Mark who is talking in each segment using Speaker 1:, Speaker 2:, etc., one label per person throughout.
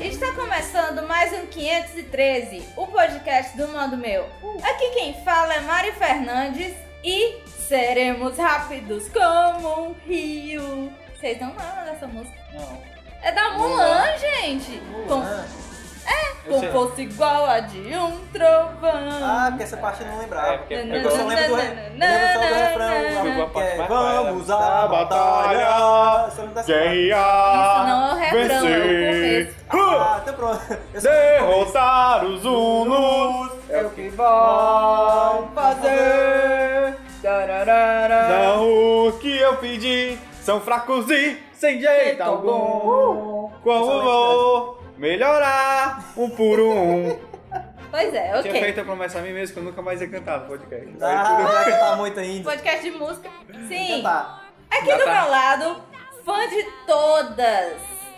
Speaker 1: Está começando mais um 513, o podcast do Mando Meu. Aqui quem fala é Mari Fernandes e seremos rápidos como um rio. Vocês não lembram dessa música?
Speaker 2: Não.
Speaker 1: É da Mulan,
Speaker 2: Mulan.
Speaker 1: gente!
Speaker 2: Mulan.
Speaker 1: Com,
Speaker 2: Eu
Speaker 1: com
Speaker 2: sei.
Speaker 1: força igual a de um trovão.
Speaker 2: Ah, porque essa parte eu não
Speaker 3: É,
Speaker 2: lembrava.
Speaker 3: porque-
Speaker 2: Eu só lembro do, re...
Speaker 1: Na, na,
Speaker 2: eu lembro só
Speaker 1: na,
Speaker 2: do
Speaker 3: na,
Speaker 2: refrão. lá,
Speaker 3: na.
Speaker 2: que é,
Speaker 3: Vai, vai,
Speaker 2: Vamos
Speaker 3: vai, vai.
Speaker 2: à batalha! é Eu Só lembro dessa parte.
Speaker 1: Isso não é o refrão, é o começo.
Speaker 2: Ah, então pronto. Eu só lembro do começo.
Speaker 3: Derrotar os hunos
Speaker 2: É o que vai fazer. Tararara.
Speaker 3: Não o que eu pedi São fracos e sem jeito
Speaker 2: Uh,
Speaker 3: algum Como vou melhorar um por um
Speaker 1: Pois é,
Speaker 3: Tinha
Speaker 1: ok.
Speaker 3: feito a promessa a mim mesmo que eu nunca mais ia cantar no podcast
Speaker 2: Ah, vai cantar muito ainda.
Speaker 1: Podcast de música. Sim.
Speaker 2: Cantar.
Speaker 1: Aqui
Speaker 3: Já
Speaker 1: do
Speaker 3: tá.
Speaker 1: meu lado, fã de todas,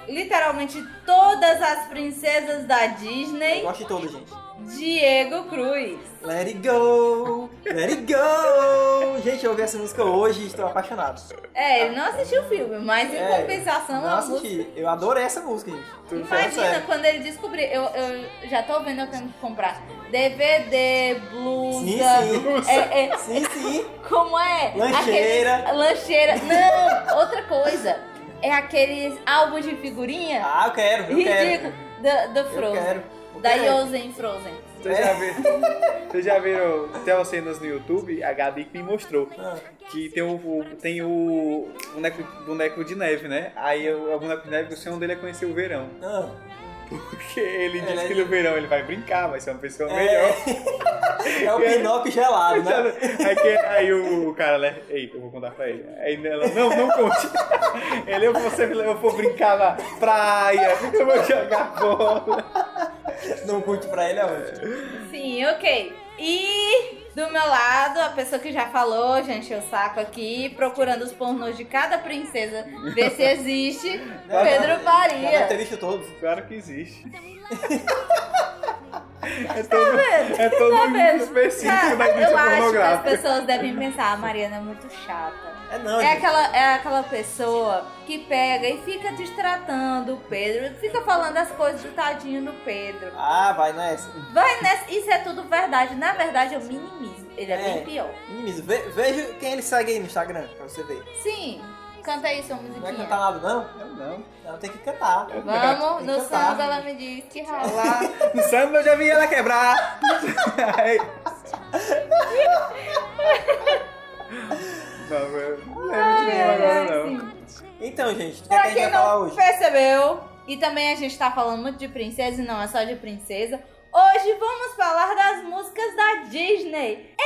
Speaker 1: literalmente todas as princesas da
Speaker 2: Eu
Speaker 1: Disney,
Speaker 2: gosto de todo, gente.
Speaker 1: Diego Cruz.
Speaker 2: Let it go, let it go. Gente, eu ouvi essa música hoje e estou apaixonado.
Speaker 1: É, ele não assistiu o filme, mas em
Speaker 2: É,
Speaker 1: compensação
Speaker 2: Não
Speaker 1: a música.
Speaker 2: assisti. Eu adorei essa música, gente. Tudo falando
Speaker 1: Imagina
Speaker 2: sério.
Speaker 1: quando ele descobrir, eu, eu já tô vendo, eu tenho que comprar DVD, blusa,
Speaker 2: Sim, sim.
Speaker 1: É, é,
Speaker 2: Sim, sim.
Speaker 1: como é?
Speaker 2: Lancheira.
Speaker 1: Aqueles- lancheira, não, outra coisa, é aqueles álbuns de figurinha
Speaker 2: Ah, eu quero, eu quero.
Speaker 1: ridículo da, da
Speaker 2: Eu
Speaker 1: Frozen,
Speaker 2: quero. eu
Speaker 1: da
Speaker 2: quero. É.
Speaker 1: Yosen Frozen.
Speaker 3: Vocês já viram, vocês já viram até umas cenas no YouTube? A Gabi que me mostrou.
Speaker 2: Ah.
Speaker 3: Que tem o, o- tem o boneco, boneco de neve, né? Aí o, o boneco de neve, o sonho dele é conhecer o verão.
Speaker 2: Ah,
Speaker 3: Porque ele
Speaker 2: Ele
Speaker 3: diz
Speaker 2: é-
Speaker 3: que no verão ele vai brincar, vai ser uma pessoa melhor.
Speaker 2: é, é o Pinóquio gelado, né?
Speaker 3: Aí, que- aí o, o cara, né? Eita, eu vou contar pra ele. Aí ela, não, não conte. Ele, eu vou, ser- eu vou brincar na praia, eu vou jogar bola.
Speaker 2: Não curte pra ele aonde?
Speaker 1: Sim, ok. E do meu lado, a pessoa que já falou, já encheu o saco aqui, procurando os pornôs de cada princesa, ver se existe, Pedro
Speaker 2: Já deve ter
Speaker 1: Faria.
Speaker 2: visto todos.
Speaker 3: Claro que existe. É
Speaker 1: Tá
Speaker 3: todo, é todo mundo
Speaker 1: Cara,
Speaker 3: específico da
Speaker 1: Tá, eu
Speaker 3: indústria
Speaker 1: acho que as
Speaker 3: pornográfica.
Speaker 1: pessoas devem pensar, a Mariana é muito chata.
Speaker 2: É não,
Speaker 1: É
Speaker 2: gente.
Speaker 1: aquela, é aquela pessoa que pega e fica distratando o Pedro, fica falando as coisas do tadinho do Pedro.
Speaker 2: Ah, vai nessa.
Speaker 1: Vai nessa, isso é tudo verdade. Na verdade, eu minimizo. Ele é,
Speaker 2: É.
Speaker 1: bem pior.
Speaker 2: Mimizo, ve- veja quem ele segue aí no Instagram, pra você ver.
Speaker 1: Sim, canta aí sua
Speaker 2: Não vai
Speaker 1: musiquinha.
Speaker 2: cantar nada, não?
Speaker 3: Não, não.
Speaker 2: Não, tem que cantar.
Speaker 1: Vamos, no
Speaker 2: Então tá.
Speaker 1: samba ela me disse que ralar.
Speaker 3: No samba eu já vi ela quebrar. Aí- Não, eu não lembro de nenhuma
Speaker 1: Ai, ai,
Speaker 3: agora, não.
Speaker 1: sim.
Speaker 2: Então, gente, o que, é
Speaker 1: Pra
Speaker 2: que a gente
Speaker 1: quem
Speaker 2: vai falar
Speaker 1: não
Speaker 2: hoje?
Speaker 1: percebeu, e também a gente tá falando muito de princesa e não é só de princesa, hoje vamos falar das músicas da Disney. É!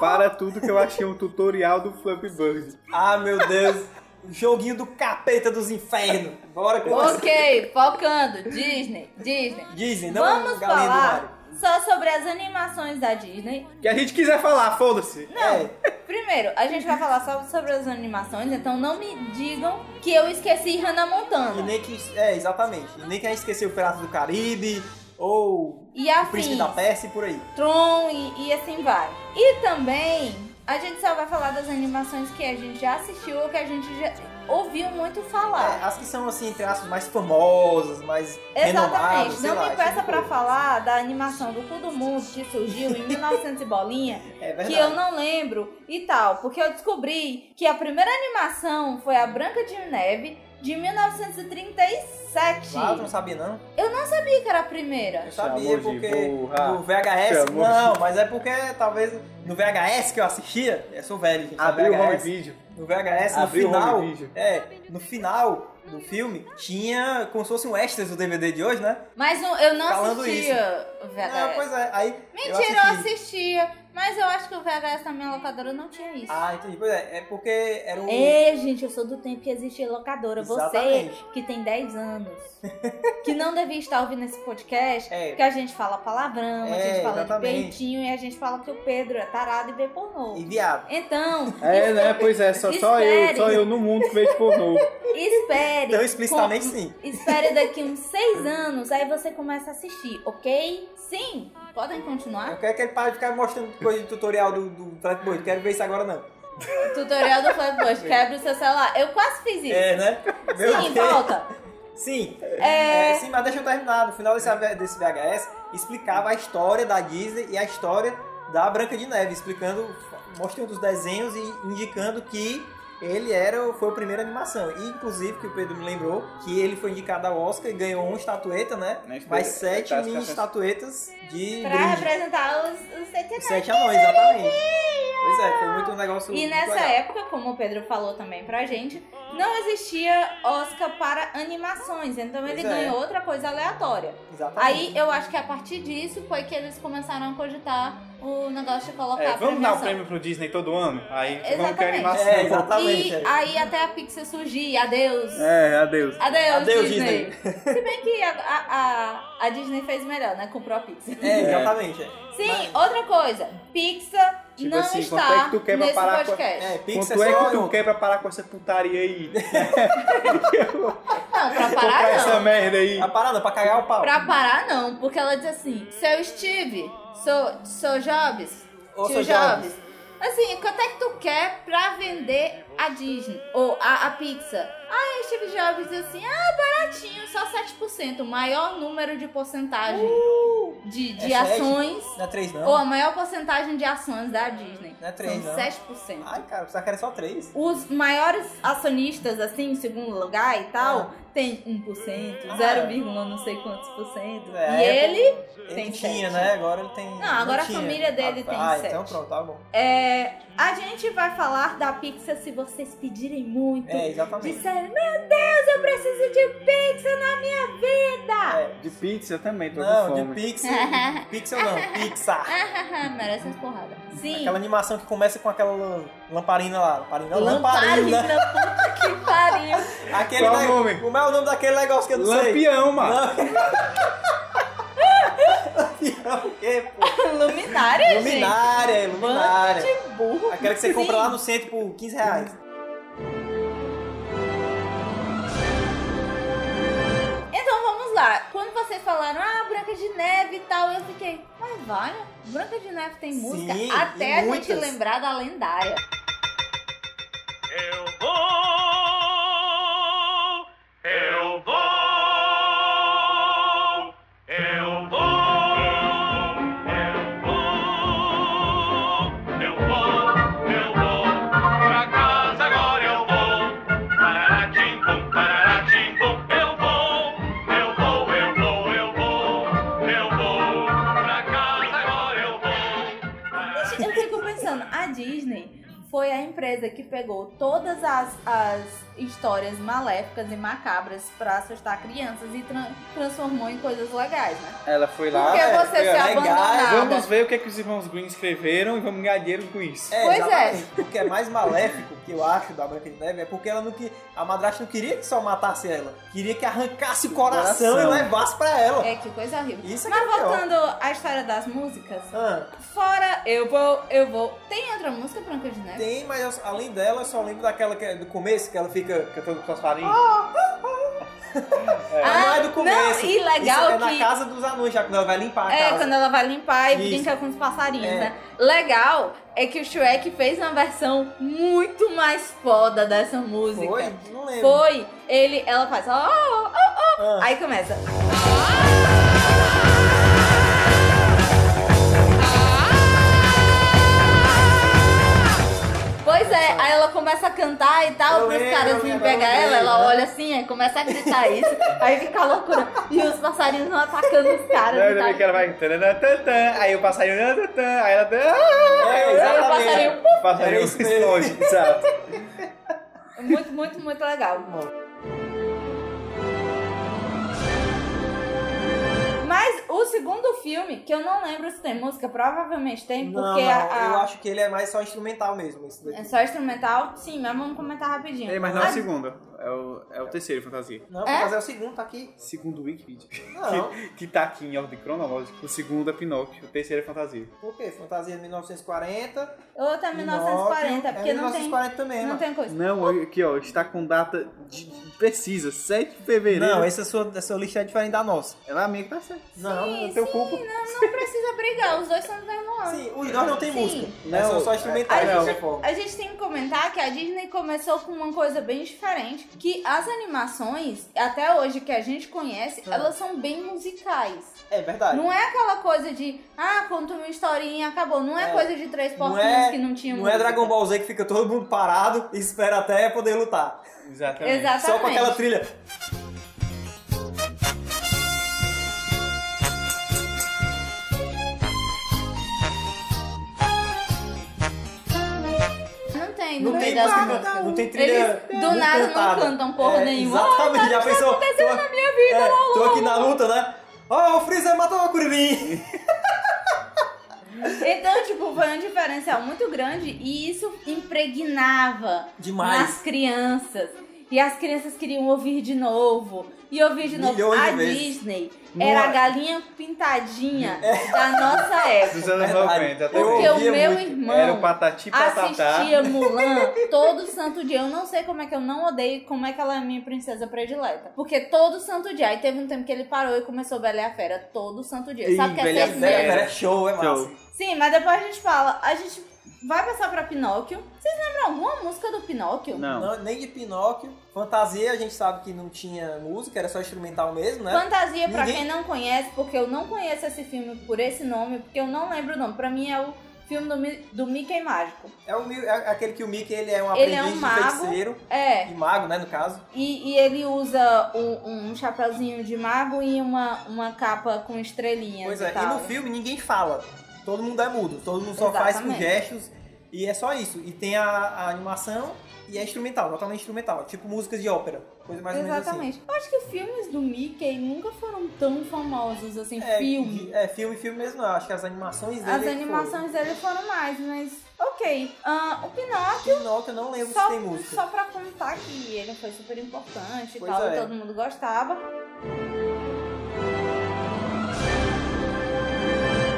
Speaker 3: Para tudo que eu achei um tutorial do Fluffy Bird.
Speaker 2: Ah, meu Deus. O Joguinho do capeta dos infernos. Bora começar.
Speaker 1: Ok, focando, Disney, Disney.
Speaker 2: Dizem, não
Speaker 1: Vamos
Speaker 2: galinha
Speaker 1: falar
Speaker 2: do Mário.
Speaker 1: só sobre as animações da Disney
Speaker 3: Que a gente quiser falar, foda-se.
Speaker 2: É,
Speaker 1: Primeiro, a gente vai falar só sobre as animações, então não me digam que eu esqueci Hannah
Speaker 2: e
Speaker 1: Montana.
Speaker 2: nem que. É, exatamente. E nem que a gente esqueceu o Piratas do Caribe, ou
Speaker 1: E
Speaker 2: o Príncipe
Speaker 1: afins,
Speaker 2: da Pérsia e por aí.
Speaker 1: Tron e, e assim vai. E também, a gente só vai falar das animações que a gente já assistiu ou que a gente já ouviu muito
Speaker 2: É,
Speaker 1: falar.
Speaker 2: as que são, assim, entre aspas, mais famosas, mais renomadas.
Speaker 1: Exatamente,
Speaker 2: É, sei
Speaker 1: não
Speaker 2: lá,
Speaker 1: me
Speaker 2: esse
Speaker 1: peça
Speaker 2: tipo
Speaker 1: pra
Speaker 2: de coisa.
Speaker 1: falar da animação do Cu do Mundo que surgiu em 1900 e bolinha,
Speaker 2: É verdade.
Speaker 1: que eu não lembro e tal, porque eu descobri que a primeira animação foi a Branca de Neve de 1937.
Speaker 2: Claro, não sabia, não?
Speaker 1: sabia que era a primeira.
Speaker 2: Eu sabia
Speaker 3: Chamou de
Speaker 2: porque
Speaker 3: burra.
Speaker 2: no VHS.
Speaker 3: Chamou
Speaker 2: não, mas é porque talvez no VHS que eu assistia, eu sou velho, gente.
Speaker 3: Abriu o
Speaker 2: VHS,
Speaker 3: home video.
Speaker 2: No VHS, no
Speaker 3: Abriu o
Speaker 2: final.
Speaker 3: home video.
Speaker 2: É, no final do filme tinha como se fosse um extras do DVD de hoje, né?
Speaker 1: Mas não- eu não
Speaker 2: Falando
Speaker 1: assistia o VHS.
Speaker 2: Não, pois é. Aí. eu
Speaker 1: Mentira, eu,
Speaker 2: assisti.
Speaker 1: assistia. Mas eu acho que o VHS na minha locadora não tinha isso.
Speaker 2: Ah, entendi. Pois é, é porque era um.
Speaker 1: É, gente, eu sou do tempo que existia locadora. Você
Speaker 2: Exatamente.
Speaker 1: que tem 10 anos, que não devia estar ouvindo esse podcast,
Speaker 2: É.
Speaker 1: que a gente fala palavrão, a
Speaker 2: É,
Speaker 1: gente fala de
Speaker 2: exatamente.
Speaker 1: peitinho e a gente fala que o Pedro é tarado e vê pornô.
Speaker 2: E viado.
Speaker 1: Então,
Speaker 3: É, né? Pois é, só, só eu, só eu no mundo que vejo pornô.
Speaker 1: espere.
Speaker 2: Então, explicitamente
Speaker 1: com-
Speaker 2: sim.
Speaker 1: Espere daqui uns seis anos, aí você começa a assistir, ok? Sim, podem continuar.
Speaker 2: Eu quero que ele pare de ficar mostrando coisa de tutorial do, do Flash Boy. Não quero ver isso agora, não.
Speaker 1: Tutorial do Flatbush, quebra o seu celular. Eu quase fiz isso.
Speaker 2: É, né? Meu
Speaker 1: Sim,
Speaker 2: Deus.
Speaker 1: volta.
Speaker 2: Sim,
Speaker 1: É.
Speaker 2: é, sim, mas deixa eu terminar. No final desse, desse VHS, explicava a história da Disney e a história da Branca de Neve, explicando, mostrando os desenhos e indicando que ele era, foi a primeira animação. E, inclusive, que o Pedro me lembrou, que ele foi indicado ao Oscar e ganhou uma estatueta, né?
Speaker 4: Né, tipo,
Speaker 2: Mais
Speaker 4: é,
Speaker 2: sete
Speaker 4: tá,
Speaker 2: mini
Speaker 4: tá, tá.
Speaker 2: estatuetas de
Speaker 1: Pra
Speaker 2: brinde.
Speaker 1: representar os, os sete anões.
Speaker 2: Os sete anões, exatamente. Pois é, foi muito um negócio
Speaker 1: E
Speaker 2: muito
Speaker 1: nessa
Speaker 2: legal.
Speaker 1: época, como o Pedro falou também pra gente, não existia Oscar para animações, então ele
Speaker 2: Pois é.
Speaker 1: ganhou outra coisa aleatória.
Speaker 4: Tá.
Speaker 2: Exatamente.
Speaker 1: Aí eu acho que a partir disso foi que eles começaram a cogitar o negócio de colocar
Speaker 4: É,
Speaker 1: a
Speaker 4: vamos
Speaker 1: Tá,
Speaker 4: dar o
Speaker 1: premiação.
Speaker 4: prêmio pro Disney todo ano? Aí vamos
Speaker 1: Exatamente.
Speaker 4: ter animação.
Speaker 2: É, exatamente.
Speaker 1: E
Speaker 2: é.
Speaker 1: aí até a Pixar surgir, adeus.
Speaker 4: É, adeus.
Speaker 1: Adeus,
Speaker 2: Adeus,
Speaker 1: Disney. Se bem que a, a, a- a Disney fez melhor, né? Comprou a Pixar.
Speaker 2: É, exatamente. é.
Speaker 1: Sim, outra coisa. Pizza
Speaker 4: Tipo
Speaker 1: não
Speaker 4: assim, quanto
Speaker 1: está
Speaker 4: é que tu quer pra
Speaker 1: nesse
Speaker 4: parar com-
Speaker 1: podcast.
Speaker 2: É, Pix
Speaker 4: Quanto é
Speaker 2: só
Speaker 4: que tu
Speaker 2: um-
Speaker 4: quer pra parar com essa putaria aí?
Speaker 1: Não, pra
Speaker 4: Comprar
Speaker 1: parar
Speaker 4: essa
Speaker 1: não.
Speaker 4: merda aí.
Speaker 2: A parada pra cagar é o pau.
Speaker 1: Pra parar não, porque ela diz assim, seu Steve, sou, sou Jobs,
Speaker 2: Ou
Speaker 1: tio
Speaker 2: seu Jobs.
Speaker 1: Assim, quanto é que tu quer pra vender a Disney? Ou a, a Pixar? Aí Steve Jobs diz assim, ah, baratinho, só 7%, o maior número de porcentagem
Speaker 4: Uh!
Speaker 1: de, de
Speaker 2: é sete?
Speaker 1: ações,
Speaker 2: Não é três, não.
Speaker 1: ou a maior porcentagem de ações da Disney.
Speaker 2: Não é três,
Speaker 1: São
Speaker 2: não.
Speaker 1: 7%.
Speaker 2: Ai, cara, pensava que era só três.
Speaker 1: Os maiores acionistas, assim, em segundo lugar e tal, tem 1%,
Speaker 2: Ah.
Speaker 1: 0, não sei quantos por cento.
Speaker 2: É,
Speaker 1: e
Speaker 2: é,
Speaker 1: ele
Speaker 2: Ele
Speaker 1: Tem
Speaker 2: tinha,
Speaker 1: sete.
Speaker 2: né? Agora ele tem.
Speaker 1: Não, agora a
Speaker 2: tinha.
Speaker 1: família dele tem
Speaker 2: Ah,
Speaker 1: sete.
Speaker 2: então pronto, tá bom.
Speaker 1: é. A gente vai falar da Pixar se vocês pedirem muito.
Speaker 2: É, exatamente.
Speaker 1: Disseram, meu Deus, eu preciso de Pixar na minha vida!
Speaker 2: É.
Speaker 4: De pizza também, tô com
Speaker 2: Não, de
Speaker 4: fome.
Speaker 2: Pixel. Pixel não, Pixar.
Speaker 1: Merece umas porradas. Sim.
Speaker 2: Aquela animação que começa com aquela lamparina lá. Lamparina,
Speaker 1: Lamparina,
Speaker 2: lamparina.
Speaker 1: puta que pariu.
Speaker 2: Aquele
Speaker 4: Qual o
Speaker 2: ne-
Speaker 4: nome?
Speaker 2: Como é o nome daquele negócio que eu não sei?
Speaker 4: Lampião, mano.
Speaker 2: Lampião. o quê, pô?
Speaker 1: Luminária, gente.
Speaker 2: Luminária, é luminária.
Speaker 1: Que burro.
Speaker 2: Aquela que você compra
Speaker 1: Sim.
Speaker 2: lá no centro por 15 reais.
Speaker 1: Então vamos lá. Quando vocês falaram, ah, Branca de Neve e tal, eu fiquei, mas vale, Branca de Neve tem
Speaker 2: Sim,
Speaker 1: música
Speaker 2: e
Speaker 1: até a gente
Speaker 2: muitas.
Speaker 1: lembrar da lendária.
Speaker 3: Eu vou, eu vou, eu vou, eu vou, eu vou, eu vou, pra casa agora eu vou, pararatim, pum, pararatim, pum, eu vou, eu vou, eu vou, eu vou, eu vou, pra casa agora eu vou. pararatim.
Speaker 1: Gente, eu fico pensando, a Disney foi a empresa que pegou todas as, as histórias maléficas e macabras pra assustar crianças e tran- transformou em coisas legais, né?
Speaker 4: Ela foi lá.
Speaker 2: Ah,
Speaker 1: Porque
Speaker 4: é,
Speaker 1: você
Speaker 4: foi,
Speaker 1: ser
Speaker 4: ó,
Speaker 2: legal.
Speaker 1: abandonada.
Speaker 4: Vamos ver o que, é que os irmãos Green escreveram e vamos ganhar dinheiro com isso.
Speaker 2: É,
Speaker 1: Pois é.
Speaker 2: exatamente. O que é mais maléfico que eu acho da Branca de Neve é porque ela não que a madrasta não queria que só matasse ela, queria que arrancasse o coração,
Speaker 4: Coração.
Speaker 2: e levasse pra ela.
Speaker 1: É, que coisa horrível.
Speaker 2: Isso é que
Speaker 1: Mas
Speaker 2: é pior.
Speaker 1: voltando à história das músicas,
Speaker 2: Ah,
Speaker 1: fora Eu Vou, Eu Vou, tem outra música Branca de Neve?
Speaker 2: tem, mas eu- além dela, eu só lembro daquela que é do começo, que ela fica.
Speaker 4: Cantando com as farinhas.
Speaker 2: Ah, Ela não é do começo.
Speaker 1: Ah, Não, e legal
Speaker 2: Isso é
Speaker 1: que...
Speaker 2: na casa dos anões, já quando ela vai limpar a
Speaker 1: É,
Speaker 2: casa.
Speaker 1: quando ela vai limpar e
Speaker 2: Isso.
Speaker 1: brinca com os passarinhos,
Speaker 2: É.
Speaker 1: né? Legal é que o Shrek fez uma versão muito mais foda dessa música.
Speaker 2: Foi? Não lembro.
Speaker 1: Foi. Ele, ela faz, ó, ó, ó,
Speaker 2: Ah.
Speaker 1: aí começa. Pois é, aí ela começa a cantar e tal,
Speaker 2: Eu
Speaker 1: pros
Speaker 2: lembro,
Speaker 1: caras me
Speaker 2: eu
Speaker 1: pegar
Speaker 2: lembro.
Speaker 1: ela, ela olha assim, aí começa a gritar isso, aí fica loucura. E os passarinhos vão atacando os
Speaker 2: é
Speaker 1: caras.
Speaker 4: Não,
Speaker 1: e tal.
Speaker 4: também que ela vai. tanana, tantã, Aí o passarinho. tanana, tantã, Aí ela. ah,
Speaker 2: É,
Speaker 1: passarinho,
Speaker 2: exatamente.
Speaker 4: O
Speaker 2: Era
Speaker 4: passarinho
Speaker 2: É isso
Speaker 4: se
Speaker 2: mesmo.
Speaker 4: esconde, exato.
Speaker 1: Muito, muito, muito legal. Mas o segundo filme, que eu não lembro se tem música, provavelmente tem,
Speaker 2: Não,
Speaker 1: porque
Speaker 2: não,
Speaker 1: a, a-
Speaker 2: eu acho que ele é mais só instrumental mesmo. Isso daqui.
Speaker 1: é só instrumental. Sim, mas vamos comentar rapidinho. Ah,
Speaker 4: Ei, mas não é
Speaker 1: A-
Speaker 4: o segundo. É o, é o terceiro, fantasia.
Speaker 2: Não,
Speaker 1: É?
Speaker 2: vou fazer o segundo, tá aqui.
Speaker 4: Segundo o Wikipedia.
Speaker 2: Não,
Speaker 4: Que tá aqui em ordem cronológica. O segundo é Pinóquio. O terceiro é fantasia.
Speaker 2: por quê? Fantasia de 1940.
Speaker 1: Outro é 1940, porque
Speaker 2: é
Speaker 1: não,
Speaker 2: 1940
Speaker 1: tem,
Speaker 2: também,
Speaker 1: não
Speaker 2: mano.
Speaker 1: tem coisa.
Speaker 4: Não, aqui ó, está com data de, precisa, 7 de fevereiro.
Speaker 2: Não, essa sua, essa sua lista é diferente da nossa.
Speaker 4: Ela é minha que tá certa.
Speaker 2: Não,
Speaker 1: Sim, né?
Speaker 2: não tem
Speaker 1: sim,
Speaker 2: culpa.
Speaker 1: não, não precisa brigar, os dois são do mesmo uma.
Speaker 2: Sim, os dois não tem
Speaker 1: Ah. Sim.
Speaker 2: música. né?
Speaker 4: Não,
Speaker 2: São só
Speaker 4: é-
Speaker 1: A
Speaker 2: instrumentais, de qualquer
Speaker 1: gente,
Speaker 2: forma.
Speaker 1: a gente tem que comentar que a Disney começou com uma coisa bem diferente, que as animações, até hoje que a gente conhece,
Speaker 2: Ah.
Speaker 1: elas são bem musicais.
Speaker 2: É verdade.
Speaker 1: Não é aquela coisa de, ah, conta uma historinha, acabou. Não é,
Speaker 2: É.
Speaker 1: coisa de três
Speaker 2: Não
Speaker 1: porquinhos
Speaker 2: é-
Speaker 1: que não tinham
Speaker 2: Não é Dragon Ball Z que fica todo mundo parado e espera até poder lutar.
Speaker 4: Exatamente.
Speaker 1: Exatamente.
Speaker 2: Só com aquela trilha.
Speaker 1: Não tem,
Speaker 2: Não
Speaker 1: no
Speaker 2: tem,
Speaker 1: meio das
Speaker 2: música,
Speaker 1: músicas.
Speaker 2: não tem trilha.
Speaker 1: Eles do nada
Speaker 2: cantada.
Speaker 1: não cantam porra
Speaker 2: É,
Speaker 1: nenhuma. Ah,
Speaker 2: Exatamente, já pensou? Tô,
Speaker 1: tá na minha vida,
Speaker 2: é,
Speaker 1: Lolo.
Speaker 2: tô aqui na luta, né? Ó, o Freezer matou a Kuririn!
Speaker 1: Então, tipo, foi um diferencial muito grande e isso impregnava
Speaker 2: Demais.
Speaker 1: nas crianças. E as crianças queriam ouvir de novo. E ouvir de novo.
Speaker 2: Milhões
Speaker 1: a
Speaker 2: de vezes.
Speaker 1: Disney
Speaker 2: Não
Speaker 1: era
Speaker 2: é.
Speaker 1: a galinha pintadinha da nossa época.
Speaker 4: Dos anos
Speaker 2: Verdade.
Speaker 4: 90, até
Speaker 2: Eu
Speaker 1: Porque
Speaker 4: hoje.
Speaker 1: o
Speaker 2: ouvia
Speaker 1: meu
Speaker 2: muito.
Speaker 1: irmão
Speaker 4: Era o patati patatá.
Speaker 1: assistia Mulan todo santo dia. Eu não sei como é que eu não odeio, como é que ela é minha princesa predileta. Porque todo santo dia. Aí teve um tempo que ele parou e começou Bela e a Fera todo santo dia.
Speaker 4: Ih,
Speaker 1: Sabe que é
Speaker 4: Bela e a
Speaker 1: seis
Speaker 4: Fera.
Speaker 1: meses?
Speaker 2: Era show, é massa.
Speaker 4: Show.
Speaker 1: Sim, mas depois a gente fala. A gente vai passar pra Pinóquio. Vocês lembram alguma música do Pinóquio?
Speaker 4: Não.
Speaker 2: Não, nem de Pinóquio. Fantasia, a gente sabe que não tinha música, era só instrumental mesmo, né?
Speaker 1: Fantasia, pra
Speaker 2: Ninguém-
Speaker 1: quem não conhece, porque eu não conheço esse filme por esse nome, porque eu não lembro o nome. Pra mim é o filme do, Mi- do Mickey Mágico.
Speaker 2: É, o Mi- é aquele que o Mickey ele é um
Speaker 1: Ele é
Speaker 2: aprendiz
Speaker 1: um
Speaker 2: de
Speaker 1: mago.
Speaker 2: feiticeiro.
Speaker 1: É,
Speaker 2: E mago, né, no caso.
Speaker 1: e, e ele usa um, um chapeuzinho de mago e uma, uma capa com estrelinhas
Speaker 2: Pois
Speaker 1: e
Speaker 2: é, e
Speaker 1: tal.
Speaker 2: no filme ninguém fala. Todo mundo é mudo, todo mundo só faz com
Speaker 1: Exatamente.
Speaker 2: gestos. E é só isso. E tem a, a animação e é instrumental, totalmente instrumental. Tipo músicas de ópera, coisa mais ou menos assim.
Speaker 1: Exatamente. Eu acho que filmes do Mickey nunca foram tão famosos assim,
Speaker 2: É,
Speaker 1: filme.
Speaker 2: de- É, filme, filme mesmo. não. Acho que as animações dele.
Speaker 1: As
Speaker 2: foram.
Speaker 1: animações dele foram mais, mas ok. Ah, o Pinóquio,
Speaker 2: Pinóquio, eu não lembro se tem música.
Speaker 1: só pra contar que ele foi super importante e
Speaker 2: Pois
Speaker 1: tal,
Speaker 2: é.
Speaker 1: e todo mundo gostava.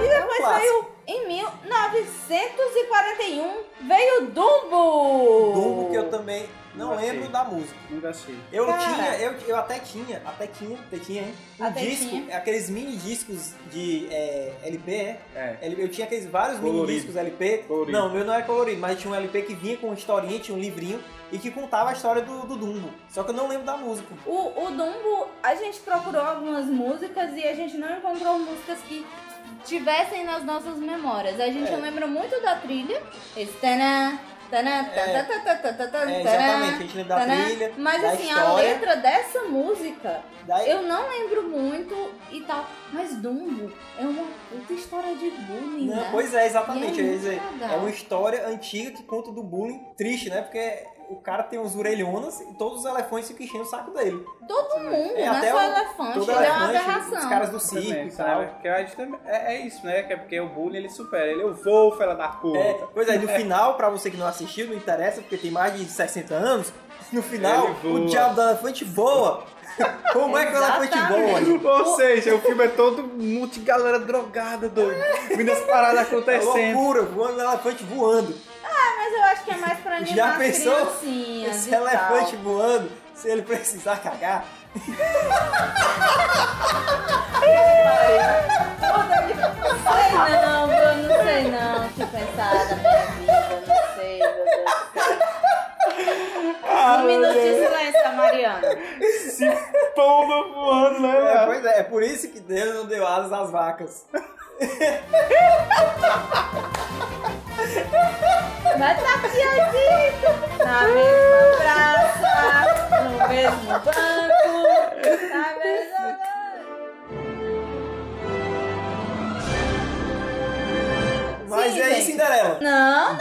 Speaker 1: E depois
Speaker 2: clássico.
Speaker 1: veio, em 1941, veio Dumbo!
Speaker 2: Dumbo, que eu também não
Speaker 4: Não achei.
Speaker 2: lembro da música.
Speaker 4: Nunca achei.
Speaker 2: Eu
Speaker 1: Cara.
Speaker 2: tinha, eu, eu até tinha, até tinha, até tinha, hein? Um
Speaker 1: Até
Speaker 2: disco,
Speaker 1: tinha.
Speaker 2: aqueles mini discos de é, LP, é?
Speaker 4: É.
Speaker 2: Ele- Eu tinha aqueles vários mini
Speaker 4: Colorido.
Speaker 2: discos LP.
Speaker 4: Colorido.
Speaker 2: Não, o meu não era colorido, mas tinha um LP que vinha com uma historinha, tinha um livrinho e que contava a história do, do Dumbo. Só que eu não lembro da música.
Speaker 1: O, o Dumbo, a gente procurou algumas músicas e a gente não encontrou músicas que tivessem nas nossas memórias. A gente
Speaker 2: É.
Speaker 1: lembra muito da trilha. Esse tanã, tanã,
Speaker 2: É.
Speaker 1: tanã, tanã, tanã, tanã,
Speaker 2: É,
Speaker 1: tanã,
Speaker 2: exatamente, a gente lembra da
Speaker 1: tanã.
Speaker 2: trilha,
Speaker 1: Tá, né? Mas
Speaker 2: da
Speaker 1: assim, a
Speaker 2: história.
Speaker 1: letra dessa música,
Speaker 2: da-
Speaker 1: eu não lembro muito e tal. Mas Dumbo é uma puta história de bullying,
Speaker 2: Não,
Speaker 1: né?
Speaker 2: pois é, exatamente.
Speaker 1: E é
Speaker 2: eu ia dizer,
Speaker 1: muito legal.
Speaker 2: é uma história antiga que conta do bullying triste, né? Porque o cara tem uns orelhonas e todos os elefantes ficam enchendo o saco dele.
Speaker 1: Todo mundo,
Speaker 2: É,
Speaker 1: não é
Speaker 2: até
Speaker 1: só
Speaker 2: o-
Speaker 1: elefante,
Speaker 2: Todo
Speaker 1: ele é uma
Speaker 2: elefante, os
Speaker 1: aberração.
Speaker 2: caras do circo
Speaker 4: Sim,
Speaker 2: e tal.
Speaker 4: sabe? Porque a gente também- é, é isso, né? Que é porque o bullying ele supera. Ele é o voo, fela da puta.
Speaker 2: É, pois é, no final, pra você que não assistiu, não interessa, porque tem mais de 60 anos, no final,
Speaker 4: Ele voa.
Speaker 2: o diabo do elefante voa. Como é que o elefante voa?
Speaker 4: Ou seja, o filme é todo um monte de galera drogada, doido. Muitas paradas
Speaker 2: É
Speaker 4: acontecendo.
Speaker 2: loucura, voando, o elefante voando.
Speaker 1: Mas eu acho que é mais pra animar
Speaker 2: Já
Speaker 1: as
Speaker 2: pensou?
Speaker 1: criancinhas
Speaker 2: Esse
Speaker 1: e tal.
Speaker 2: elefante voando, se ele precisar cagar,
Speaker 1: Sei não, Bruno, não sei não. Que pensada minha vida, não sei, meu Deus. Um minuto de silêncio, Mariana.
Speaker 4: Pomba voando, né?
Speaker 2: É,
Speaker 4: velho?
Speaker 2: pois é, é por isso que Deus não deu asas às vacas.
Speaker 1: Mas tá aqui assim, na mesma praça, no mesmo banco, na mesma...
Speaker 2: Mas
Speaker 1: Sim,
Speaker 2: é
Speaker 1: gente.
Speaker 2: isso, Cinderela.
Speaker 1: Não,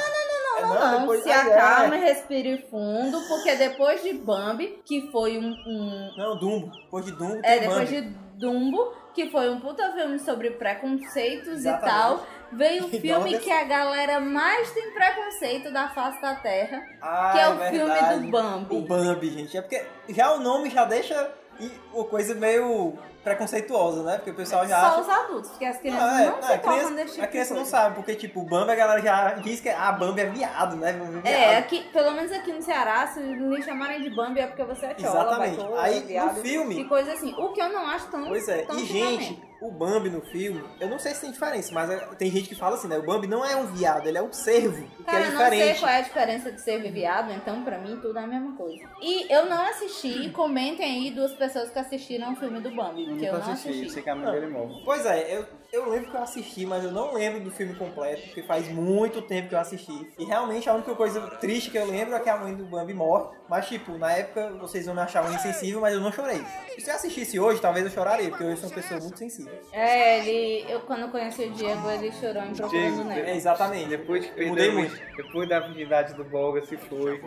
Speaker 2: É,
Speaker 1: Não,
Speaker 2: depois-
Speaker 1: se
Speaker 2: Ah, é.
Speaker 1: acalma e respire fundo, porque depois de Bambi, que foi um- um
Speaker 2: Não, Dumbo. Depois de Dumbo,
Speaker 1: É,
Speaker 2: tem
Speaker 1: depois
Speaker 2: Bambi.
Speaker 1: de Dumbo, que foi um puta filme sobre preconceitos
Speaker 2: Exatamente. Então,
Speaker 1: e tal, veio o
Speaker 2: E
Speaker 1: filme
Speaker 2: drogas.
Speaker 1: que a galera mais tem preconceito da face da Terra,
Speaker 2: Ah,
Speaker 1: que é o
Speaker 2: verdade.
Speaker 1: filme do
Speaker 2: O
Speaker 1: Bambi.
Speaker 2: Bambi, gente. É porque já o nome já deixa E uma coisa meio preconceituosa, né? Porque o pessoal já
Speaker 1: Só
Speaker 2: acha.
Speaker 1: os adultos, porque as crianças
Speaker 2: Não,
Speaker 1: não,
Speaker 2: é, não,
Speaker 1: se
Speaker 2: a
Speaker 1: tocam
Speaker 2: criança,
Speaker 1: desse tipo
Speaker 2: a criança
Speaker 1: de
Speaker 2: não
Speaker 1: coisa.
Speaker 2: sabe, porque, tipo, Bambi, a galera já diz que a Bambi é viado, né? Bambi
Speaker 1: É,
Speaker 2: viado.
Speaker 1: aqui, pelo menos aqui no Ceará, se lhe chamarem de Bambi é porque você é chola,
Speaker 2: Exatamente.
Speaker 1: baitola,
Speaker 2: Aí, no
Speaker 1: viado,
Speaker 2: filme-
Speaker 1: E coisa assim. O que eu não acho tão.
Speaker 2: Pois é,
Speaker 1: tão
Speaker 2: e
Speaker 1: finalmente.
Speaker 2: gente, o Bambi no filme, eu não sei se tem diferença, mas é- tem gente que fala assim, né? O Bambi não é um viado, ele é um cervo, o que
Speaker 1: Cara,
Speaker 2: é
Speaker 1: eu não sei
Speaker 2: diferente.
Speaker 1: qual é a diferença de ser viado, então pra mim tudo é a mesma coisa. E eu não
Speaker 2: Hum.
Speaker 1: assisti, comentem aí duas pessoas que assistiram o filme do Bambi, porque eu não assisti.
Speaker 4: eu sei que a mãe dele morre.
Speaker 2: Pois é, eu, eu lembro que eu assisti, mas eu não lembro do filme completo, porque faz muito tempo que eu assisti. E realmente a única coisa triste que eu lembro é que a mãe do Bambi morre. Mas, tipo, na época vocês vão me achar um insensível, mas eu não chorei. Se eu assistisse hoje, talvez eu choraria, porque eu sou uma pessoa muito sensível.
Speaker 1: É, ele. Eu quando eu conheci o Diego, ele chorou em procurando
Speaker 4: Diego,
Speaker 2: É,
Speaker 1: nele.
Speaker 2: exatamente.
Speaker 4: Depois que
Speaker 2: Eu mudei
Speaker 4: perdeu, depois da virgindade do Bolga se foi.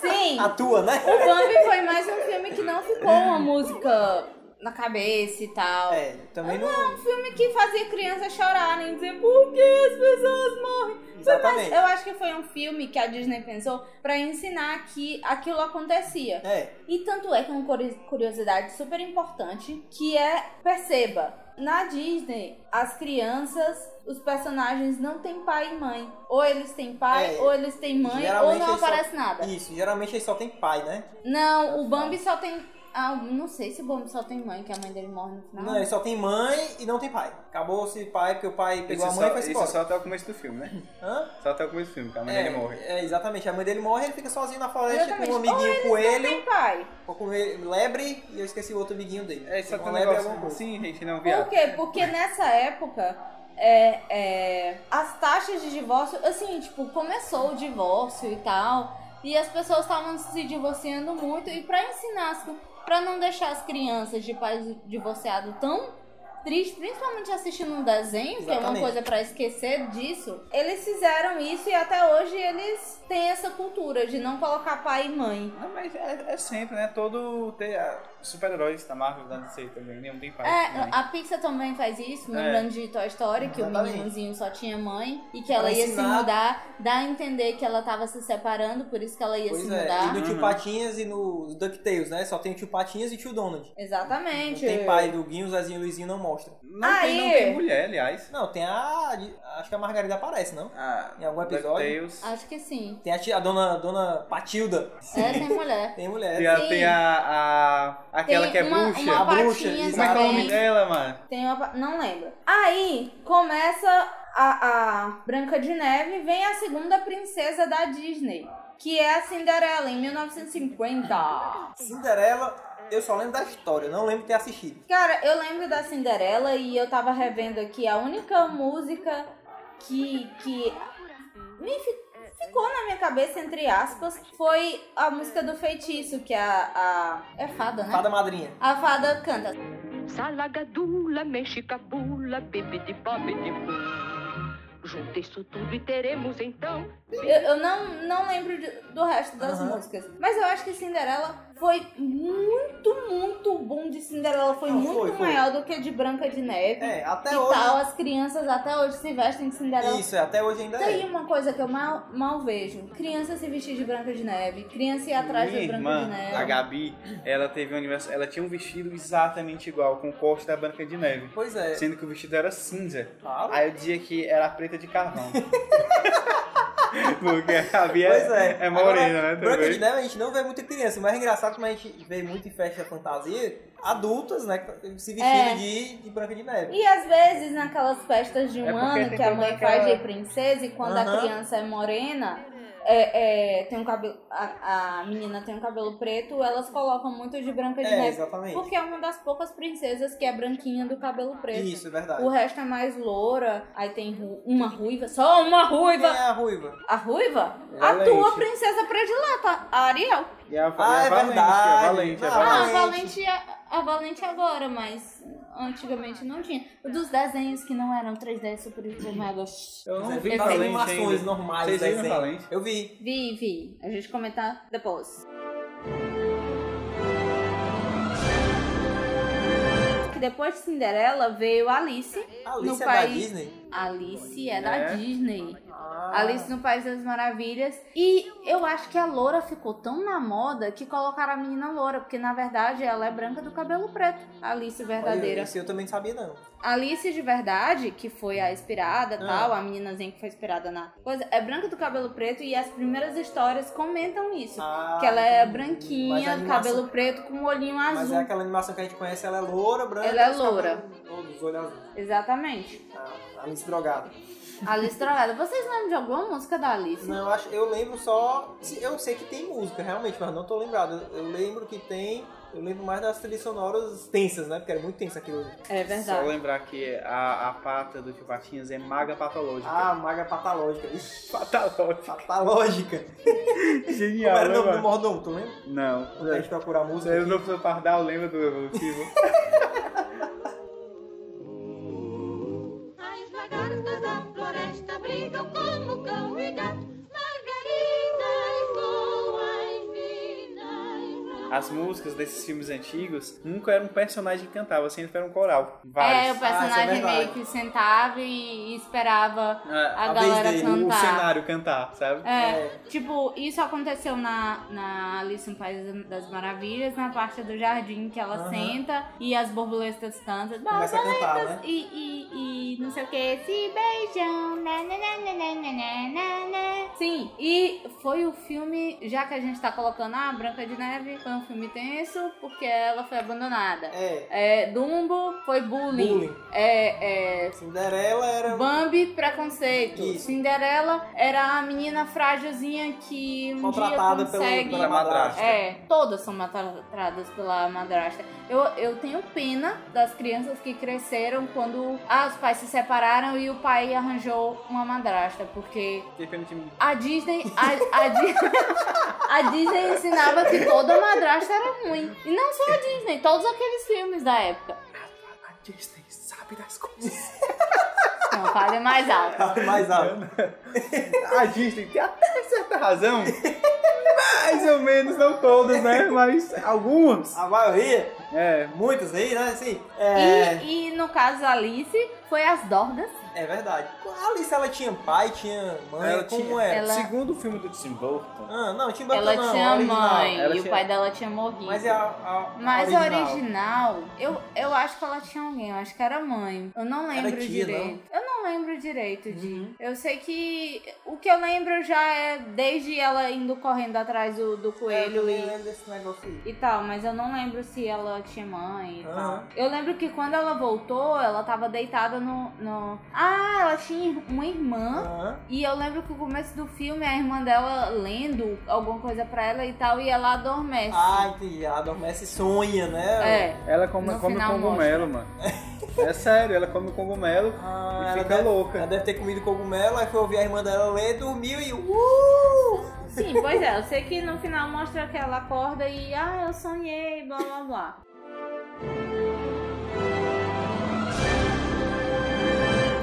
Speaker 1: Sim!
Speaker 2: A tua, né?
Speaker 1: O Bambi foi mais um filme que não ficou uma música na cabeça e tal.
Speaker 2: É, também não.
Speaker 1: Um filme que fazia criança chorar, nem dizer por que as pessoas morrem. Foi mais,
Speaker 2: Exatamente.
Speaker 1: eu acho que foi um filme que a Disney pensou pra ensinar que aquilo acontecia.
Speaker 2: É,
Speaker 1: E tanto é que é uma curi- curiosidade super importante, que é, perceba, na Disney, as crianças, os personagens não têm pai e mãe. Ou eles têm pai,
Speaker 2: É,
Speaker 1: ou eles têm mãe, ou
Speaker 2: geralmente
Speaker 1: não
Speaker 2: eles só-
Speaker 1: aparece nada.
Speaker 2: isso. Geralmente ele só tem pai, né?
Speaker 1: Não, o Bambi só tem... Ah, não sei se o Bambi só tem mãe, que a mãe dele morre no final.
Speaker 2: Não, ele só tem mãe e não tem pai. Acabou-se pai, porque o pai pegou
Speaker 4: Isso é
Speaker 2: a mãe e
Speaker 4: só,
Speaker 2: foi
Speaker 4: isso
Speaker 2: embora.
Speaker 4: só até o começo do filme, né?
Speaker 2: Hã?
Speaker 4: Só até o começo do filme, que a mãe
Speaker 2: É,
Speaker 4: dele morre.
Speaker 2: é, exatamente. A mãe dele morre, ele fica sozinho na floresta
Speaker 1: Exatamente.
Speaker 2: com um
Speaker 1: Ou
Speaker 2: amiguinho
Speaker 1: Não
Speaker 2: coelho,
Speaker 1: tem pai.
Speaker 2: ou com ele- lebre, e eu esqueci o outro amiguinho dele.
Speaker 4: É, só tem
Speaker 2: com
Speaker 4: um
Speaker 2: lebre
Speaker 4: negócio
Speaker 2: alguma coisa.
Speaker 4: assim, gente, não,
Speaker 1: Por
Speaker 4: viado.
Speaker 1: quê? Porque nessa época, é, é, as taxas de divórcio, assim, tipo, começou o divórcio e tal, e as pessoas estavam se divorciando muito, e pra ensinar, as- pra não deixar as crianças de pais divorciados tão triste, principalmente assistindo um desenho, que é uma
Speaker 2: Exatamente.
Speaker 1: coisa pra esquecer disso, eles fizeram isso e até hoje eles têm essa cultura de não colocar pai e mãe.
Speaker 4: Não, mas é, é sempre, né? Todo te- a- super-heróis da Marvel, da DC também, nenhum tem pai.
Speaker 1: É,
Speaker 4: né?
Speaker 1: a Pixar também faz isso, lembrando de Toy Story, que o
Speaker 2: Exatamente.
Speaker 1: meninozinho só tinha mãe e que ela ia se
Speaker 2: ensinar.
Speaker 1: mudar, dá a entender que ela tava se separando, por isso que ela ia
Speaker 2: Pois
Speaker 1: se
Speaker 2: é, e
Speaker 1: mudar.
Speaker 2: no Tio
Speaker 4: Uhum.
Speaker 2: Patinhas e no DuckTales, né? Só tem o Tio Patinhas e o Tio Donald. Não
Speaker 1: Exatamente.
Speaker 2: tem pai do Guinho, o Zezinho e o Luizinho não mostra.
Speaker 4: Não, tem,
Speaker 1: Aí.
Speaker 4: não tem mulher, aliás.
Speaker 2: Não, tem a... Acho que a Margarida aparece, não?
Speaker 4: Ah,
Speaker 2: Em algum episódio?
Speaker 4: DuckTales.
Speaker 1: Acho que sim.
Speaker 2: Tem a, tia- a dona, dona Patilda.
Speaker 1: É, tem mulher.
Speaker 2: Tem mulher.
Speaker 4: Tem a,
Speaker 1: Sim.
Speaker 4: tem a, a- aquela
Speaker 1: tem
Speaker 4: que é
Speaker 1: uma,
Speaker 4: bruxa.
Speaker 1: uma
Speaker 2: A bruxa,
Speaker 1: patinha
Speaker 4: Como é que é o nome
Speaker 1: também.
Speaker 4: dela, mano?
Speaker 1: Tem uma, pa- não lembro. Aí começa a, a Branca de Neve, vem a segunda princesa da Disney, que é a Cinderela, em 1950.
Speaker 2: Cinderela, eu só lembro da história, eu não lembro de ter assistido.
Speaker 1: Cara, eu lembro da Cinderela e eu tava revendo aqui a única música que, que me fi- ficou na minha cabeça, entre aspas, foi a música do feitiço, que a. a é fada, né?
Speaker 2: Fada Madrinha.
Speaker 1: A fada canta.
Speaker 5: Salagadula, mexicabula, bibidi bobidi Junte isso tudo e teremos então
Speaker 1: Eu, eu não, não lembro de- do resto das
Speaker 2: Aham.
Speaker 1: músicas. Mas eu acho que Cinderela foi muito, muito bom de Cinderela. Foi
Speaker 2: Não,
Speaker 1: muito
Speaker 2: foi, foi.
Speaker 1: maior do que de Branca de Neve.
Speaker 2: É,
Speaker 1: e
Speaker 2: até hoje.
Speaker 1: tal, as crianças até hoje se vestem de Cinderela.
Speaker 2: Isso, é, até hoje ainda
Speaker 1: Tem um
Speaker 2: é.
Speaker 1: uma coisa que eu mal, mal vejo. Criança se vestir de Branca de Neve, criança ir é atrás
Speaker 4: Minha
Speaker 1: de Branca
Speaker 4: irmã,
Speaker 1: de Neve.
Speaker 4: a Gabi, ela teve um universo, ela tinha um vestido exatamente igual, com o corte da Branca de Neve.
Speaker 2: Pois é.
Speaker 4: Sendo que o vestido era cinza.
Speaker 2: Claro.
Speaker 4: Aí eu dizia que era preta de carvão. Porque a Gabi é,
Speaker 2: Pois é.
Speaker 4: é. morena,
Speaker 2: Agora,
Speaker 4: né?
Speaker 2: Branca de
Speaker 4: Também.
Speaker 2: Neve a gente não vê muita criança, mas é engraçado como a gente vê muito em festa fantasia, adultas, né, se vestindo
Speaker 1: É.
Speaker 2: de, de Branca de Neve.
Speaker 1: E às vezes naquelas festas de um
Speaker 4: É porque
Speaker 1: ano
Speaker 4: tem
Speaker 1: que a
Speaker 4: toda
Speaker 1: mãe
Speaker 4: aquela-
Speaker 1: faz de princesa e quando a
Speaker 2: Aham.
Speaker 1: criança é morena, é, é, tem um cabelo, a, a menina tem um cabelo preto, elas colocam muito de Branca de
Speaker 2: É,
Speaker 1: Neve.
Speaker 2: exatamente.
Speaker 1: Porque é uma das poucas princesas que é branquinha do cabelo preto.
Speaker 2: Isso, é verdade.
Speaker 1: O resto é mais loura, aí tem ru- uma ruiva, só uma
Speaker 2: Quem é
Speaker 1: ruiva.
Speaker 2: a ruiva?
Speaker 1: A ruiva?
Speaker 4: Ela
Speaker 1: a
Speaker 4: é
Speaker 1: tua
Speaker 4: isso.
Speaker 1: princesa predileta, a Ariel.
Speaker 4: E a, e a
Speaker 2: Ah, é
Speaker 4: Valente,
Speaker 2: verdade.
Speaker 4: a Valente, a
Speaker 2: Ah,
Speaker 4: Valente.
Speaker 1: Ah, a
Speaker 2: Valente.
Speaker 1: Valente, é- a Valente agora, mas antigamente não tinha. Dos desenhos que não eram 3D super hiper, mega.
Speaker 4: Eu não
Speaker 2: Pois é,
Speaker 4: vi
Speaker 2: tem
Speaker 4: Valente
Speaker 2: animações
Speaker 4: ainda.
Speaker 2: normais,
Speaker 4: Vocês viram
Speaker 2: desenho.
Speaker 4: Valente?
Speaker 2: Eu vi.
Speaker 1: Vi, vi. A gente comenta depois. Que Depois de Cinderela veio Alice.
Speaker 2: A Alice é
Speaker 1: país-
Speaker 2: da Disney?
Speaker 1: Alice é da
Speaker 4: É.
Speaker 1: Disney.
Speaker 2: Ah.
Speaker 1: Alice no País das Maravilhas. E eu acho que a loura ficou tão na moda que colocaram a menina loura, porque na verdade ela é branca do cabelo preto. Alice verdadeira.
Speaker 2: Ah, Olha, esse eu também não sabia, não.
Speaker 1: Alice de verdade, que foi a inspirada
Speaker 2: Ah.
Speaker 1: tal, a meninazinha que foi inspirada na coisa, é branca do cabelo preto e as primeiras histórias comentam isso.
Speaker 2: Ah,
Speaker 1: que ela é
Speaker 2: entendi. Mas a
Speaker 1: branquinha,
Speaker 2: animação-
Speaker 1: cabelo preto com um olhinho
Speaker 2: Mas
Speaker 1: azul.
Speaker 2: é aquela animação que a gente conhece, ela é loura, branca.
Speaker 1: Ela é
Speaker 2: os cabelos-
Speaker 1: loura.
Speaker 2: ou Dos olhos azuis.
Speaker 1: Exatamente.
Speaker 2: Ah, Alice drogada.
Speaker 1: Alice Drogada. Vocês lembram de alguma música da Alice?
Speaker 2: Não, eu acho, eu lembro só. Eu sei que tem música, realmente, mas não tô lembrado. Eu, eu lembro que tem. Eu lembro mais das trilhas sonoras tensas, né? Porque era muito tensa aquilo.
Speaker 1: É
Speaker 4: Só
Speaker 1: verdade.
Speaker 4: lembrar que a, a pata do Tio Patinhas é maga patológica.
Speaker 2: Ah, maga patológica. Ixi,
Speaker 4: patológica.
Speaker 2: patológica. Como
Speaker 4: Genial,
Speaker 2: era o
Speaker 4: né,
Speaker 2: nome do
Speaker 4: mano?
Speaker 2: mordomo, tu lembra?
Speaker 4: Não.
Speaker 2: Quando a gente procurar a música.
Speaker 4: Eu não preciso pardal, lembra do evolutivo?
Speaker 6: As lagartas da floresta brigam como cão e gato. Margaridas boas minas.
Speaker 4: As músicas desses filmes antigos nunca era um personagem que cantava, sempre era um coral.
Speaker 1: É, o
Speaker 4: Vários.
Speaker 2: Ah,
Speaker 1: personagem
Speaker 2: isso é
Speaker 1: meio que sentava e esperava
Speaker 4: Ah,
Speaker 1: a,
Speaker 2: a vez
Speaker 1: galera
Speaker 2: dele,
Speaker 4: o
Speaker 1: cantar.
Speaker 4: cenário cantar, sabe?
Speaker 1: É,
Speaker 2: É,
Speaker 1: tipo, isso aconteceu na, na Alice no País das Maravilhas, na parte do jardim que ela
Speaker 2: Aham.
Speaker 1: senta e as borboletas cantam.
Speaker 2: começa a cantar, né?
Speaker 1: E, e, e não sei o que, se beijam. né, na, na, na, na, na, na, na, na, na. né, Sim, e foi o filme, já que a gente tá colocando a Branca de Neve, foi um filme tenso porque ela foi abandonada.
Speaker 2: É.
Speaker 1: É, Dumbo foi bullying.
Speaker 2: Bullying.
Speaker 1: É, é,
Speaker 2: Cinderela era.
Speaker 1: Bambi, preconceito.
Speaker 2: Isso.
Speaker 1: Cinderela era a menina frágilzinha que um
Speaker 2: Contratada
Speaker 1: dia
Speaker 2: pelo,
Speaker 1: consegue...
Speaker 2: pela madrasta.
Speaker 1: É, todas são maltratadas pela madrasta. Eu, eu tenho pena das crianças que cresceram quando ah, os pais se separaram e o pai arranjou uma madrasta, porque
Speaker 4: Fiquei pena de mim.
Speaker 1: a Disney. A, a Di- a Disney ensinava que toda madrasta era ruim. E não só a Disney, todos aqueles filmes da época.
Speaker 4: A Disney sabe das coisas.
Speaker 1: Não, fale mais alto.
Speaker 2: Mais alto.
Speaker 4: A Disney tem até certa razão. Mais ou menos, não todas, né? Mas algumas.
Speaker 2: A maioria,
Speaker 4: É.
Speaker 2: muitas aí, né? Assim, é,
Speaker 1: E, e no caso da Alice, foi as Dorgas.
Speaker 2: é verdade. A Alice, ela tinha pai, tinha mãe,
Speaker 4: Ela
Speaker 2: como
Speaker 4: tinha-
Speaker 2: era?
Speaker 1: Ela-
Speaker 4: Segundo o filme do Tim Burton,
Speaker 2: Ah, não, Tim Burton
Speaker 1: Ela
Speaker 2: não,
Speaker 1: tinha
Speaker 2: original.
Speaker 1: mãe
Speaker 4: Ela
Speaker 1: e o
Speaker 4: tinha-
Speaker 1: pai dela tinha morrido.
Speaker 2: Mas é a, a, a
Speaker 1: Mas a
Speaker 2: original.
Speaker 1: original, eu, eu acho que ela tinha alguém, eu acho que era mãe. Eu não
Speaker 2: Era
Speaker 1: lembro
Speaker 2: tia,
Speaker 1: direito. Eu não lembro direito de.
Speaker 2: Uhum.
Speaker 1: Eu sei que o que eu lembro já é desde ela indo correndo atrás do, do
Speaker 2: É, eu
Speaker 1: coelho
Speaker 2: nem
Speaker 1: e,
Speaker 2: lembro desse negócio aí.
Speaker 1: e tal, mas eu não lembro se ela tinha mãe e
Speaker 2: Aham.
Speaker 1: tal. Eu lembro que quando ela voltou, ela tava deitada no. no... Ah, ela tinha uma irmã.
Speaker 2: Aham.
Speaker 1: E eu lembro que o começo do filme é a irmã dela lendo alguma coisa pra ela e tal, e ela adormece.
Speaker 2: Ah, entendi. Ela adormece e sonha, né?
Speaker 1: é.
Speaker 4: ela come,
Speaker 1: No
Speaker 4: come
Speaker 1: final
Speaker 4: cogumelo, mano. É sério, ela come cogumelo
Speaker 2: Ah,
Speaker 4: e
Speaker 2: ela
Speaker 4: fica
Speaker 2: deve-
Speaker 4: louca.
Speaker 2: Ela deve ter comido cogumelo, aí foi ouvir a irmã dela ler, dormiu e... Uh!
Speaker 1: Sim, pois é. Eu sei que no final mostra que ela acorda e, ah, eu sonhei, blá blá blá.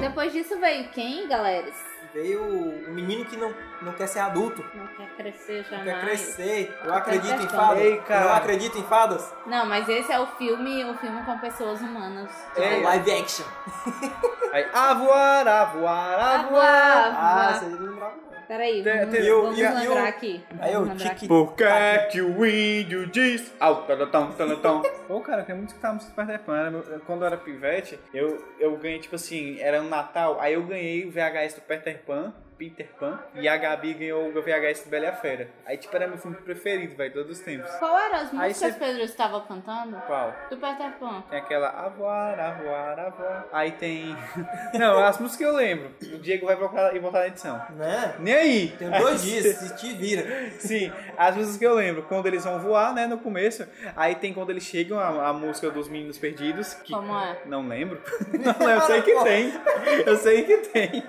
Speaker 1: Depois disso veio quem, galera?
Speaker 2: Veio o menino que não, não quer ser adulto,
Speaker 1: Não quer crescer
Speaker 2: não
Speaker 1: jamais.
Speaker 2: quer crescer. Eu
Speaker 1: Tá
Speaker 2: acredito em
Speaker 1: crescendo.
Speaker 2: fadas.
Speaker 4: Ei, cara.
Speaker 2: Eu acredito em fadas.
Speaker 1: Não, mas esse é o filme, o filme com pessoas humanas.
Speaker 4: Ei,
Speaker 2: É, Live action.
Speaker 4: Aí, a voar, a voar, a
Speaker 1: Ah,
Speaker 4: voar.
Speaker 2: Ah,
Speaker 1: ah,
Speaker 2: você não lembrava.
Speaker 1: Peraí,
Speaker 4: Tem-
Speaker 1: vamos,
Speaker 4: tem-
Speaker 2: eu-
Speaker 1: vamos
Speaker 2: eu-
Speaker 1: lembrar
Speaker 2: eu-
Speaker 1: aqui.
Speaker 2: Aí
Speaker 1: Vamos
Speaker 2: eu,
Speaker 1: lembrar
Speaker 2: tique...
Speaker 4: Por que que o índio diz? Au, taratão, taratão. Pô, cara, eu queria muito escutar a música do Peter Pan. Era meu- Quando eu era pivete, eu, eu ganhei, tipo assim, era no Natal, aí eu ganhei o VHS do Peter Pan. Peter Pan e a Gabi ganhou o VHS do Bela e a Fera. Aí, tipo, era meu filme preferido, velho, todos os tempos.
Speaker 1: Qual eram as
Speaker 4: Aí
Speaker 1: músicas
Speaker 4: você-
Speaker 1: que Pedro estava cantando?
Speaker 4: Qual?
Speaker 1: Do Peter Pan.
Speaker 4: Tem aquela avoar, avoar, avoar. Aí tem. Não, as músicas que eu lembro. O Diego vai procurar e botar na edição.
Speaker 2: Né?
Speaker 4: Nem aí!
Speaker 2: Tem dois dias, se te vira.
Speaker 4: Sim, as músicas que eu lembro, quando eles vão voar, né, no começo, aí tem quando eles chegam, a, a música dos Meninos Perdidos, que...
Speaker 1: Como é?
Speaker 4: Não lembro, não, eu sei que tem, eu sei que tem.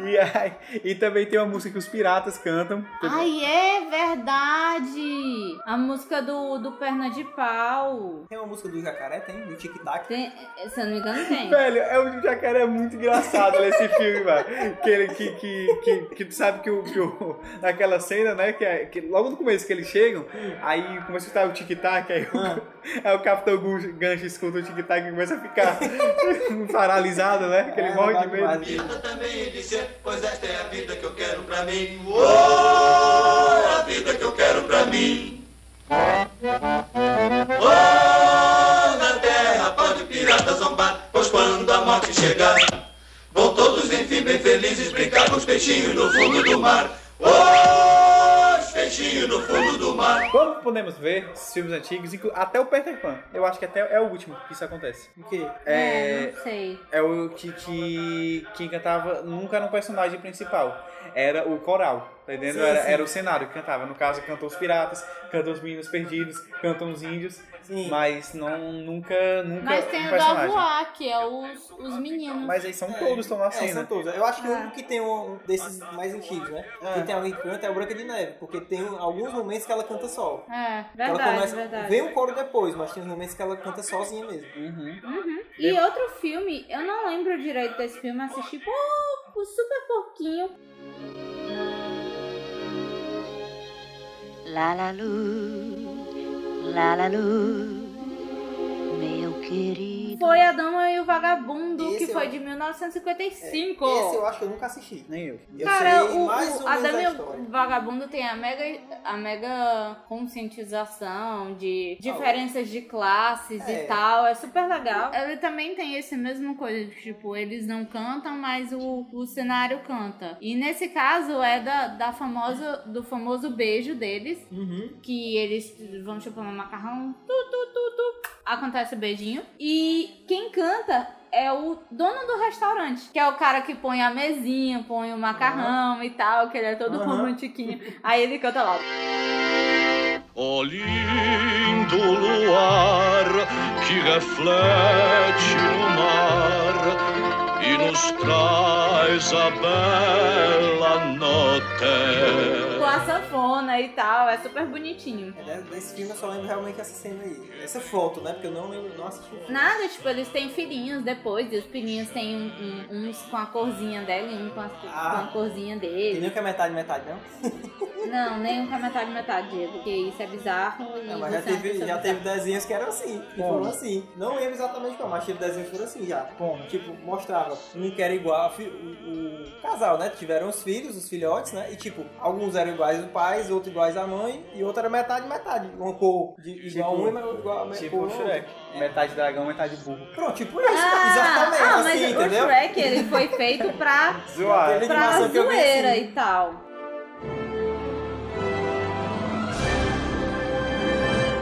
Speaker 4: E, aí, e também tem uma música que os piratas cantam.
Speaker 1: Ai, é verdade! A música do, do Perna de Pau.
Speaker 2: Tem uma música do Jacaré, tem? Do Tic Tac.
Speaker 1: Tem, se eu não me engano, tem.
Speaker 4: Velho, é um jacaré muito engraçado nesse filme, mano. Que, ele, que, que, que, que tu sabe que, o, que o, naquela cena, né? Que, é- que logo no começo que eles chegam, aí começa a escutar o tic-tac, aí, o- aí o Capitão Gun- Gancho escuta o tic-tac e começa a ficar paralisado, né? Que ele
Speaker 2: É,
Speaker 4: morre de
Speaker 2: legal
Speaker 4: medo.
Speaker 2: demais.
Speaker 6: Eu também hei de ser, pois esta é é a vida que eu quero pra mim. Oh, a vida que eu quero pra mim. Oh, na terra pode o pirata zombar, pois quando a morte chegar, vão todos enfim bem felizes brincar com os peixinhos no fundo do mar. Oh, os peixinhos no fundo do mar.
Speaker 4: Como podemos ver, esses filmes antigos, inclu- até o Peter Pan, eu acho que até é o último que isso acontece.
Speaker 2: O quê?
Speaker 4: É,
Speaker 1: não sei.
Speaker 2: então,
Speaker 4: é o que, que quem cantava nunca era um personagem principal, era o coral, tá entendendo?
Speaker 2: Sim,
Speaker 4: Era,
Speaker 2: sim.
Speaker 4: era o cenário que cantava. No caso, cantam os piratas, cantam os meninos perdidos, cantam os índios,
Speaker 2: Sim.
Speaker 4: mas não nunca nunca
Speaker 7: Mas tem
Speaker 4: um
Speaker 7: o da
Speaker 4: personagem.
Speaker 7: Voá, que é os, os meninos.
Speaker 4: Mas aí são todos assim, estão na
Speaker 2: É, são
Speaker 4: cena.
Speaker 2: todos. Eu acho que o
Speaker 1: É.
Speaker 2: único que tem um um desses mais antigos, né? Que tem alguém que canta é o Branca de Neve, porque tem um- alguns momentos que ela canta só.
Speaker 1: É,
Speaker 2: ela
Speaker 1: verdade,
Speaker 2: começa,
Speaker 1: verdade.
Speaker 2: Vem o coro depois, mas tem uns momentos que ela canta sozinha mesmo.
Speaker 4: Uhum.
Speaker 1: E outro filme, eu não lembro direito desse filme, assisti pouco, super pouquinho. Foi A Dama e o Vagabundo,
Speaker 2: Esse
Speaker 1: que
Speaker 2: eu- É,
Speaker 1: foi de 1955.
Speaker 2: Esse eu acho que eu nunca assisti.
Speaker 4: Nem eu.
Speaker 2: Eu
Speaker 1: Cara, o,
Speaker 2: sei
Speaker 1: é um
Speaker 2: mais
Speaker 1: o
Speaker 2: ou menos
Speaker 1: Adam
Speaker 2: a
Speaker 1: e
Speaker 2: história.
Speaker 1: o Vagabundo tem a mega, a mega conscientização de diferenças de classes
Speaker 2: É.
Speaker 1: e tal. É super legal. Ele também tem esse mesmo coisa, de, tipo, eles não cantam, mas o, o cenário canta. E nesse caso é da, da famosa, do famoso beijo deles,
Speaker 2: Uhum.
Speaker 1: que eles vão chupando macarrão, tu, tu, tu, tu. Acontece o beijinho. E quem canta é o dono do restaurante, que é o cara que põe a mesinha, põe o macarrão e tal, que ele é todo
Speaker 2: Aham.
Speaker 1: romantiquinho. Aí ele canta lá.
Speaker 3: Ó lindo luar que reflete no mar e nos traz a bela
Speaker 1: Com
Speaker 3: nota.
Speaker 1: a sanfona e tal, é super bonitinho.
Speaker 2: É, Desse filme eu só lembro realmente essa cena aí. Essa foto, né? Porque eu não lembro, não assisti.
Speaker 1: Nada, tipo, eles têm filhinhos depois, e os filhinhos têm um- um- uns com a corzinha dela e um com a, com a
Speaker 2: Ah.
Speaker 1: corzinha
Speaker 2: E
Speaker 1: dele.
Speaker 2: nem que é metade, metade, não?
Speaker 1: Não, nenhum com a metade, metade, Diego, porque isso é bizarro. E
Speaker 2: Não, mas já
Speaker 1: você é uma
Speaker 2: teve,
Speaker 1: pessoa
Speaker 2: já
Speaker 1: bizarra.
Speaker 2: teve desenhos que eram assim, que
Speaker 4: Como?
Speaker 2: foram assim. Não lembro exatamente qual, mas teve desenhos que foram assim já.
Speaker 4: Como?
Speaker 2: Tipo, mostrava um que era igual, fi- o, o casal, né? Tiveram os filhos, os filhotes, né? E tipo, alguns eram iguais do pai, outros iguais à mãe, e outro era metade, metade. Uma cor de, igual
Speaker 4: Tipo-
Speaker 2: um e igual a me-
Speaker 4: Tipo
Speaker 2: cor
Speaker 4: o
Speaker 2: ao
Speaker 4: Shrek. Metade dragão, metade burro.
Speaker 2: outro. Pronto, tipo isso,
Speaker 1: Ah,
Speaker 2: exatamente
Speaker 1: ah, mas
Speaker 2: assim,
Speaker 1: o
Speaker 2: entendeu?
Speaker 1: Shrek ele foi feito pra,
Speaker 4: Zoar.
Speaker 2: Ele-
Speaker 1: pra
Speaker 2: animação que eu vi
Speaker 1: zoeira
Speaker 2: assim.
Speaker 1: e tal.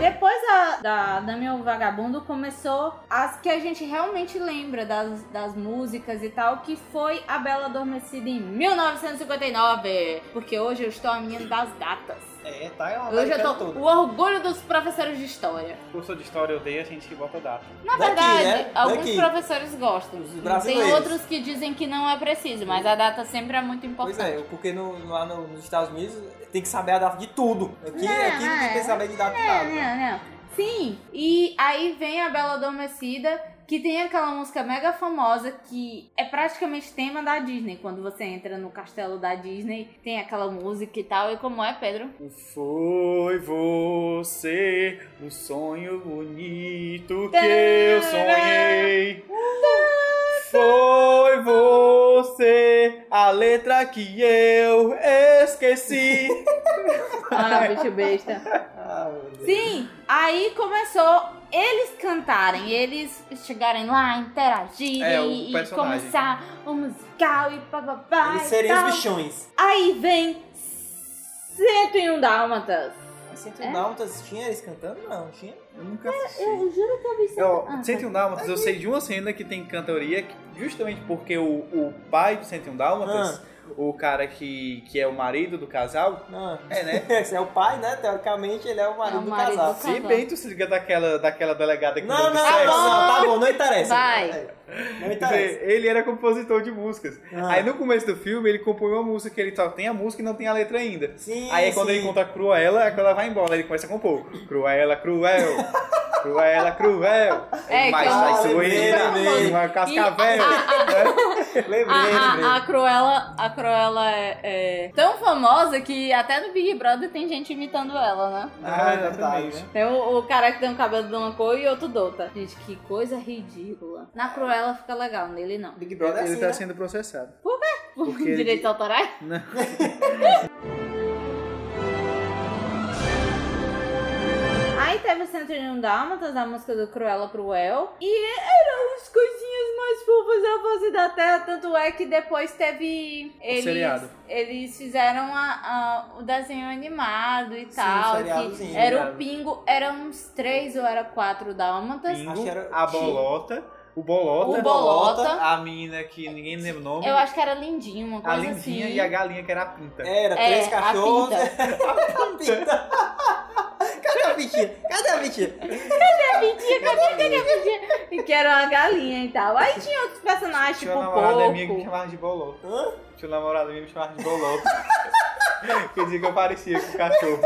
Speaker 1: Depois da, da, da Meu Vagabundo começou as que a gente realmente lembra das, das músicas e tal, que foi A Bela Adormecida em 1959. Porque hoje eu estou a menina das datas.
Speaker 2: É, tá, é uma
Speaker 1: Hoje eu
Speaker 2: americana
Speaker 1: tô
Speaker 2: toda.
Speaker 1: o orgulho dos professores de história.
Speaker 4: Professor de história odeia a gente que bota data.
Speaker 1: Na
Speaker 2: Daqui,
Speaker 1: verdade,
Speaker 2: né?
Speaker 1: alguns
Speaker 2: Daqui.
Speaker 1: professores gostam.
Speaker 2: Os
Speaker 1: Tem
Speaker 2: brasileiros.
Speaker 1: outros que dizem que não é preciso, mas a data sempre é muito
Speaker 2: Pois é,
Speaker 1: importante.
Speaker 2: porque no- lá no- nos Estados Unidos tem que saber a data de tudo. Aqui,
Speaker 1: Não,
Speaker 2: aqui não tem
Speaker 1: é.
Speaker 2: que saber de data de nada.
Speaker 1: Não, não. Sim, e aí vem a Bela Adormecida, que tem aquela música mega famosa que é praticamente tema da Disney. Quando você entra no castelo da Disney, tem aquela música e tal. E como é, Pedro?
Speaker 4: Um Foi você o sonho bonito que eu sonhei. Foi você a letra que eu esqueci.
Speaker 1: Ah, bicho besta.
Speaker 2: Ah, meu Deus.
Speaker 1: Sim, aí começou eles cantarem, eles chegarem lá, interagirem
Speaker 4: É, o
Speaker 1: e
Speaker 4: personagem.
Speaker 1: começar o musical e papapá.
Speaker 2: Eles
Speaker 1: e
Speaker 2: seriam
Speaker 1: tal.
Speaker 2: os bichões.
Speaker 1: Aí vem 101 Dálmatas. É?
Speaker 2: 101 Dálmatas, tinha tá eles cantando? Não, tinha.
Speaker 4: Eu nunca assisti.
Speaker 1: Eu juro que eu vi Ah, 101
Speaker 4: Eu, 101 Dálmatas, eu sei de uma cena que tem cantoria, que- justamente porque o, o pai do 101 Dálmatas, o cara que, que é o marido do casal,
Speaker 2: Não.
Speaker 4: é, né?
Speaker 2: Esse é o pai, né? Teoricamente ele é o marido,
Speaker 1: É o marido
Speaker 2: do casal.
Speaker 1: do
Speaker 4: Se bem tu se liga daquela, daquela delegada que
Speaker 2: Não, não,
Speaker 4: deu
Speaker 2: não,
Speaker 4: sexo.
Speaker 2: não, tá bom, não interessa.
Speaker 1: Vai.
Speaker 2: Não
Speaker 4: Quer
Speaker 2: interessa.
Speaker 4: dizer, Ele era compositor de músicas.
Speaker 2: Ah,
Speaker 4: Aí no começo do filme ele compõe uma música que ele só tem a música e não tem a letra ainda.
Speaker 2: Ah, sim,
Speaker 4: Aí é quando
Speaker 2: sim.
Speaker 4: ele encontra a Cruella, é quando ela vai embora, ele começa a compor. Cruella, cruel, Cruella, cruel.
Speaker 1: É, que
Speaker 4: mas
Speaker 1: é
Speaker 4: sai
Speaker 1: um-
Speaker 2: lembrei,
Speaker 4: suína,
Speaker 2: lembrei.
Speaker 4: uma cascavel. né?
Speaker 2: Lembrei, lembrei.
Speaker 1: A, a, a Cruella, a Cruella é, é tão famosa que até no Big Brother tem gente imitando ela, né?
Speaker 2: Ah, exatamente.
Speaker 1: Tem o, o cara que tem um cabelo de uma cor e outro de outra. Gente, que coisa ridícula. Na Cruella fica legal, nele não.
Speaker 2: Big Brother é
Speaker 4: Ele
Speaker 2: assim,
Speaker 4: tá
Speaker 2: né?
Speaker 4: sendo processado.
Speaker 1: Por
Speaker 4: Porque ele-
Speaker 1: direitos autorais?
Speaker 4: Não.
Speaker 1: Aí teve o 101 Dálmatas, a música do Cruella Cruel. E eram as coisinhas mais fofas da face da Terra. Tanto é que depois teve... Eles,
Speaker 4: seriado.
Speaker 1: Eles fizeram a- a- o desenho animado e
Speaker 2: Sim,
Speaker 1: tal.
Speaker 2: o seriadozinho,
Speaker 1: que era
Speaker 4: né?
Speaker 2: cara.
Speaker 1: o Pingo. Eram uns três ou era quatro Dálmatas.
Speaker 4: Pingo,
Speaker 2: Acho que era-
Speaker 4: a bolota, o bolota,
Speaker 1: O Bolota.
Speaker 4: a menina que ninguém lembra o nome,
Speaker 1: Eu acho que era lindinho, uma
Speaker 4: a
Speaker 1: coisa
Speaker 4: lindinha
Speaker 1: assim.
Speaker 4: e a galinha que era a pinta.
Speaker 2: Era,
Speaker 1: É,
Speaker 2: três
Speaker 1: a
Speaker 2: cachorros.
Speaker 4: né?
Speaker 1: pinta.
Speaker 2: A pinta. Cadê a pintinha? Cadê a pintinha?
Speaker 1: Mentira, cadê, cadê, mentira? E que era uma galinha e tal. Aí tinha outros personagens,
Speaker 4: Tinha
Speaker 1: tipo
Speaker 4: uma
Speaker 1: o
Speaker 4: namorada minha que me
Speaker 1: porco.
Speaker 4: chamava de bolota.
Speaker 2: Hã?
Speaker 4: Tinha um namorado meu que me chamava de bolota. Quer dizer que eu parecia com o cachorro.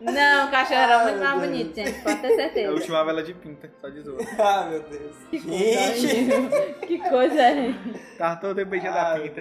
Speaker 1: Não, o cachorro era
Speaker 2: Ai,
Speaker 1: muito mais
Speaker 2: meu Deus.
Speaker 1: bonito, gente, pode ter
Speaker 4: Eu
Speaker 1: certeza.
Speaker 4: chamava ela de pinta, só de zoa.
Speaker 2: Ah, meu Deus. Gente.
Speaker 1: que coisa é.
Speaker 4: Tava todo beijando
Speaker 2: Ah,
Speaker 4: a pinta.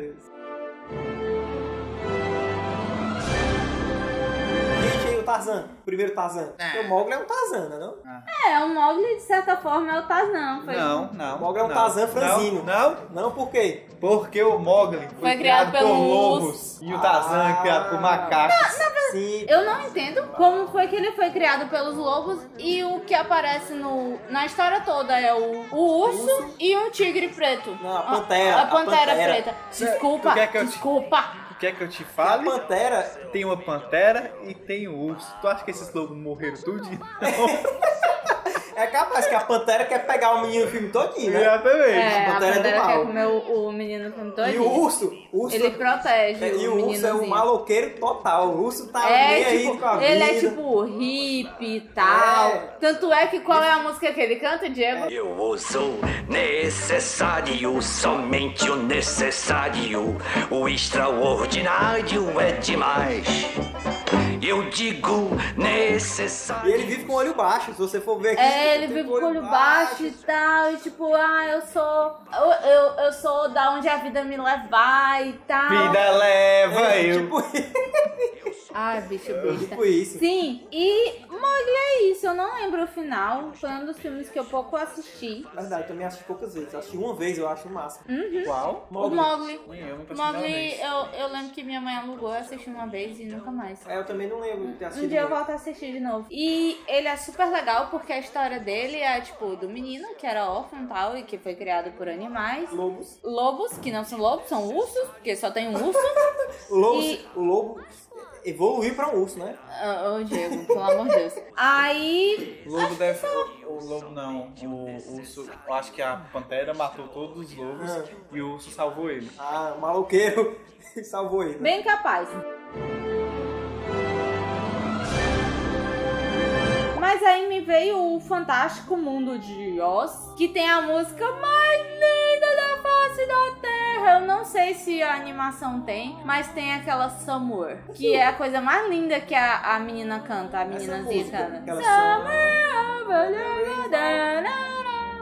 Speaker 2: Gente, aí o Tarzan. O primeiro Tarzan. Porque o Mogli é um Tarzan, né? Não?
Speaker 1: É, o Mogli, de certa forma, é o Tarzan. Foi,
Speaker 4: Não, não.
Speaker 2: O Mogli é um
Speaker 4: não,
Speaker 2: Tarzan
Speaker 4: não,
Speaker 2: franzino.
Speaker 4: Não,
Speaker 2: Não, por quê?
Speaker 4: porque o Mogli foi,
Speaker 1: Foi
Speaker 4: criado,
Speaker 1: criado
Speaker 4: por
Speaker 1: pelo
Speaker 4: lobos e o Tarzan é
Speaker 2: Ah.
Speaker 4: criado por macacos.
Speaker 2: Sim.
Speaker 1: Eu não entendo como foi que ele foi criado pelos lobos e o que aparece no, na história toda é o, o urso, e um tigre preto.
Speaker 2: Não, a pantera,
Speaker 1: A,
Speaker 2: a
Speaker 1: pantera,
Speaker 2: pantera.
Speaker 1: preta.
Speaker 4: Cê-
Speaker 1: Desculpa,
Speaker 4: tu quer que eu te-
Speaker 1: desculpa.
Speaker 4: Tu Quer que eu te
Speaker 2: A
Speaker 4: fale?
Speaker 2: Pantera...
Speaker 4: Tem uma pantera e tem um urso. Tu acha que esses lobos morreram tudo? Não.
Speaker 2: É capaz que a Pantera quer pegar o menino do filme todinho, né?
Speaker 4: Exatamente.
Speaker 1: É, a
Speaker 2: Pantera é do
Speaker 1: pantera
Speaker 2: mal.
Speaker 1: quer comer o, o menino com todo.
Speaker 2: E o urso... o urso
Speaker 1: Ele protege
Speaker 2: é, e
Speaker 1: o
Speaker 2: o urso é um
Speaker 1: meninozinho.
Speaker 2: maloqueiro total. O urso tá
Speaker 1: É,
Speaker 2: nem aí
Speaker 1: tipo,
Speaker 2: com a
Speaker 1: ele é
Speaker 2: vida.
Speaker 1: tipo hippie e tal.
Speaker 2: É.
Speaker 1: Tanto é que qual é a música que ele canta, Diego?
Speaker 8: Eu sou necessário, somente o necessário. O extraordinário é demais. Eu digo
Speaker 2: E
Speaker 8: necessário.
Speaker 2: ele vive com o olho baixo. Se você for ver aqui...
Speaker 1: É, ele
Speaker 2: tem
Speaker 1: vive com o olho baixo e tal, e tipo, ah, eu sou. Eu, eu, eu sou da onde a vida me levar e tal.
Speaker 4: Vida leva
Speaker 2: É,
Speaker 4: eu.
Speaker 2: tipo,
Speaker 1: Ai, bicho besta.
Speaker 2: tipo isso.
Speaker 1: Sim, e Mogli é isso, eu não lembro o final, foi um dos filmes que eu pouco assisti.
Speaker 2: Na verdade, eu também assisti poucas vezes. Eu assisti uma vez, eu acho, o máximo.
Speaker 4: Qual?
Speaker 1: O Mogli.
Speaker 4: Nem eu, não posso dar um
Speaker 1: Mogli,
Speaker 4: beijo.
Speaker 1: eu, eu lembro que minha mãe alugou, eu assisti uma vez e nunca mais.
Speaker 2: É, eu também não lembro de ter assistido.
Speaker 1: Um dia eu
Speaker 2: muito.
Speaker 1: volto a assistir de novo. E ele é super legal porque a história dele é, tipo, do menino que era órfão e tal e que foi criado por animais.
Speaker 2: Lobos.
Speaker 1: Lobos, que não são lobos, são ursos, porque só tem um urso.
Speaker 2: Lobos.
Speaker 1: E-
Speaker 2: O lobo evoluiu pra um urso, né?
Speaker 1: Ah, Ô, Diego, pelo amor de Deus. Aí.
Speaker 4: O lobo deve. O, o lobo não.
Speaker 2: um
Speaker 4: O urso. Eu acho que a pantera matou todos os lobos
Speaker 2: Ah.
Speaker 4: e o urso salvou ele.
Speaker 2: Ah, o maloqueiro salvou ele. né?
Speaker 1: Bem capaz. Mas aí me veio o Fantástico Mundo de Oz, que tem a música mais linda da face da Terra. Eu não sei se a animação tem, mas tem aquela Somewhere, que é a coisa mais linda que a, a menina né? canta, a
Speaker 2: Essa
Speaker 1: meninazinha
Speaker 2: música.
Speaker 1: canta.
Speaker 2: Aquela só...
Speaker 1: Somewhere.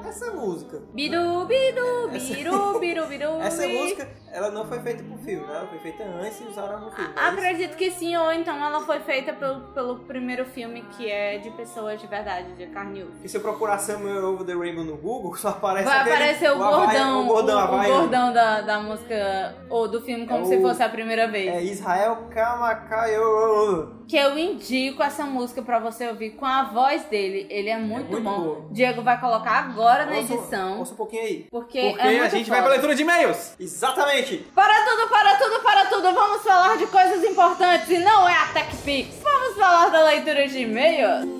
Speaker 2: Essa música.
Speaker 1: Biru, biru, biru, biru, biru.
Speaker 2: Essa
Speaker 1: biru.
Speaker 2: música, ela não foi feita pro filme, né? Ela foi feita antes e usaram no filme.
Speaker 1: Ah,
Speaker 2: né?
Speaker 1: Acredito que sim, ou então ela foi feita pelo, pelo primeiro filme que é de pessoas de verdade, de carne e osso.
Speaker 2: E se eu procurar Samuel Over the Rainbow no Google, só aparece
Speaker 1: Vai
Speaker 2: aquele-
Speaker 1: aparecer o
Speaker 2: Havaiano-
Speaker 1: gordão,
Speaker 2: o gordão,
Speaker 1: o- o
Speaker 2: havaiano.
Speaker 1: gordão da, da música ou do filme como
Speaker 2: É
Speaker 1: se
Speaker 2: o-
Speaker 1: fosse a primeira vez.
Speaker 2: É Israel Kamakayo.
Speaker 1: Que eu indico essa música pra você ouvir com a voz dele. Ele é muito,
Speaker 2: muito
Speaker 1: bom.
Speaker 2: boa.
Speaker 1: Diego vai colocar agora na
Speaker 2: Ouça-
Speaker 1: edição.
Speaker 2: Ouça um pouquinho aí.
Speaker 1: Porque,
Speaker 4: Porque
Speaker 1: é muito
Speaker 4: a gente
Speaker 1: foda.
Speaker 4: vai pra leitura de e-mails.
Speaker 2: Exatamente.
Speaker 1: Para tudo, para tudo, para tudo, vamos falar de coisas importantes e não é a TechPix. Vamos falar da leitura de e-mails.
Speaker 8: And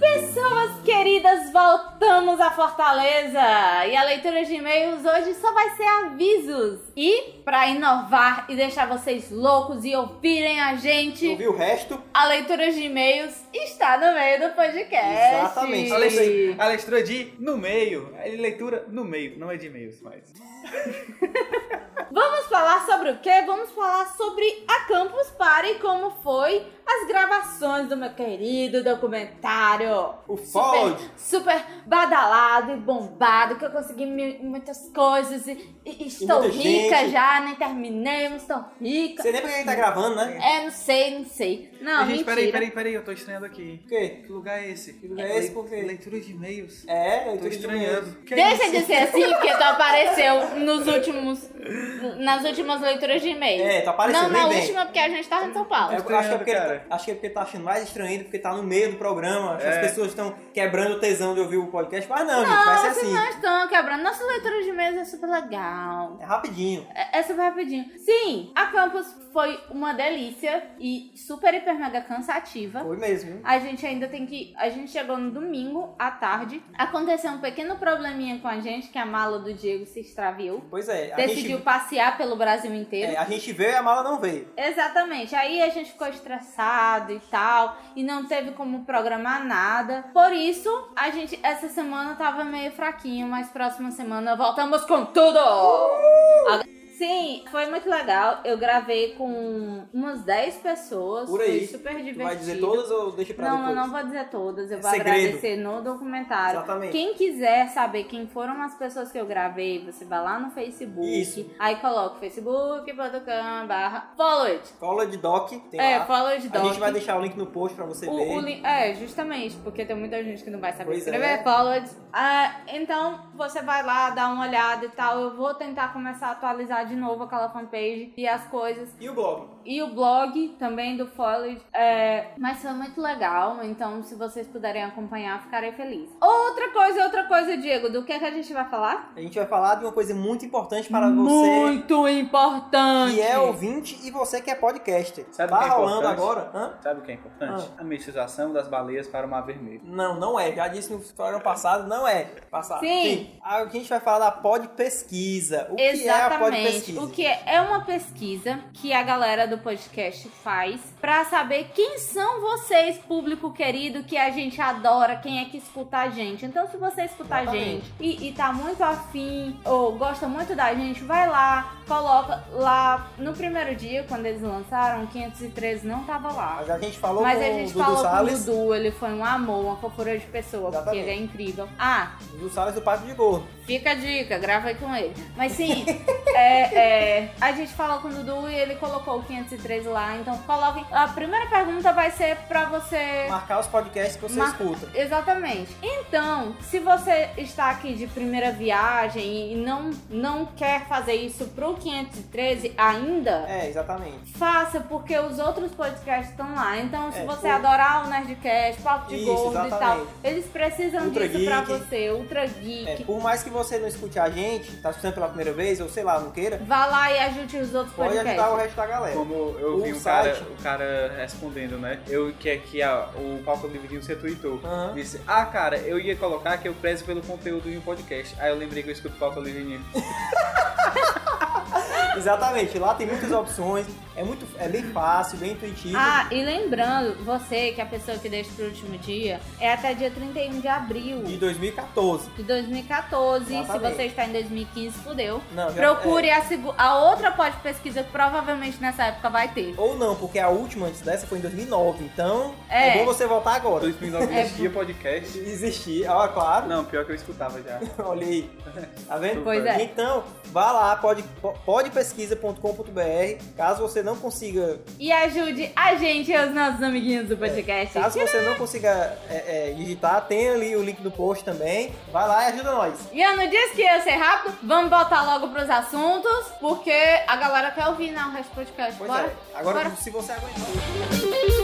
Speaker 1: Pessoas queridas, voltamos Voltamos à Fortaleza e a leitura de e-mails hoje só vai ser avisos. E pra inovar e deixar vocês loucos e ouvirem a gente,
Speaker 2: Ouvi o resto.
Speaker 1: a leitura de e-mails está no meio do podcast.
Speaker 2: Exatamente.
Speaker 4: A leitura, a leitura de no meio. A leitura no meio. Não é de e-mails mais.
Speaker 1: Vamos falar sobre o quê? Vamos falar sobre a Campus Party, como foi as gravações do meu querido documentário.
Speaker 2: O
Speaker 1: Super,
Speaker 2: Fold.
Speaker 1: super badalado e bombado, que eu consegui mi- muitas coisas e, e- e estou
Speaker 2: muita
Speaker 1: rica
Speaker 2: gente.
Speaker 1: já, nem terminei, mas estou rica.
Speaker 2: Você lembra que a gente tá gravando, né?
Speaker 1: É, não sei, não sei. Não,
Speaker 4: gente,
Speaker 1: mentira.
Speaker 4: peraí, peraí, peraí. Eu tô estranhando aqui.
Speaker 2: O quê?
Speaker 4: Que lugar é esse? Que
Speaker 2: lugar é esse? Por quê?
Speaker 4: Leitura de e-mails.
Speaker 2: É, eu
Speaker 4: Tô estranhando. Que
Speaker 2: é
Speaker 1: Deixa
Speaker 4: isso?
Speaker 1: de ser assim, porque tu apareceu nos últimos, nas últimas leituras de e-mail.
Speaker 2: É, tu apareceu
Speaker 1: Não,
Speaker 2: bem
Speaker 1: na
Speaker 2: bem.
Speaker 1: última, porque a gente tava em São Paulo.
Speaker 2: É, eu acho, que é porque ele
Speaker 4: Cara.
Speaker 2: tá, acho que é porque ele tá achando mais estranho porque tá no meio do programa. acho que
Speaker 4: É.
Speaker 2: As pessoas estão quebrando o tesão de ouvir o podcast. Mas não, gente, vai ser
Speaker 1: Vocês
Speaker 2: assim.
Speaker 1: não estão quebrando. Nossa leitura de mesa é super legal.
Speaker 2: É rapidinho.
Speaker 1: É, é super rapidinho. Sim, a Campus foi uma delícia e super, hiper, mega cansativa.
Speaker 2: Foi mesmo. viu?
Speaker 1: A gente ainda tem que. A gente chegou no domingo à tarde. Aconteceu um pequeno probleminha com a gente, que a mala do Diego se extraviou.
Speaker 2: Pois é. A
Speaker 1: Decidiu
Speaker 2: gente,
Speaker 1: passear pelo Brasil inteiro.
Speaker 2: é, a gente veio e a mala não veio.
Speaker 1: Exatamente. Aí a gente ficou estressado e tal, e não teve como programar nada. Por isso, a gente essa semana tava meio fraquinho, mas próxima semana voltamos com tudo. Agora- Sim, foi muito legal. Eu gravei com umas 10 pessoas,
Speaker 2: Por
Speaker 1: foi
Speaker 2: aí.
Speaker 1: super
Speaker 2: Tu
Speaker 1: divertido.
Speaker 2: vai dizer todas ou deixa pra
Speaker 1: Não, eu
Speaker 2: depois?
Speaker 1: não vou dizer todas, eu vou
Speaker 2: Segredo.
Speaker 1: agradecer no documentário.
Speaker 2: Exatamente.
Speaker 1: Quem quiser saber quem foram as pessoas que eu gravei, você vai lá no Facebook.
Speaker 2: Isso.
Speaker 1: Aí coloca facebook.com barra follow it.
Speaker 2: Cola de doc, tem
Speaker 1: É,
Speaker 2: lá.
Speaker 1: follow it doc.
Speaker 2: A gente vai deixar o link no post pra você
Speaker 1: O-
Speaker 2: ver.
Speaker 1: o lin- é, justamente, porque tem muita gente que não vai saber
Speaker 2: Pois
Speaker 1: escrever,
Speaker 2: é.
Speaker 1: follow it. Ah, então, você vai lá, dá uma olhada e tal. Eu vou tentar começar a atualizar de novo aquela fanpage e as coisas.
Speaker 2: E o blog?
Speaker 1: E o blog também do Follet. É, mas foi muito legal, então se vocês puderem acompanhar, ficarei feliz. Outra coisa, outra coisa, Diego, do que, é que a gente vai falar?
Speaker 2: A gente vai falar de uma coisa muito importante para você
Speaker 1: muito importante!
Speaker 2: que é ouvinte e você que é podcaster.
Speaker 4: Sabe o
Speaker 2: tá
Speaker 4: que é
Speaker 2: rolando
Speaker 4: importante?
Speaker 2: agora? Hã?
Speaker 4: Sabe o que é importante?
Speaker 2: Ah.
Speaker 4: A mestização das baleias para o mar vermelho.
Speaker 2: Não, não é. Já disse no programa passado, não é. Passado.
Speaker 1: Sim.
Speaker 2: A gente vai falar da pod pesquisa. O que é a pod
Speaker 1: Exatamente.
Speaker 2: pesquisa?
Speaker 1: o que é? É uma pesquisa que a galera do podcast faz pra saber quem são vocês, público querido, que a gente adora, quem é que escuta a gente. Então, se você escuta a
Speaker 2: Exatamente.
Speaker 1: gente e, e tá muito afim ou gosta muito da gente, vai lá, coloca lá. No primeiro dia, quando eles lançaram, 513 não tava lá.
Speaker 2: Mas a gente falou
Speaker 1: Mas
Speaker 2: com
Speaker 1: a gente
Speaker 2: o Dudu
Speaker 1: falou
Speaker 2: Salles,
Speaker 1: com o Dudu, ele foi um amor, uma fofura de pessoa, porque
Speaker 2: Exatamente.
Speaker 1: ele é incrível. Ah,
Speaker 2: Dudu Salles do Papo de Gordo.
Speaker 1: Fica a dica, grava aí com ele. Mas sim, é, é, a gente falou com o Dudu e ele colocou o 503 lá, então coloquem. A primeira pergunta vai ser pra você.
Speaker 2: Marcar os podcasts que você
Speaker 1: Mar-
Speaker 2: escuta.
Speaker 1: Exatamente. Então, se você está aqui de primeira viagem e não, não quer fazer isso pro 513 ainda,
Speaker 2: É, exatamente.
Speaker 1: faça, porque os outros podcasts estão lá. Então, se
Speaker 2: É,
Speaker 1: você
Speaker 2: tipo-
Speaker 1: adorar o Nerdcast, Papo de
Speaker 2: Isso,
Speaker 1: Gordo e tal,
Speaker 2: exatamente.
Speaker 1: eles precisam
Speaker 2: Ultra
Speaker 1: disso pra
Speaker 2: Geek.
Speaker 1: você, Ultra Geek.
Speaker 2: É, por mais que você não escute a gente, tá escutando pela primeira vez, ou sei lá, não queira,
Speaker 1: Vá lá e ajude os outros
Speaker 2: É. pode
Speaker 1: podcasts.
Speaker 2: ajudar o resto da galera.
Speaker 4: Como eu
Speaker 2: O
Speaker 4: vi o
Speaker 2: site-
Speaker 4: cara, o cara respondendo, né? Eu que aqui a- o Paulo Livinho se tweetou.
Speaker 2: Aham.
Speaker 4: Disse, ah, cara, eu ia colocar que eu prezo pelo conteúdo em um podcast. Aí eu lembrei que eu escuto Paulo Livinho.
Speaker 2: Exatamente, lá tem muitas opções, é, muito, é bem fácil, bem intuitivo.
Speaker 1: Ah, e lembrando, você que é a pessoa que deixa pro último dia, é até dia 31 de abril
Speaker 2: De 2014.
Speaker 1: de 2014. Se
Speaker 2: Exatamente. Tá É.
Speaker 1: você está em 2015, fudeu.
Speaker 2: Não, já-
Speaker 1: Procure a, segu- a outra pode pesquisa que provavelmente nessa época vai ter.
Speaker 2: é. Ou não, porque a última antes dessa foi em 2009, então
Speaker 1: É.
Speaker 2: é, bom você voltar agora.
Speaker 4: 2009
Speaker 2: É,
Speaker 4: existia podcast.
Speaker 2: Existir, ó, claro.
Speaker 4: Não, pior que eu escutava já.
Speaker 2: Olha aí, tá vendo?
Speaker 1: Pois é.
Speaker 2: Então, vá lá, pode, podepesquisa.com.br, caso você não consiga
Speaker 1: E ajude a gente e os nossos amiguinhos do podcast.
Speaker 2: Caso você não consiga é, é, digitar, tem ali o link do post também. Vai lá e ajuda nós.
Speaker 1: E eu não disse que ia ser rápido, vamos voltar logo pros assuntos, porque a galera quer ouvir não, o resto do podcast.
Speaker 2: Pois
Speaker 1: Bora?
Speaker 2: é. Agora,
Speaker 1: Bora.
Speaker 2: se você aguentar.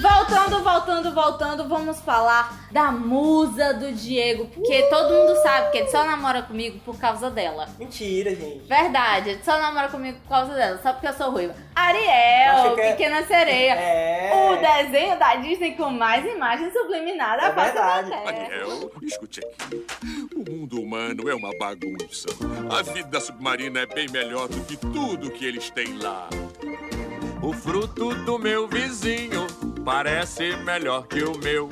Speaker 1: Voltando, voltando, voltando, vamos falar da musa do Diego. Porque todo mundo sabe que ele só namora comigo por causa dela.
Speaker 2: Mentira, gente.
Speaker 1: Verdade, ele só namora comigo por causa dela, só porque eu sou ruiva.
Speaker 2: Acho
Speaker 1: Ariel,
Speaker 2: que é-
Speaker 1: Pequena Sereia. O
Speaker 2: É.
Speaker 1: desenho da Disney com mais imagens subliminadas
Speaker 2: É
Speaker 1: à face da
Speaker 2: verdade.
Speaker 1: Terra.
Speaker 9: Ariel, escute aqui. O mundo humano é uma bagunça. A vida submarina é bem melhor do que tudo que eles têm lá. O fruto do meu vizinho parece melhor que o meu.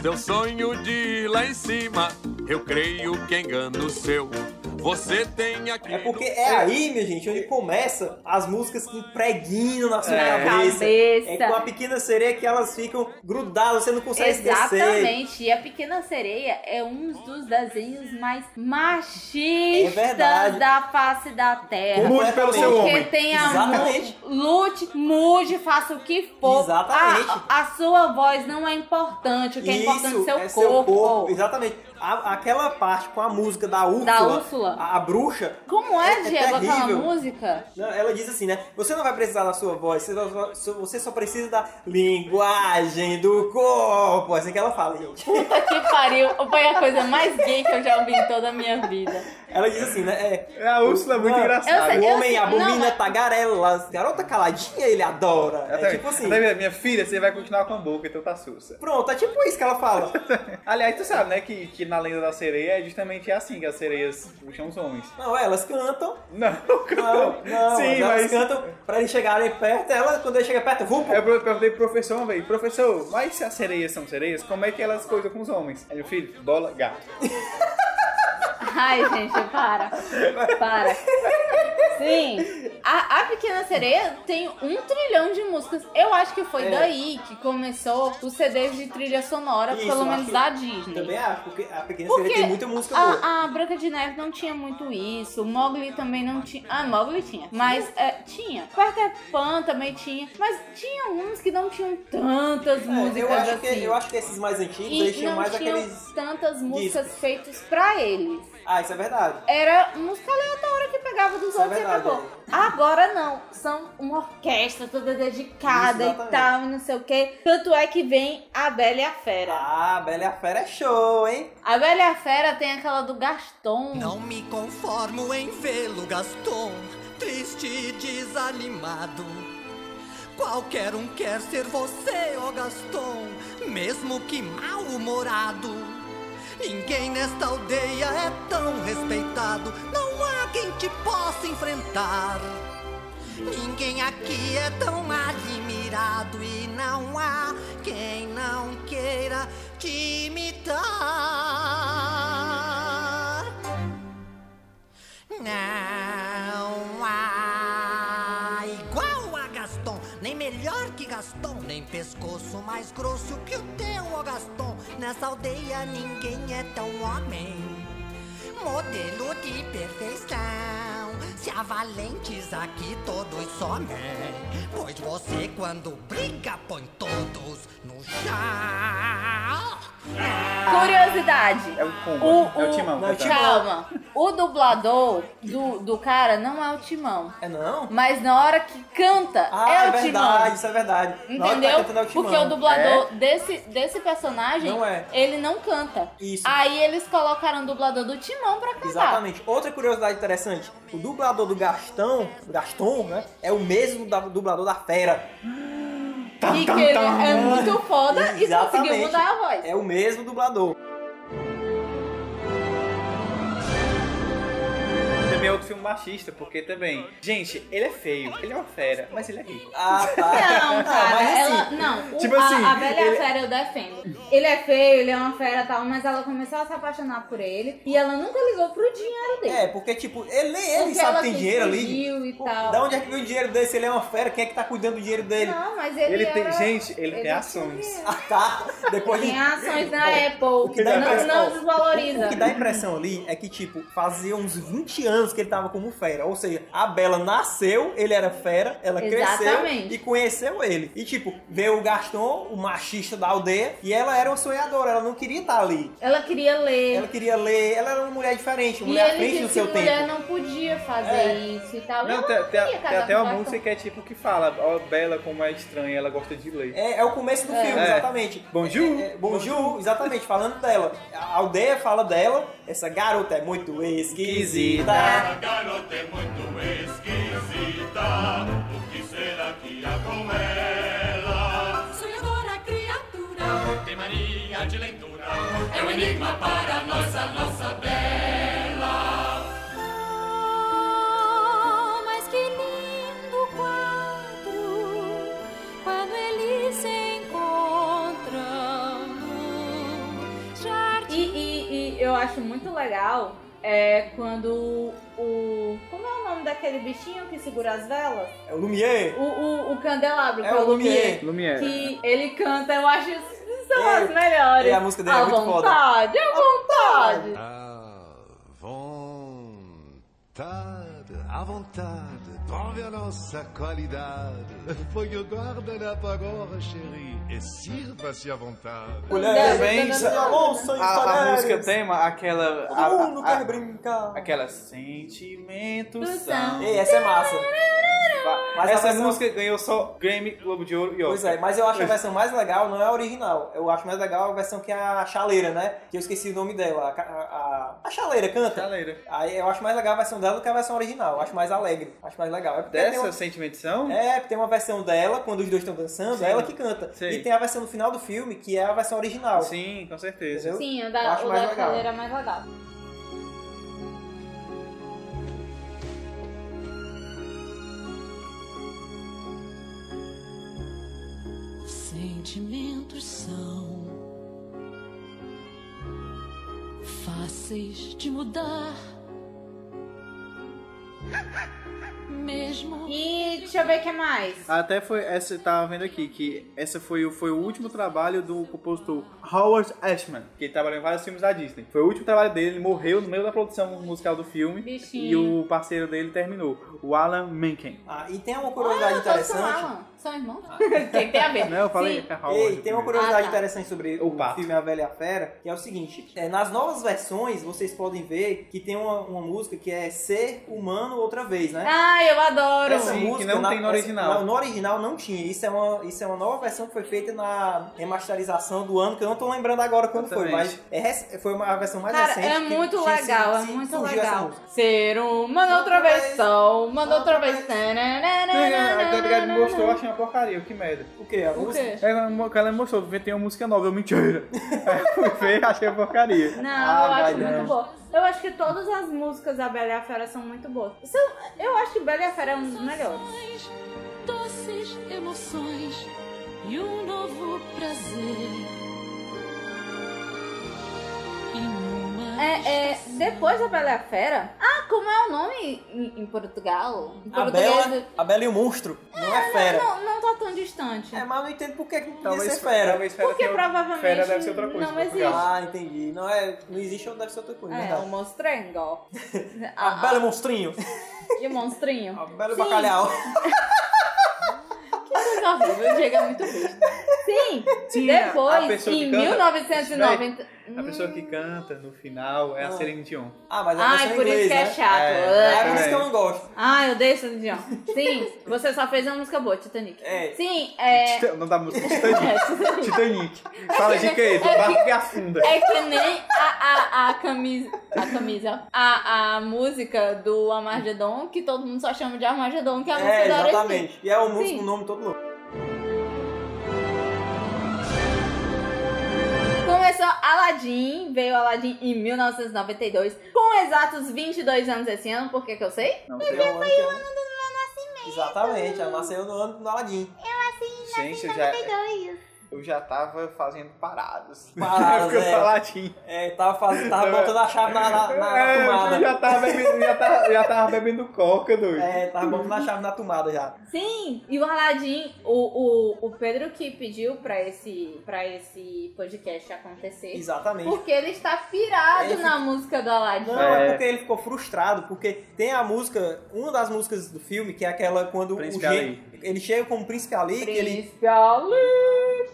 Speaker 9: Seu sonho de ir lá em cima, eu creio que é engano seu. Você tem aqui.
Speaker 2: É porque é aí, minha gente, onde começa as músicas que impregnam na sua
Speaker 4: Na
Speaker 2: cabeça. É com
Speaker 1: Cabeça.
Speaker 2: a pequena sereia que elas ficam grudadas, você não consegue esquecer.
Speaker 1: Exatamente. E a Pequena Sereia é um dos desenhos mais machistas
Speaker 2: É verdade.
Speaker 1: da face da Terra.
Speaker 4: Mude pelo
Speaker 2: é
Speaker 4: seu
Speaker 1: Porque
Speaker 4: homem.
Speaker 1: tem a
Speaker 2: Exatamente.
Speaker 1: mu- lute, mude, faça o que for.
Speaker 2: Exatamente.
Speaker 1: A, a sua voz não é importante, o que é importante é seu
Speaker 2: é seu
Speaker 1: corpo.
Speaker 2: corpo. Exatamente. A- aquela parte com a música da Úrsula,
Speaker 1: Da Úrsula.
Speaker 2: A, a bruxa,
Speaker 1: Como
Speaker 2: É-
Speaker 1: é,
Speaker 2: Ah, é
Speaker 1: Diego, aquela
Speaker 2: terrível.
Speaker 1: música?
Speaker 2: Não, ela diz assim, né? Você não vai precisar da sua voz, você só- só, você só precisa da linguagem do corpo. Assim que ela fala, gente.
Speaker 1: Puta que pariu. Foi a coisa mais gay que eu já ouvi em toda a minha vida.
Speaker 2: Ela diz assim, né? É,
Speaker 4: A Úrsula é muito
Speaker 2: Não,
Speaker 4: engraçada.
Speaker 1: Eu
Speaker 2: O
Speaker 1: sei-
Speaker 2: homem
Speaker 1: não,
Speaker 2: abomina
Speaker 1: mas-
Speaker 2: tagarelas. Garota caladinha, ele adora.
Speaker 4: Ela
Speaker 2: é
Speaker 4: tá-
Speaker 2: tipo assim.
Speaker 4: ela tá- minha filha, você vai continuar com a boca, então tá sussa.
Speaker 2: Pronto, é tipo isso que ela fala.
Speaker 4: Aliás, tu sabe, né, que, que na lenda da sereia é justamente assim que as sereias puxam os homens.
Speaker 2: Não, elas cantam.
Speaker 4: Não,
Speaker 2: Não,
Speaker 4: cantou.
Speaker 2: não,
Speaker 4: Sim,
Speaker 2: elas
Speaker 4: mas... é
Speaker 2: cantam pra eles chegarem perto. Ela, quando eles chegam perto, vum, pum.
Speaker 4: Eu per- perguntei pro professor uma vez, professor, mas se as sereias são sereias, como é que elas coisam com os homens? Aí meu filho, bola, gato.
Speaker 1: Ai, gente, para. Para. Sim. A, a Pequena Sereia tem um trilhão de músicas. Eu acho que foi
Speaker 2: É.
Speaker 1: daí que começou os CDs de trilha sonora,
Speaker 2: Isso,
Speaker 1: pelo menos
Speaker 2: acho-
Speaker 1: da Disney.
Speaker 2: Também acho, porque a pequena
Speaker 1: Porque
Speaker 2: sereia tem muita música boa.
Speaker 1: A, a Ah, Branca de Neve não tinha muito isso, o Mowgli também não tinha. Ah, Mowgli tinha, mas é, tinha. Peter Pan também tinha, mas tinha uns que não tinham tantas
Speaker 2: É,
Speaker 1: músicas
Speaker 2: eu, acho
Speaker 1: assim.
Speaker 2: que, eu acho que esses mais antigos,
Speaker 1: e
Speaker 2: eles tinham
Speaker 1: não
Speaker 2: mais
Speaker 1: tinham
Speaker 2: aqueles...
Speaker 1: tantas músicas feitas pra eles.
Speaker 2: Ah, isso é verdade.
Speaker 1: Era música aleatória que pegava dos
Speaker 2: Isso é
Speaker 1: outros
Speaker 2: verdade,
Speaker 1: e acabou. Agora não, são uma orquestra toda dedicada
Speaker 2: Isso, exatamente.
Speaker 1: e tal, e não sei o que. Tanto é que vem a Bela e a Fera.
Speaker 2: Ah, Bela e a Fera é show, hein?
Speaker 1: A Bela e a Fera tem aquela do Gaston.
Speaker 8: me conformo em vê-lo, Gaston, triste e desanimado. Qualquer um quer ser você, ó Gaston, mesmo que mal-humorado. Ninguém nesta aldeia é tão respeitado, não há quem te possa enfrentar. Ninguém aqui é tão admirado e não há quem não queira te imitar. Não há igual a Gaston, nem melhor que Gaston, nem pescoço mais grosso que o teu, ó Gaston. Nessa aldeia ninguém é tão homem. Modelo de perfeição, se há valentes aqui todos somem. Pois você, quando briga, põe todos no chão.
Speaker 1: Curiosidade.
Speaker 4: É o combo,
Speaker 1: O-
Speaker 4: é o
Speaker 1: o-
Speaker 4: timão.
Speaker 2: não,
Speaker 4: tá?
Speaker 2: o timão.
Speaker 1: Calma. O dublador do, do cara não é o Timão.
Speaker 2: É não?
Speaker 1: Mas na hora que canta,
Speaker 2: Ah,
Speaker 1: é
Speaker 2: é,
Speaker 1: o
Speaker 2: verdade,
Speaker 1: Timão.
Speaker 2: isso é verdade. Na hora que tá
Speaker 1: Entendeu?
Speaker 2: cantando é o
Speaker 1: Porque o
Speaker 2: Timão. É?
Speaker 1: dublador desse, desse personagem,
Speaker 2: Não é.
Speaker 1: ele não canta.
Speaker 2: Isso.
Speaker 1: Aí eles colocaram o dublador do Timão pra cantar.
Speaker 2: Exatamente. Outra curiosidade interessante, o dublador do Gastão, Gaston, né, é o mesmo da- dublador da Fera.
Speaker 1: E que ele é muito foda e conseguiu
Speaker 2: Exatamente.
Speaker 1: mudar a voz.
Speaker 2: É o mesmo dublador.
Speaker 4: Também é outro filme machista, porque também... Gente, ele é feio, ele é uma fera, mas ele é rico.
Speaker 2: Ah, tá.
Speaker 1: Não, cara,
Speaker 2: mas assim,
Speaker 1: ela. Não, o-
Speaker 4: tipo
Speaker 1: a,
Speaker 4: assim,
Speaker 1: a velha
Speaker 4: ele-
Speaker 1: fera eu defendo. Ele é feio, ele é uma fera e tal, mas ela começou a se apaixonar por ele e ela nunca ligou pro dinheiro dele.
Speaker 2: É, porque, tipo, ele, nem ele
Speaker 1: Porque
Speaker 2: sabe
Speaker 1: ela
Speaker 2: que tem
Speaker 1: se
Speaker 2: dinheiro ali.
Speaker 1: fingiu e
Speaker 2: Pô,
Speaker 1: tal.
Speaker 2: Da onde é que veio o dinheiro dele? Se ele é uma fera, quem é que tá cuidando do dinheiro dele?
Speaker 1: Não, mas ele. é
Speaker 4: Ele tem...
Speaker 1: era-
Speaker 4: Gente, ele, tem
Speaker 1: tinha
Speaker 4: ações.
Speaker 2: Ah, tá. Depois de...
Speaker 1: Tem ações na
Speaker 2: Bom,
Speaker 1: Apple.
Speaker 2: que dá
Speaker 1: não,
Speaker 2: impressão-
Speaker 1: não desvaloriza.
Speaker 2: O que dá a impressão ali é que, tipo, fazia uns 20 anos que que ele tava como fera. Ou seja, a Bela nasceu, ele era fera, ela
Speaker 1: Exatamente.
Speaker 2: cresceu e conheceu ele. E tipo, veio o Gaston, o machista da aldeia, e ela era uma sonhadora, ela não queria estar ali.
Speaker 1: Ela queria ler.
Speaker 2: Ela queria ler, ela era uma mulher diferente,
Speaker 1: E
Speaker 2: uma mulher à
Speaker 1: ele
Speaker 2: frente do
Speaker 1: disse
Speaker 2: seu
Speaker 1: que mulher
Speaker 2: tempo.
Speaker 1: não podia fazer
Speaker 2: É.
Speaker 1: isso e tal.
Speaker 4: Não,
Speaker 1: Ela
Speaker 4: tem, tem-
Speaker 1: queria
Speaker 4: tem
Speaker 1: casar
Speaker 4: até
Speaker 1: com
Speaker 4: uma
Speaker 1: Gaston.
Speaker 4: música que é tipo que fala, ó, Bela como é estranha, ela gosta de ler.
Speaker 2: É, é o começo do
Speaker 1: É.
Speaker 2: filme,
Speaker 4: É.
Speaker 2: exatamente.
Speaker 4: Bonjour!
Speaker 2: É, Bonjour, exatamente, falando dela. A aldeia fala dela, essa garota é muito esquisita.
Speaker 4: Esquisita.
Speaker 10: A garota é muito esquisita. O que será que há com ela?
Speaker 11: Sonhadora criatura,
Speaker 10: Tem mania de leitura.
Speaker 11: é um enigma para nossa, nossa bela. Oh, Mas que lindo quadro quando eles se encontram no
Speaker 1: E,
Speaker 11: jardim.
Speaker 1: e- e eu acho muito legal é quando o. Como é o nome daquele bichinho que segura as velas?
Speaker 2: É o Lumière.
Speaker 1: O, o, o candelabro,
Speaker 2: É
Speaker 1: que é o
Speaker 2: o Lumière.
Speaker 1: Lumier.
Speaker 4: Lumière.
Speaker 1: Que ele canta, eu acho que são
Speaker 2: É,
Speaker 1: as melhores.
Speaker 2: é, a música dele é
Speaker 1: à
Speaker 2: muito foda.
Speaker 1: vontade, à vontade.
Speaker 6: vontade, à vontade, prove a nossa qualidade. Põe o guarda na pagoda, chérie, e sirva-se à vontade.
Speaker 2: Mulher
Speaker 4: Também-
Speaker 2: bem, Alonso e
Speaker 4: A, a
Speaker 2: Palhares.
Speaker 4: música tema, aquela. a-
Speaker 2: Todo mundo
Speaker 4: a- a-
Speaker 2: quer brincar.
Speaker 4: Aquela sentimentos
Speaker 1: Do
Speaker 4: são.
Speaker 2: Ei, essa é massa. Mas
Speaker 4: Essa
Speaker 2: a versão-
Speaker 4: música ganhou só Grammy, Globo de Ouro e Oscar.
Speaker 2: Pois é, mas eu acho a versão mais legal, não é a original. Eu acho mais legal a versão que é a chaleira, né? Que eu esqueci o nome dela. A, ca- a, a- a chaleira canta.
Speaker 4: Chaleira.
Speaker 2: Aí eu acho mais legal a versão dela do que a versão original. Eu acho mais alegre. Acho mais legal. É porque tem
Speaker 4: Dessa
Speaker 2: uma-
Speaker 4: sentimentos são?
Speaker 2: É, porque tem uma versão dela, quando os dois estão dançando,
Speaker 4: Sim.
Speaker 2: é ela que canta.
Speaker 4: Sim.
Speaker 2: E tem a versão do final do filme, que é a versão original.
Speaker 4: Sim, com certeza.
Speaker 2: Entendeu?
Speaker 1: Sim, o
Speaker 2: Eu
Speaker 1: da,
Speaker 2: acho
Speaker 1: o
Speaker 2: mais
Speaker 1: da
Speaker 2: legal.
Speaker 1: chaleira é mais legal.
Speaker 11: Sentimentos são fáceis de mudar, mesmo
Speaker 1: E deixa eu ver o que mais.
Speaker 4: Até foi, essa eu tava vendo aqui, que essa foi, o- foi o último trabalho do compositor Howard Ashman, que ele trabalhou em vários filmes da Disney. Foi o último trabalho dele, ele morreu no meio da produção musical do filme.
Speaker 1: Bichinho.
Speaker 4: E o parceiro dele terminou, o Alan Menken.
Speaker 2: Ah, e tem uma curiosidade
Speaker 1: Ah, todos são
Speaker 2: interessante.
Speaker 1: Alan. São irmãos? Tem que ter a ver.
Speaker 4: Não, eu falei
Speaker 1: Sim.
Speaker 4: que é Howard.
Speaker 2: Ei, tem uma
Speaker 4: primeiro.
Speaker 2: curiosidade
Speaker 1: Ah, tá.
Speaker 2: interessante sobre
Speaker 4: O
Speaker 2: o,
Speaker 4: pato.
Speaker 2: filme A Velha e a Fera, que é o seguinte: é, nas novas versões vocês podem ver que tem uma, uma música que é Ser Humano Outra Vez, né?
Speaker 1: Ah, eu adoro.
Speaker 2: Essa
Speaker 4: Sim, que não tem no
Speaker 2: essa-
Speaker 4: original.
Speaker 2: não, no original não tinha. Isso é, uma, isso é uma nova versão que foi feita na remasterização do ano, que eu não tô lembrando agora quando foi,
Speaker 4: Exatamente.
Speaker 2: mas é rec- foi uma a versão mais
Speaker 1: Cara,
Speaker 2: recente.
Speaker 1: é
Speaker 2: que
Speaker 1: muito
Speaker 2: tinha-
Speaker 1: legal, é
Speaker 2: se-
Speaker 1: muito
Speaker 2: surgiu essa
Speaker 1: legal.
Speaker 2: música.
Speaker 1: Ser um, manda outra vez, sol, manda outra vez.
Speaker 2: é,
Speaker 4: é, Agora ele me mostrou, eu achei uma porcaria, que merda. É,
Speaker 2: O quê? A
Speaker 1: O
Speaker 2: música?
Speaker 1: quê?
Speaker 4: Ela, ela me mostrou, tem uma música nova, eu mentira. Aí eu fui ver, achei uma porcaria.
Speaker 1: Não,
Speaker 2: Ah,
Speaker 1: eu
Speaker 2: vai
Speaker 1: acho muito
Speaker 2: não.
Speaker 1: boa. Eu acho que todas as músicas da Bela e a Fera são muito boas. São- Eu acho que Bela e a Fera é um dos melhores.
Speaker 11: Emoções, doces emoções e um novo prazer. E numa
Speaker 1: É, é, depois da Bela e a Fera. Ah, como é o nome em, em Portugal? Em
Speaker 2: A
Speaker 1: português.
Speaker 2: Bela, a Bela e o Monstro. Não é fera.
Speaker 1: Não, não tá tão distante.
Speaker 2: É, mas eu não entendo por que que não podia
Speaker 4: Talvez
Speaker 2: ser fera.
Speaker 4: Talvez fera
Speaker 1: Porque
Speaker 4: tenha-
Speaker 1: provavelmente
Speaker 4: fera deve ser outra coisa.
Speaker 1: não
Speaker 4: em Portugal.
Speaker 1: existe.
Speaker 2: Ah, entendi. Não, é, não existe ou deve ser outra coisa,
Speaker 1: É, ah, o
Speaker 2: verdade.
Speaker 1: monstrengo. Ah,
Speaker 2: A Bela Monstrinho.
Speaker 1: De monstrinho.
Speaker 2: A Bela
Speaker 1: Sim.
Speaker 2: Bacalhau.
Speaker 1: Meu Diego é muito besta. Sim,
Speaker 4: Tinha a
Speaker 1: depois,
Speaker 4: pessoa que
Speaker 1: em
Speaker 4: canta-
Speaker 1: 1990...
Speaker 4: A pessoa que canta no final é a
Speaker 2: Não.
Speaker 4: Celine Dion.
Speaker 2: Ah, mas é a
Speaker 1: Ai,
Speaker 2: versão em
Speaker 1: por isso
Speaker 2: inglês,
Speaker 1: que é
Speaker 2: né?
Speaker 1: chato.
Speaker 4: É,
Speaker 2: Ah,
Speaker 1: Ah.
Speaker 2: por isso que eu
Speaker 4: É.
Speaker 2: não gosto.
Speaker 1: Ah, eu odeio Celine Dion. Sim, você só fez uma música boa, Titanic.
Speaker 2: É.
Speaker 1: Sim, é...
Speaker 4: Tita- Não dá música Titanic. Titanic. Fala de quê? Do barco que afunda.
Speaker 1: É que nem a, a, a camisa. A camisa. A, a música do Amargedon, que todo mundo só chama de Amargedon, que é a música
Speaker 2: É,
Speaker 1: da Aerosmith.
Speaker 2: exatamente. E é um músico
Speaker 1: Sim.
Speaker 2: com nome todo louco.
Speaker 1: Começou Aladdin, veio Aladdin em 1992, com exatos 22 anos esse ano, por que que eu sei?
Speaker 4: Não
Speaker 2: Tem
Speaker 4: sei.
Speaker 2: um ano que é- Exatamente, ela nasceu no ano do Aladim.
Speaker 1: assim,
Speaker 4: Gente, eu já. eu já tava fazendo paradas.
Speaker 2: Paradas,
Speaker 4: Ficou
Speaker 2: é.
Speaker 4: faladinho.
Speaker 2: É, tava, fazendo, tava botando a chave na, na, na
Speaker 4: É,
Speaker 2: tomada.
Speaker 4: eu já tava bebendo, já tava, já tava bebendo coca, doido.
Speaker 2: É, tava botando a chave na tomada já.
Speaker 1: Sim, e o Aladim, o, o, o Pedro que pediu pra esse, pra esse podcast acontecer.
Speaker 2: Exatamente.
Speaker 1: Porque ele está pirado
Speaker 2: Ele-
Speaker 1: na música do Aladim.
Speaker 2: Não, é. porque ele ficou frustrado, porque tem a música, uma das músicas do filme, que é aquela quando o
Speaker 4: Príncipe
Speaker 2: gênio,
Speaker 4: Ali.
Speaker 2: ele chega como príncipe ali, que ele,
Speaker 1: Príncipe Ali.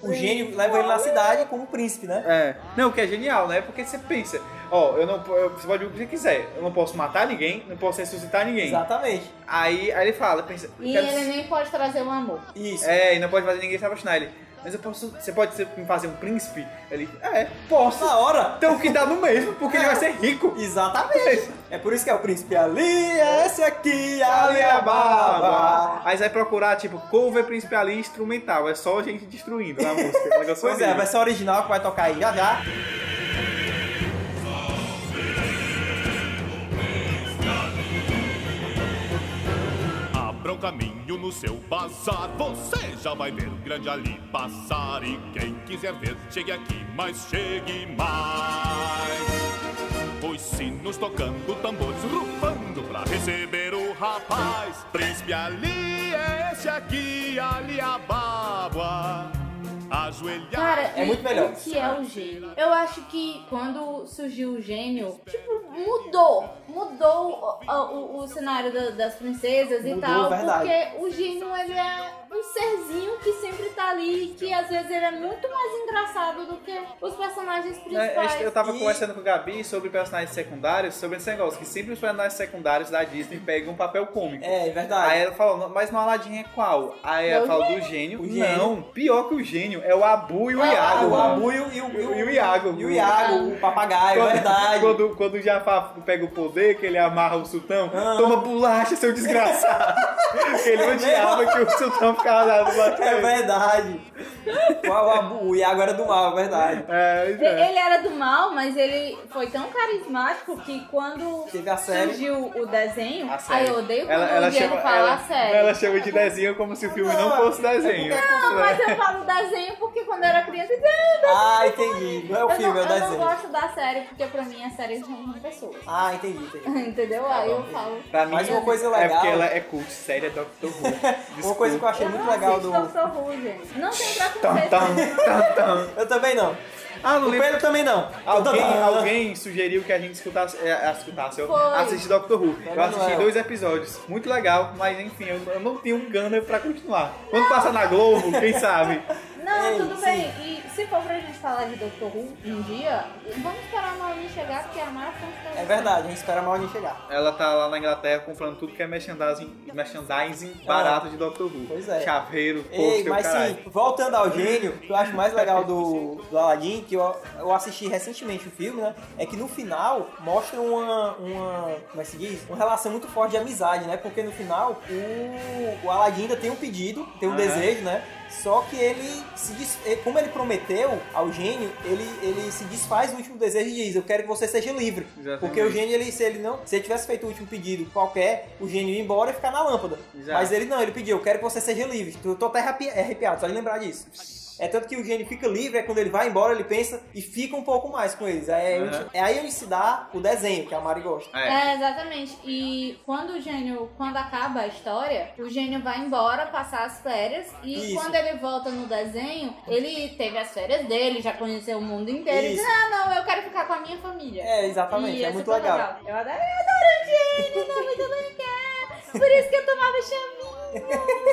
Speaker 2: o gênio leva ele na cidade como príncipe, né?
Speaker 4: É. Não, o que é genial, né? Porque você pensa, ó, eu não po- eu- você pode ir o que você quiser. Eu não posso matar ninguém, não posso ressuscitar ninguém.
Speaker 2: Exatamente.
Speaker 4: Aí, aí ele fala, pensa,
Speaker 1: E
Speaker 4: quero-
Speaker 1: ele nem pode trazer um amor.
Speaker 2: Isso.
Speaker 4: é, e não pode fazer ninguém se apaixonar ele. Mas eu posso. Você pode ser- me fazer um príncipe? Ele. É, posso.
Speaker 2: Na hora.
Speaker 4: Então o que dá no mesmo, porque ele vai ser rico.
Speaker 2: Exatamente. É por isso que é o príncipe ali, é esse aqui, ali é a barba.
Speaker 4: Aí você vai procurar, tipo, cover príncipe ali instrumental. É só gente destruindo na música. Um negócio
Speaker 2: Pois é,
Speaker 4: horrível.
Speaker 2: vai ser a original que vai tocar aí já já.
Speaker 3: Abra o caminho no seu bazar, você já vai ver o grande ali passar. E quem quiser ver, chegue aqui, mas chegue mais. Os sinos tocando, tambores rufando pra receber o rapaz. Príncipe ali, é esse aqui, ali a bábua. Ajoelhar.
Speaker 1: Cara,
Speaker 2: É
Speaker 1: e
Speaker 2: muito melhor.
Speaker 1: o que é o gênio? Eu acho que quando surgiu o gênio, tipo, mudou. Mudou o, o- o cenário da- das princesas e
Speaker 2: Mudou,
Speaker 1: tal.
Speaker 2: verdade.
Speaker 1: Porque o gênio, ele é um serzinho que sempre tá ali. Que às vezes ele é muito mais engraçado do que os personagens principais.
Speaker 4: É, Eu tava
Speaker 2: E-
Speaker 4: conversando com o Gabi sobre personagens secundários, sobre esse negócio, que sempre os personagens secundários da Disney pegam um papel cômico.
Speaker 2: É, é verdade.
Speaker 4: Aí ela falou, mas no Aladdin é qual? Aí
Speaker 1: Não,
Speaker 4: ela falou do gênio.
Speaker 2: O gênio.
Speaker 4: Não, pior que o gênio, é o Abu e o
Speaker 2: é? Ah,
Speaker 4: Iago.
Speaker 2: o
Speaker 4: mano.
Speaker 2: Abu e o, e o,
Speaker 4: E o Iago.
Speaker 2: E o Iago, o papagaio, é verdade.
Speaker 4: Quando, quando o Jafar pega o poder, que ele amarra o sultão,
Speaker 2: Ah.
Speaker 4: toma bolacha, seu desgraçado. Porque ele
Speaker 2: É
Speaker 4: odiava que o sultão ficava lá do lado
Speaker 2: É
Speaker 4: dele.
Speaker 2: verdade. O, o Abu, o Iago era do mal, é verdade.
Speaker 4: É,
Speaker 1: E-
Speaker 4: isso é.
Speaker 1: Ele era do mal, mas ele foi tão carismático que quando
Speaker 2: Teve a série.
Speaker 1: surgiu o desenho,
Speaker 4: A série.
Speaker 1: aí eu odeio quando o Diego fala
Speaker 4: ela,
Speaker 1: a série.
Speaker 4: ela chama de desenho como se o filme não,
Speaker 2: Não,
Speaker 4: fosse
Speaker 2: é
Speaker 4: desenho.
Speaker 2: porque é
Speaker 1: Não, mas eu falo desenho porque quando eu era criança, eu dizia,
Speaker 2: Ah, entendi. Não é o
Speaker 1: Eu
Speaker 2: filme,
Speaker 1: não,
Speaker 2: é o
Speaker 1: eu não
Speaker 2: desenho.
Speaker 1: gosto da série porque pra mim as séries são pessoas.
Speaker 2: Ah, entendi, entendi.
Speaker 1: Entendeu?
Speaker 2: Tá
Speaker 1: Aí eu falo.
Speaker 4: Pra mim,
Speaker 2: Mas uma coisa
Speaker 4: é
Speaker 2: legal-
Speaker 4: porque ela é cult, série é Doctor Who.
Speaker 2: Uma coisa que eu achei
Speaker 1: Eu
Speaker 2: muito
Speaker 1: não
Speaker 2: legal
Speaker 1: assisto
Speaker 2: do. Tá,
Speaker 1: Doctor Who, gente. Não tem
Speaker 4: Tam, tam,
Speaker 1: preconceito.
Speaker 4: tam, tam.
Speaker 2: Eu também não.
Speaker 4: Ah, não
Speaker 2: O
Speaker 4: lembro.
Speaker 2: Pedro também não.
Speaker 4: Alguém,
Speaker 2: Eu tô- Ah,
Speaker 4: alguém sugeriu que a gente escutasse, é, escutasse eu
Speaker 1: Foi.
Speaker 4: assisti Doctor Who. Eu
Speaker 2: Manuel.
Speaker 4: assisti dois episódios, muito legal, mas enfim, eu, eu não tenho um gunner pra continuar. Quando passar na Globo, quem sabe?
Speaker 1: Não,
Speaker 2: Ei,
Speaker 1: tudo
Speaker 2: sim.
Speaker 1: bem. E se for pra gente falar de Doctor Who um dia, vamos esperar a Maureen chegar porque a Mara tá
Speaker 2: É verdade, a gente espera mal nem chegar.
Speaker 4: Ela tá lá na Inglaterra comprando tudo que é merchandising, merchandising barato de Doctor Who.
Speaker 2: Ah. Pois é.
Speaker 4: Chaveiro,
Speaker 2: Ei,
Speaker 4: pôster, o
Speaker 2: mas
Speaker 4: caralho.
Speaker 2: sim, voltando ao gênio, o que eu acho mais legal do, do Aladdin, que eu, eu assisti recentemente o filme, né? É que no final mostra uma, uma. Como é que se diz? Uma relação muito forte de amizade, né? Porque no final o, o Aladdin ainda tem um pedido, tem um
Speaker 4: Aham.
Speaker 2: desejo, né? Só que ele se des- eh, como ele prometeu ao gênio, ele, ele se desfaz do último desejo e diz: Eu quero que você seja livre.
Speaker 4: Exatamente.
Speaker 2: Porque o gênio, ele, se ele não. Se ele tivesse feito o último pedido qualquer, o gênio ia embora e ficar na lâmpada.
Speaker 4: Exato.
Speaker 2: Mas é ele não, ele pediu, eu quero que você seja livre. Eu tô até arrepi- é arrepiado, só de lembrar disso. É tanto que o gênio fica livre, é quando ele vai embora, ele pensa e fica um pouco mais com eles. É,
Speaker 4: Uhum.
Speaker 2: onde- é aí onde se dá o desenho, que a Mari gosta.
Speaker 4: É.
Speaker 1: É, exatamente. E quando o gênio, quando acaba a história, o gênio vai embora passar as férias. E
Speaker 2: Isso.
Speaker 1: quando ele volta no desenho, ele teve as férias dele, já conheceu o mundo inteiro. Ele
Speaker 2: Isso.
Speaker 1: diz, ah, não, eu quero ficar com a minha família.
Speaker 2: É, exatamente,
Speaker 1: E
Speaker 2: é muito
Speaker 1: super
Speaker 2: legal.
Speaker 1: assim, Eu adoro, eu adoro o gênio, ele é muito legal. Por isso que eu tomava chaminho.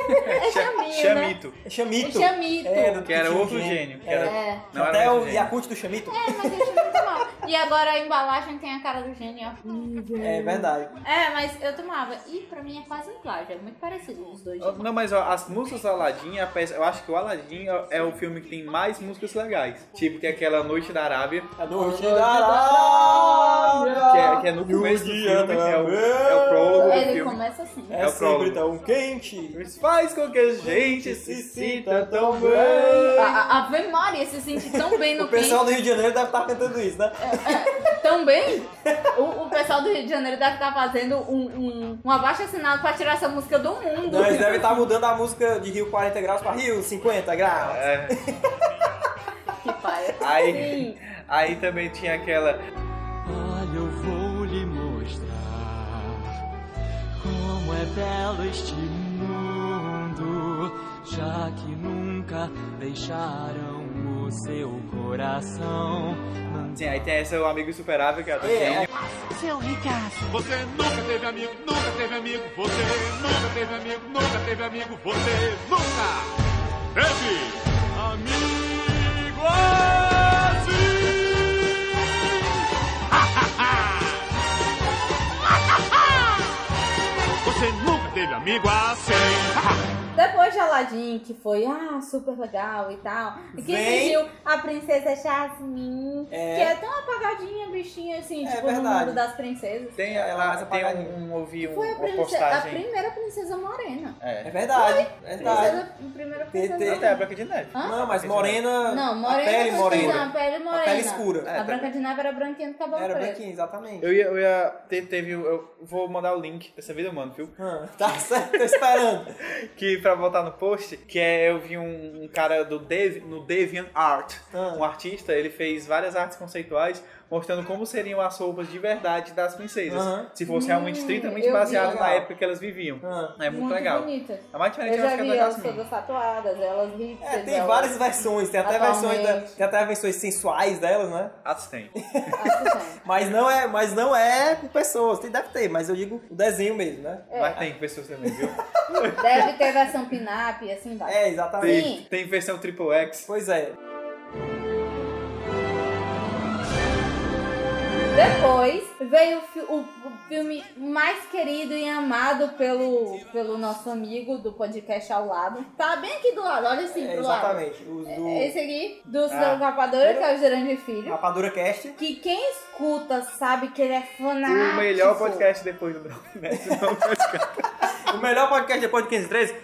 Speaker 1: É chaminho, né?
Speaker 4: Chamito.
Speaker 2: É Chamito.
Speaker 1: É chamito.
Speaker 2: Era,
Speaker 4: Que era
Speaker 2: tinha um
Speaker 4: outro gênio, que era-
Speaker 1: É.
Speaker 4: Não era
Speaker 2: Até
Speaker 4: mais
Speaker 2: o
Speaker 4: gênio.
Speaker 2: Yakut do Chamito.
Speaker 1: É, mas eu acho muito mal. E agora a embalagem tem a cara do gênio. ó.
Speaker 2: É verdade.
Speaker 1: É, mas eu tomava. E pra mim é quase um plágio, é muito parecido os dois.
Speaker 4: Não, mas ó, as músicas do Aladdin, a peça- eu acho que o Aladdin é é o filme que é
Speaker 2: É
Speaker 4: tem
Speaker 2: Uhum.
Speaker 4: mais músicas legais. Tipo, tem aquela Noite da Arábia.
Speaker 2: A noite da
Speaker 4: Que é, que é no começo do filme, que é o, é o prólogo do
Speaker 1: Ele
Speaker 4: filme.
Speaker 1: começa assim.
Speaker 4: É o prólogo.
Speaker 2: tão quente.
Speaker 4: Isso faz com que a gente se sinta tão
Speaker 1: A,
Speaker 4: bem.
Speaker 1: a- Ave Maria se sente tão bem no
Speaker 2: O pessoal do
Speaker 1: quente.
Speaker 2: Rio de Janeiro deve estar cantando isso, né?
Speaker 1: Tão bem? O, o pessoal do Rio de Janeiro deve estar fazendo um, um, um abaixo assinado pra tirar essa música do mundo.
Speaker 2: Nós devem estar mudando a música de Rio 40 graus pra Rio 50 graus.
Speaker 4: É.
Speaker 1: Que pai.
Speaker 4: Aí, aí também tinha aquela.
Speaker 8: Olha, eu vou lhe mostrar como é belo este mundo, já que nunca deixaram o seu coração.
Speaker 4: Sim, aí tem essa o amigo insuperável que é a do
Speaker 8: É.
Speaker 4: filme.
Speaker 8: Seu ricaço.
Speaker 3: Você nunca teve amigo, nunca teve amigo, você nunca teve amigo, nunca teve amigo, você nunca teve amigo assim. Você nunca teve amigo assim.
Speaker 1: Depois de Aladdin, que foi ah, super legal e tal, e que
Speaker 2: Vem-
Speaker 1: surgiu a princesa Jasmine,
Speaker 2: É.
Speaker 1: que é tão apagadinha, bichinha, assim,
Speaker 2: É
Speaker 1: tipo no
Speaker 2: verdade.
Speaker 1: mundo das princesas.
Speaker 4: Tem,
Speaker 2: Ela
Speaker 4: ela,
Speaker 2: mais
Speaker 4: tem
Speaker 2: apagadinha.
Speaker 4: um, um, ouvi um,
Speaker 1: Foi a,
Speaker 4: uma
Speaker 1: princesa, a
Speaker 4: postagem.
Speaker 1: primeira princesa morena.
Speaker 2: É
Speaker 4: É.
Speaker 2: verdade, verdade.
Speaker 1: Princesa, a primeira
Speaker 2: Tem-
Speaker 1: princesa
Speaker 2: tem-
Speaker 4: Até a Branca de Neve.
Speaker 1: Hã?
Speaker 2: Não, mas morena.
Speaker 1: Não, morena.
Speaker 2: A pele
Speaker 1: não, não,
Speaker 2: morena.
Speaker 1: a pele morena.
Speaker 2: A pele escura. É,
Speaker 1: a Branca de Neve era branquinha do cabelo
Speaker 2: Era
Speaker 1: preto.
Speaker 2: branquinha, exatamente.
Speaker 4: Eu ia, eu ia te- teve, eu vou mandar o link dessa vida, mano, viu?
Speaker 2: Ah, tá certo, tô esperando.
Speaker 4: Que pra voltar no post, que é eu vi um, um cara do Devi, no Deviant Art,
Speaker 2: Ah.
Speaker 4: um artista, ele fez várias artes conceituais mostrando como seriam as roupas de verdade das princesas,
Speaker 2: Aham.
Speaker 4: se fosse realmente estritamente
Speaker 1: Hum, eu vi.
Speaker 4: baseado na
Speaker 2: Legal.
Speaker 4: época que elas viviam.
Speaker 2: Ah.
Speaker 4: É muito, legal.
Speaker 1: bonita.
Speaker 4: A mais
Speaker 1: Eu
Speaker 4: diferente eu
Speaker 1: já
Speaker 4: acho que é
Speaker 1: vi
Speaker 4: da
Speaker 1: elas
Speaker 4: Jasmine.
Speaker 1: todas tatuadas, elas
Speaker 2: É,
Speaker 1: hipsters.
Speaker 2: tem
Speaker 1: elas-
Speaker 2: várias versões, tem até versões, da-
Speaker 1: Atualmente.
Speaker 2: tem até versões sensuais delas, né?
Speaker 4: As tem.
Speaker 1: Acho que tem.
Speaker 2: Mas não é, mas não é com pessoas, tem, deve ter, mas eu digo o desenho mesmo, né?
Speaker 1: É.
Speaker 4: Mas tem pessoas também, viu?
Speaker 1: Deve ter versão pin-up e assim vai.
Speaker 2: É, exatamente.
Speaker 1: Sim.
Speaker 4: Tem versão triple X.
Speaker 2: Pois é.
Speaker 1: Depois veio o, fi- o- o filme mais querido e amado pelo, pelo nosso amigo do podcast ao lado. Tá bem aqui do lado, olha assim
Speaker 2: É,
Speaker 1: pro lado.
Speaker 2: exatamente. Os do
Speaker 1: Esse aqui, do
Speaker 4: Ah.
Speaker 1: Cidadão Capadora, que é o Gerande Filho.
Speaker 2: Rapadura Cast.
Speaker 1: Que quem escuta sabe que ele é fanático.
Speaker 4: O melhor podcast depois do Drop Net.
Speaker 2: O melhor podcast depois de 1513.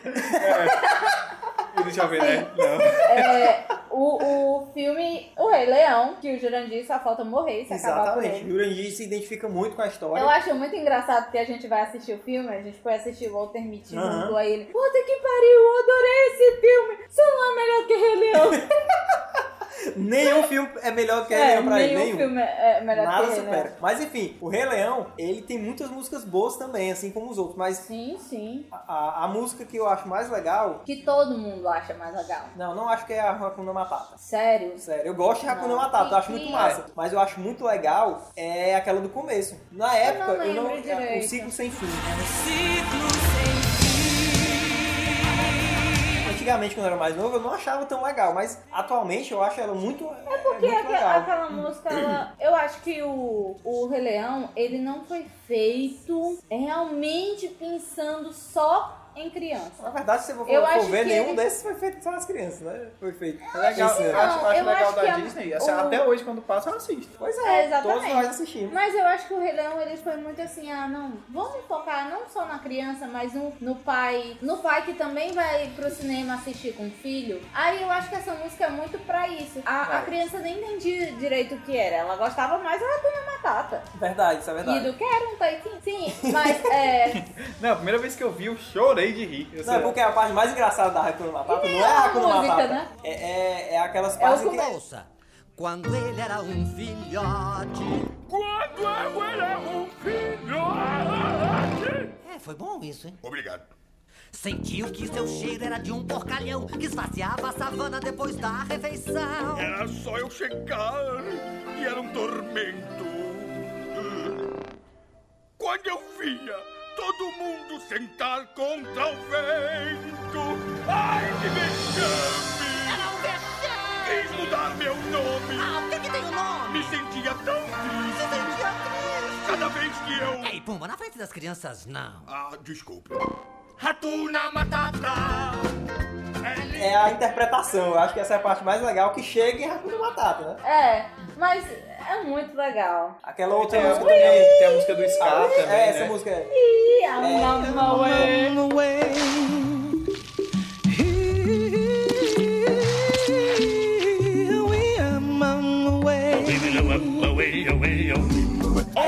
Speaker 4: E do Jovem Nerd. Não.
Speaker 1: É, o, o filme O Rei Leão, que o Jurandir só falta morrer e se acabar por
Speaker 2: Exatamente.
Speaker 1: ele.
Speaker 2: Jurandir se identifica muito com a história.
Speaker 1: Eu acho muito engraçado que a gente vai assistir o filme, a gente foi assistir o Walter Mitty
Speaker 2: Aham.
Speaker 1: junto a ele. Puta que pariu, eu adorei esse filme! Só não é melhor que Rei Leão.
Speaker 2: Nenhum filme é melhor que Rei
Speaker 1: é,
Speaker 2: Leão pra ele.
Speaker 1: nenhum
Speaker 2: Nenhum.
Speaker 1: filme é é melhor
Speaker 2: Nada
Speaker 1: que Rei Leão.
Speaker 2: supera. Mas enfim, o Rei Leão, ele tem muitas músicas boas também, assim como os outros. Mas
Speaker 1: Sim, sim.
Speaker 2: a, a- a música que eu acho mais legal.
Speaker 1: Que todo mundo acha mais legal.
Speaker 2: Não, não acho que é a Hakuna Matata.
Speaker 1: Sério?
Speaker 2: Sério, eu gosto de Hakuna
Speaker 1: Não,
Speaker 2: Matata, eu acho
Speaker 1: que-
Speaker 2: muito
Speaker 1: que-
Speaker 2: massa. Mas eu acho muito legal é aquela do começo. Na época,
Speaker 1: não
Speaker 2: eu não.
Speaker 1: lembro
Speaker 2: é,
Speaker 1: direito.
Speaker 2: o ciclo sem fim. Antigamente, quando eu era mais novo, eu não achava tão legal, mas atualmente eu acho ela muito. É
Speaker 1: Porque
Speaker 2: muito
Speaker 1: aquela,
Speaker 2: legal.
Speaker 1: aquela música, ela, eu acho que o, o Rei Leão, ele não foi feito realmente pensando só em criança.
Speaker 2: Na verdade, se você for,
Speaker 1: Eu
Speaker 2: for
Speaker 1: acho
Speaker 2: ver,
Speaker 1: que
Speaker 2: nenhum
Speaker 1: ele-
Speaker 2: desses foi feito só nas crianças, né? Foi feito.
Speaker 4: É legal,
Speaker 2: Sim, sim.
Speaker 4: eu acho,
Speaker 1: Não,
Speaker 4: acho
Speaker 1: eu
Speaker 4: legal
Speaker 1: acho
Speaker 4: da
Speaker 1: que é um a-
Speaker 4: Disney. Assim,
Speaker 1: o-
Speaker 4: Até hoje, quando passa, eu assisto.
Speaker 2: Pois
Speaker 1: É,
Speaker 2: é,
Speaker 1: exatamente.
Speaker 2: todos nós assistimos.
Speaker 1: Mas eu acho que o Rei Leão ele foi muito assim, ah, não, vamos focar não só na criança, mas no, no pai, no pai que também vai pro cinema assistir com o filho. Aí eu acho que essa música é muito pra isso. A, a
Speaker 4: Vai.
Speaker 1: criança nem entendia direito o que era, ela gostava mais da Hakuna Matata.
Speaker 2: Verdade, isso é
Speaker 1: E
Speaker 2: verdade.
Speaker 1: do que era um taikin. Sim, mas é...
Speaker 4: Não, a primeira vez que eu vi, eu chorei de rir. Eu
Speaker 2: Não,
Speaker 4: sei
Speaker 2: é
Speaker 4: lá.
Speaker 2: porque a parte mais engraçada da Hakuna Matata
Speaker 1: E nem
Speaker 2: não é
Speaker 1: é
Speaker 2: a
Speaker 1: uma
Speaker 2: Hakuna
Speaker 1: música,
Speaker 2: Matata.
Speaker 1: né?
Speaker 2: É, é, é aquelas
Speaker 1: É o
Speaker 2: partes que...
Speaker 1: começo.
Speaker 8: Ouça, quando ele era um filhote.
Speaker 3: Quando eu era um filhote.
Speaker 8: É, foi bom isso, hein?
Speaker 9: Obrigado.
Speaker 8: Sentiu que seu cheiro era de um porcalhão que esvaziava a savana depois da refeição.
Speaker 9: Era só eu chegar e era um tormento. Quando eu via todo mundo sentar contra o vento, ai que vexame!
Speaker 8: Era um vexame!
Speaker 9: Quis mudar meu nome,
Speaker 8: Ah, o que que tem o nome? Ah,
Speaker 9: me sentia tão triste
Speaker 8: Se sentia
Speaker 9: cada vez que
Speaker 8: triste.
Speaker 9: eu.
Speaker 8: Ei, Pumba, na frente das crianças, não.
Speaker 9: Ah, desculpe. Ratuna Matata!
Speaker 2: É a interpretação. Eu acho que essa é a parte mais legal que chega em Hakuna Matata, né?
Speaker 1: É,
Speaker 12: Mas é muito legal.
Speaker 2: Aquela outra
Speaker 4: Tem a
Speaker 2: música
Speaker 4: música
Speaker 2: também.
Speaker 4: do- tem a música do Ska
Speaker 2: Ah,
Speaker 4: também,
Speaker 2: É, essa
Speaker 4: né?
Speaker 2: música é.
Speaker 12: Ih, a
Speaker 2: É.
Speaker 12: mamãe.
Speaker 2: Aí